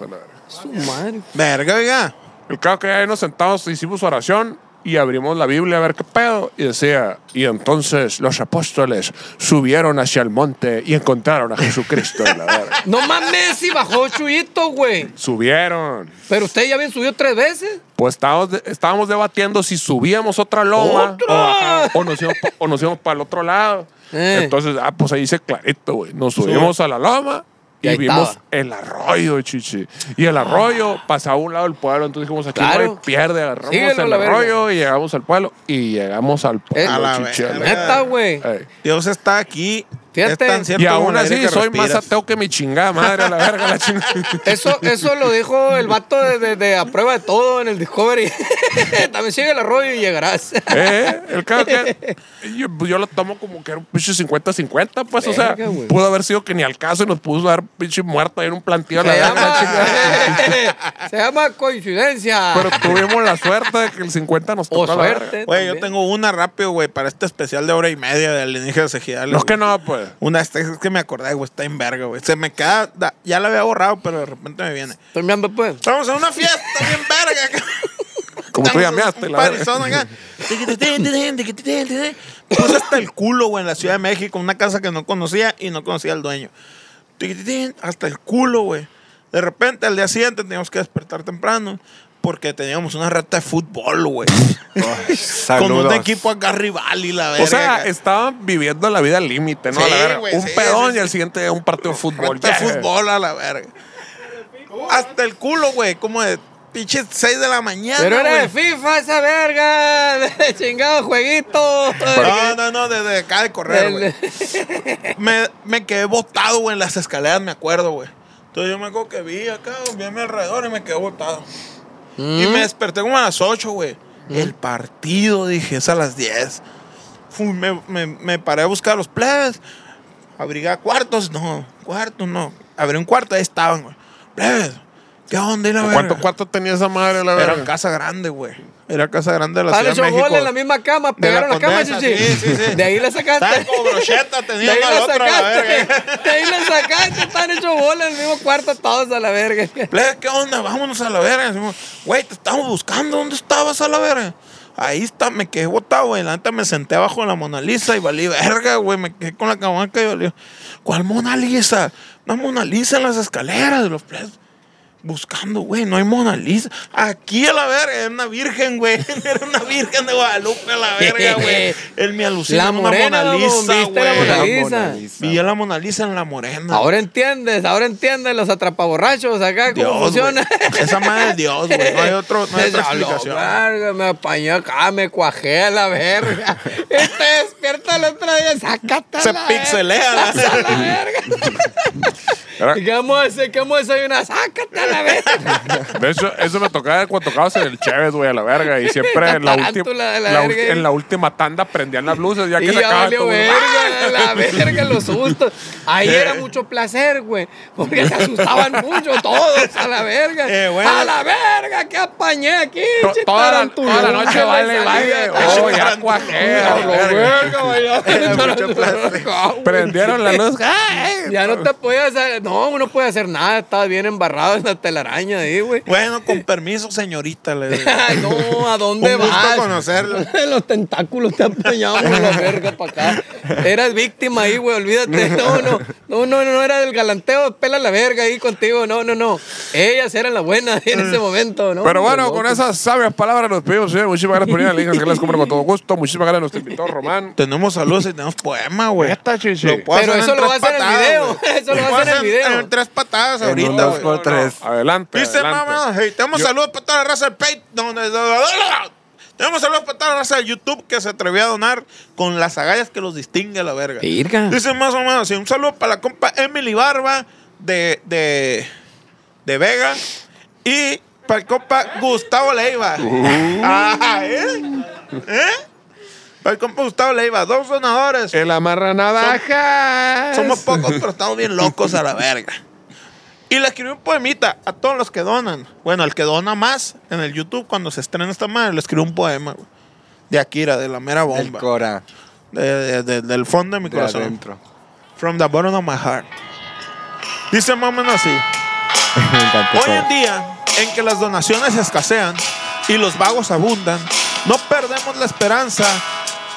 Speaker 3: Su madre.
Speaker 2: Verga, oiga.
Speaker 1: El caso que ahí nos sentamos, hicimos oración y abrimos la Biblia a ver qué pedo. Y decía, y entonces los apóstoles subieron hacia el monte y encontraron a Jesucristo. y la
Speaker 3: [LAUGHS]
Speaker 1: verga.
Speaker 3: No mames, y bajó Chuyito, güey.
Speaker 1: Subieron.
Speaker 3: Pero ustedes ya habían subido tres veces.
Speaker 1: Pues estábamos, de- estábamos debatiendo si subíamos otra loma
Speaker 3: ¡Otra!
Speaker 1: o, bajábamos, o nos íbamos, pa- o nos íbamos para el otro lado.
Speaker 3: Eh.
Speaker 1: Entonces, ah, pues ahí dice clarito, güey. Nos subimos a la loma
Speaker 3: Y
Speaker 1: y,
Speaker 3: ahí
Speaker 1: vimos
Speaker 3: estaba.
Speaker 1: el arroyo, chichi. Y el arroyo pasaba a un lado del pueblo. Entonces dijimos, aquí
Speaker 3: Claro.
Speaker 1: no hay pierde. Agarramos
Speaker 3: Síguelo,
Speaker 1: el
Speaker 3: la verga.
Speaker 1: arroyo y llegamos al pueblo. Y llegamos al pueblo,
Speaker 3: Eh, a
Speaker 2: la
Speaker 1: chichi.
Speaker 2: verga.
Speaker 3: Neta, güey.
Speaker 1: Ey.
Speaker 2: Dios está aquí.
Speaker 3: Fíjate.
Speaker 2: Es tan cierto
Speaker 1: Y aún
Speaker 2: como el aire
Speaker 1: así
Speaker 2: que
Speaker 1: soy más
Speaker 2: respiras.
Speaker 1: ateo que mi chingada madre, la verga, la
Speaker 3: [LAUGHS]
Speaker 1: chingada.
Speaker 3: Eso, eso lo dijo el vato de, de- de a prueba de todo en el Discovery. [LAUGHS] También sigue el arroyo y llegarás.
Speaker 1: Eh, el caso que [LAUGHS] yo, pues, yo lo tomo como que era un pinche 50-50, pues, o sea,
Speaker 3: Verga, güey.
Speaker 1: pudo haber sido que ni al caso y nos puso a dar pinche muerta en un plantillo a la
Speaker 3: Se
Speaker 1: verga, la
Speaker 3: llama,
Speaker 1: chingada.
Speaker 3: [LAUGHS] se llama coincidencia.
Speaker 1: Pero tuvimos la suerte de que el 50 nos tocó
Speaker 3: o
Speaker 1: a la verga.
Speaker 3: suerte.
Speaker 2: Güey, yo
Speaker 3: también.
Speaker 2: tengo una rápido, güey, para este especial de hora y media de alienígenas ejidales.
Speaker 1: No es
Speaker 2: güey.
Speaker 1: que no, pues.
Speaker 2: Una esta- es que me acordé, güey, está en verga, güey. Se me queda, da- ya la había borrado, pero de repente me viene.
Speaker 3: Estoy mirando, pues.
Speaker 2: Estamos en una fiesta bien verga. [LAUGHS]
Speaker 1: Como tú
Speaker 2: Estamos
Speaker 1: llameaste,
Speaker 2: en
Speaker 1: la
Speaker 2: un
Speaker 1: verga.
Speaker 2: parizón acá. Puse hasta el culo, güey, en la Ciudad de México, una casa que no conocía y no conocía al dueño. Hasta el culo, güey. De repente, al día siguiente, teníamos que despertar temprano porque teníamos una reta de
Speaker 1: [LAUGHS]
Speaker 2: fútbol, güey. Con un
Speaker 4: Oh, saludos.
Speaker 2: equipo acá rival y la verga.
Speaker 1: O sea,
Speaker 2: acá.
Speaker 1: estaban viviendo la vida al límite, ¿no? A la
Speaker 2: Sí,
Speaker 1: verga.
Speaker 2: güey,
Speaker 1: un
Speaker 2: sí,
Speaker 1: pedón
Speaker 2: sí,
Speaker 1: y al siguiente día un partido de fútbol.
Speaker 2: Reta de
Speaker 1: Yeah.
Speaker 2: fútbol a la verga. Hasta el culo, güey. Como de pinche 6 de la mañana.
Speaker 3: Pero era
Speaker 2: güey.
Speaker 3: de FIFA esa verga. De chingado jueguito.
Speaker 2: No, no, no, desde acá de correr, güey. me, me quedé botado, güey, en las escaleras, me acuerdo, güey. Entonces yo me acuerdo que vi acá, vi a mi alrededor y me quedé botado. Y
Speaker 3: Mm.
Speaker 2: me desperté como a las 8, güey. El partido, dije, es a las 10. Fui, me, me- me paré a buscar los plebes. Abrigá cuartos, no. Cuartos, no. Abrí un cuarto, ahí estaban, güey. Plebes, ¿Qué onda y la verga?
Speaker 1: ¿Cuántos cuartos tenía esa madre, la
Speaker 2: Era
Speaker 1: verga?
Speaker 2: casa grande, güey. Era casa grande de la
Speaker 3: Dale
Speaker 2: Ciudad de
Speaker 3: esos
Speaker 2: México.
Speaker 3: goles en la misma cama,
Speaker 2: De la
Speaker 3: pegaron la, cama,
Speaker 2: Condesa,
Speaker 3: chichi.
Speaker 2: sí, sí, sí.
Speaker 3: De ahí la sacaste.
Speaker 2: Estaba como brocheta, tenía
Speaker 3: [LAUGHS] de ahí
Speaker 2: una
Speaker 3: la
Speaker 2: al otro, la verga.
Speaker 3: sacaste. De ahí la sacaste. Están hechos bolas en el mismo cuarto todos a la verga.
Speaker 2: Plebe, ¿qué onda? Vámonos a la verga. Decimos, Güey, te estamos buscando. ¿Dónde estabas a la verga? Ahí está, me quedé botado, güey. La neta me senté abajo de la Mona Lisa y valí verga, güey. Me quedé con la cabanca y valí. ¿Cuál Mona Lisa? Una Mona Lisa en las escaleras, los plebes. Buscando, güey, no hay Mona Lisa. Aquí a la verga, era una virgen, güey. [LAUGHS] Era una virgen de Guadalupe a la verga,
Speaker 3: [LAUGHS]
Speaker 2: güey. Él me alucina.
Speaker 3: La
Speaker 2: una Mona
Speaker 3: morena, lobo,
Speaker 2: Lisa,
Speaker 3: ¿viste la
Speaker 2: güey.
Speaker 3: Mona Lisa?
Speaker 2: Vi a la Mona Lisa en la morena.
Speaker 3: Ahora entiendes, ahora entiendes los atrapaborrachos acá, cómo
Speaker 2: Dios,
Speaker 3: funciona.
Speaker 2: güey. Esa madre es Dios, güey. No hay otro- no hay otra
Speaker 3: Dice, "A la [LAUGHS]
Speaker 2: explicación".
Speaker 3: verga, me apañé acá, me cuajé a la verga. [LAUGHS] Este, y te despierta el otro día, sácate a
Speaker 2: Se
Speaker 3: la
Speaker 2: pixelea,
Speaker 3: verga,
Speaker 2: la-
Speaker 3: [LAUGHS] sácate a la
Speaker 1: Ah.
Speaker 3: verga. ¿Y ¿Qué vamos a hacer? ¿Qué vamos a desayunar? Sácate a
Speaker 1: [LAUGHS]
Speaker 3: la verga.
Speaker 1: De hecho, eso me tocaba cuando tocabas en el Chévez, güey, a la verga. Y siempre en la, última,
Speaker 3: Tarántula de la
Speaker 1: la ulti-
Speaker 3: verga.
Speaker 1: en la última tanda prendían las blusas. Ya que
Speaker 3: Y
Speaker 1: se
Speaker 3: ya
Speaker 1: acababa
Speaker 3: valió
Speaker 1: todo,
Speaker 3: verga,
Speaker 1: [LAUGHS] ¡ah!
Speaker 3: la verga, los sustos. Ahí
Speaker 1: Eh.
Speaker 3: era mucho placer, güey, porque se asustaban mucho todos, a la verga.
Speaker 2: Eh, bueno.
Speaker 3: A la verga, que apañé aquí.
Speaker 1: To-
Speaker 3: che,
Speaker 1: toda la-
Speaker 3: tarantula,
Speaker 1: toda la noche
Speaker 3: me
Speaker 1: baile y
Speaker 3: salí
Speaker 1: baile,
Speaker 3: de-
Speaker 1: oh, ya
Speaker 3: Tarantula,
Speaker 1: cuajé,
Speaker 3: a la
Speaker 1: verga. [LAUGHS]
Speaker 3: verga, bailaba [LAUGHS] tarantula. Ah, güey.
Speaker 1: Prendieron la luz. ¡ay!
Speaker 3: Ya no te podías hacer, no, uno puede hacer nada, estaba bien embarrado en la telaraña ahí, güey.
Speaker 2: Bueno, con permiso, señorita. Le digo.
Speaker 3: Ay, no, ¿a dónde
Speaker 2: Un gusto
Speaker 3: vas?
Speaker 2: conocerlo.
Speaker 3: [LAUGHS] Los tentáculos te apañaban a la verga para acá. Eras víctima ahí, güey, olvídate. No, no, no, no, no era del galanteo, pela la verga ahí contigo. No, no, no. Ellas eran las buenas en ese momento, ¿no?
Speaker 1: Pero bueno,
Speaker 3: Loco.
Speaker 1: con esas sabias palabras nos pedimos, señor. Muchísimas gracias por ir a la Liga que les compro con todo gusto. Muchísimas gracias a nuestro invitado Román.
Speaker 2: Tenemos saludos y tenemos poema, güey.
Speaker 1: Neta, chichi.
Speaker 2: Lo puedo
Speaker 3: Pero
Speaker 2: hacer
Speaker 3: eso
Speaker 2: en
Speaker 3: lo
Speaker 2: tres
Speaker 3: va a hacer en
Speaker 2: patadas,
Speaker 3: video.
Speaker 2: güey.
Speaker 3: Eso lo va a
Speaker 2: puedo
Speaker 3: hacer en video.
Speaker 2: En tres patadas
Speaker 4: En un
Speaker 2: ahorita,
Speaker 4: dos
Speaker 2: güey.
Speaker 4: por tres.
Speaker 1: Adelante.
Speaker 2: Dice, más o
Speaker 1: adelante.
Speaker 2: menos, hey, tenemos
Speaker 1: Yo-
Speaker 2: saludos para toda la raza del Pay. No, no, no, no, no. Tenemos saludos para toda la raza de YouTube que se atrevió a donar con las agallas que los distingue a la verga.
Speaker 3: Virga.
Speaker 4: Ah.
Speaker 2: Dice más o menos, sí, un saludo para la compa Emily Barba de, de, de Vega y para el compa Gustavo Leiva. [LAUGHS] Ah, ¿eh? ¿Eh? Para el compa Gustavo Leiva, dos donadores.
Speaker 1: El amarra navaja.
Speaker 2: Somos pocos, pero estamos bien locos a la verga. Y le escribí un poemita a todos los que donan. Bueno, al que dona más en el YouTube cuando se estrena esta madre, le escribí un poema, güey. De Akira, de la mera
Speaker 4: El
Speaker 2: bomba.
Speaker 4: Cora.
Speaker 2: De- de- de- del fondo de mi
Speaker 4: De
Speaker 2: corazón.
Speaker 4: adentro.
Speaker 2: From the bottom of my heart. Dice más o menos así.
Speaker 4: Me encanta
Speaker 2: Hoy
Speaker 4: Cora.
Speaker 2: en día, en que las donaciones escasean y los vagos abundan, no perdemos la esperanza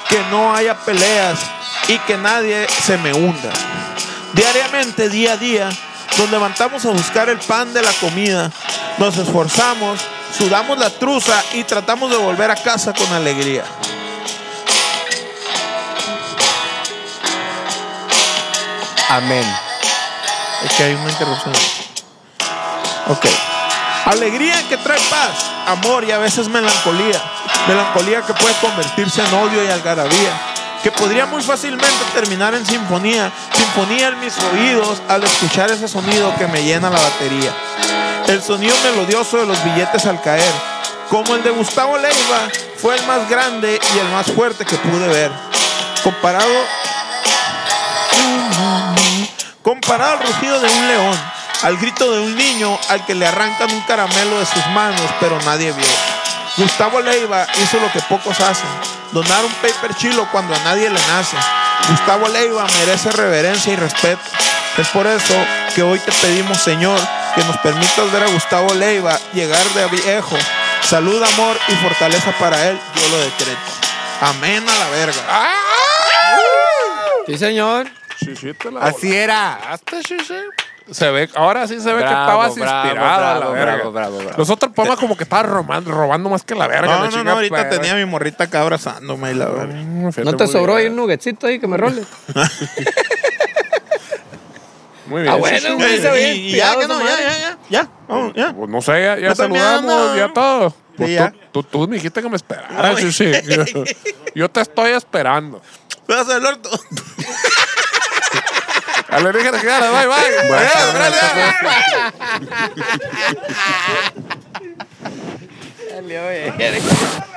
Speaker 2: que no haya peleas y que nadie se me hunda. Diariamente, día a día, nos levantamos a buscar el pan de la comida, nos esforzamos, sudamos la truza y tratamos de volver a casa con alegría.
Speaker 4: Amén.
Speaker 2: Es que hay una interrupción. Ok. Alegría que trae paz, amor y a veces melancolía. Melancolía que puede convertirse en odio y algarabía. Que podría muy fácilmente terminar en sinfonía. Sinfonía en mis oídos al escuchar ese sonido que me llena la batería. El sonido melodioso de los billetes al caer. Como el de Gustavo Leiva, fue el más grande y el más fuerte que pude ver. Comparado comparado al rugido de un león, al grito de un niño al que le arrancan un caramelo de sus manos, pero nadie vio. Gustavo Leiva hizo lo que pocos hacen, donar un paper chilo cuando a nadie le nace. Gustavo Leiva merece reverencia y respeto. Es por eso que hoy te pedimos, Señor, que nos permitas ver a Gustavo Leiva llegar de viejo. Salud, amor y fortaleza para él, yo lo decreto. Amén a la verga.
Speaker 3: Sí, señor.
Speaker 1: Chichi, te la
Speaker 4: Así era.
Speaker 1: volaste, chichi. Se ve, ahora sí se ve que
Speaker 4: Bravo,
Speaker 1: estabas
Speaker 4: bravo,
Speaker 1: inspirado a la
Speaker 4: bravo,
Speaker 1: verga.
Speaker 4: bravo, bravo, bravo.
Speaker 1: Nosotros el poema como que estabas robando, robando más que la verga.
Speaker 2: No,
Speaker 1: la
Speaker 2: no,
Speaker 1: chica,
Speaker 2: no, ahorita
Speaker 1: pero-
Speaker 2: tenía a mi morrita acá abrazándome y la verga.
Speaker 1: Mm, fíjate,
Speaker 3: ¿No te
Speaker 1: muy
Speaker 3: sobró ahí
Speaker 1: bien.
Speaker 3: un nuggetcito ahí que me role?
Speaker 1: Muy bien.
Speaker 3: Ah,
Speaker 1: chichi.
Speaker 3: bueno, güey, se
Speaker 2: Y-
Speaker 3: ve
Speaker 2: y ya,
Speaker 3: inspirado
Speaker 2: que no,
Speaker 3: esa
Speaker 2: ya,
Speaker 3: madre.
Speaker 2: ya, ya, ya, vamos, ya.
Speaker 1: Pues no sé, ya, ya
Speaker 2: Me están
Speaker 1: saludamos,
Speaker 2: mirando.
Speaker 1: ya todo. Pues
Speaker 2: Sí, ya.
Speaker 1: Tú, tú, tú me dijiste que me esperaras, chichi. Yo, yo te estoy esperando.
Speaker 2: Vas al orto.
Speaker 1: A la dije, claro, bye, bye. Adiós, gracias.
Speaker 3: Dale, oye.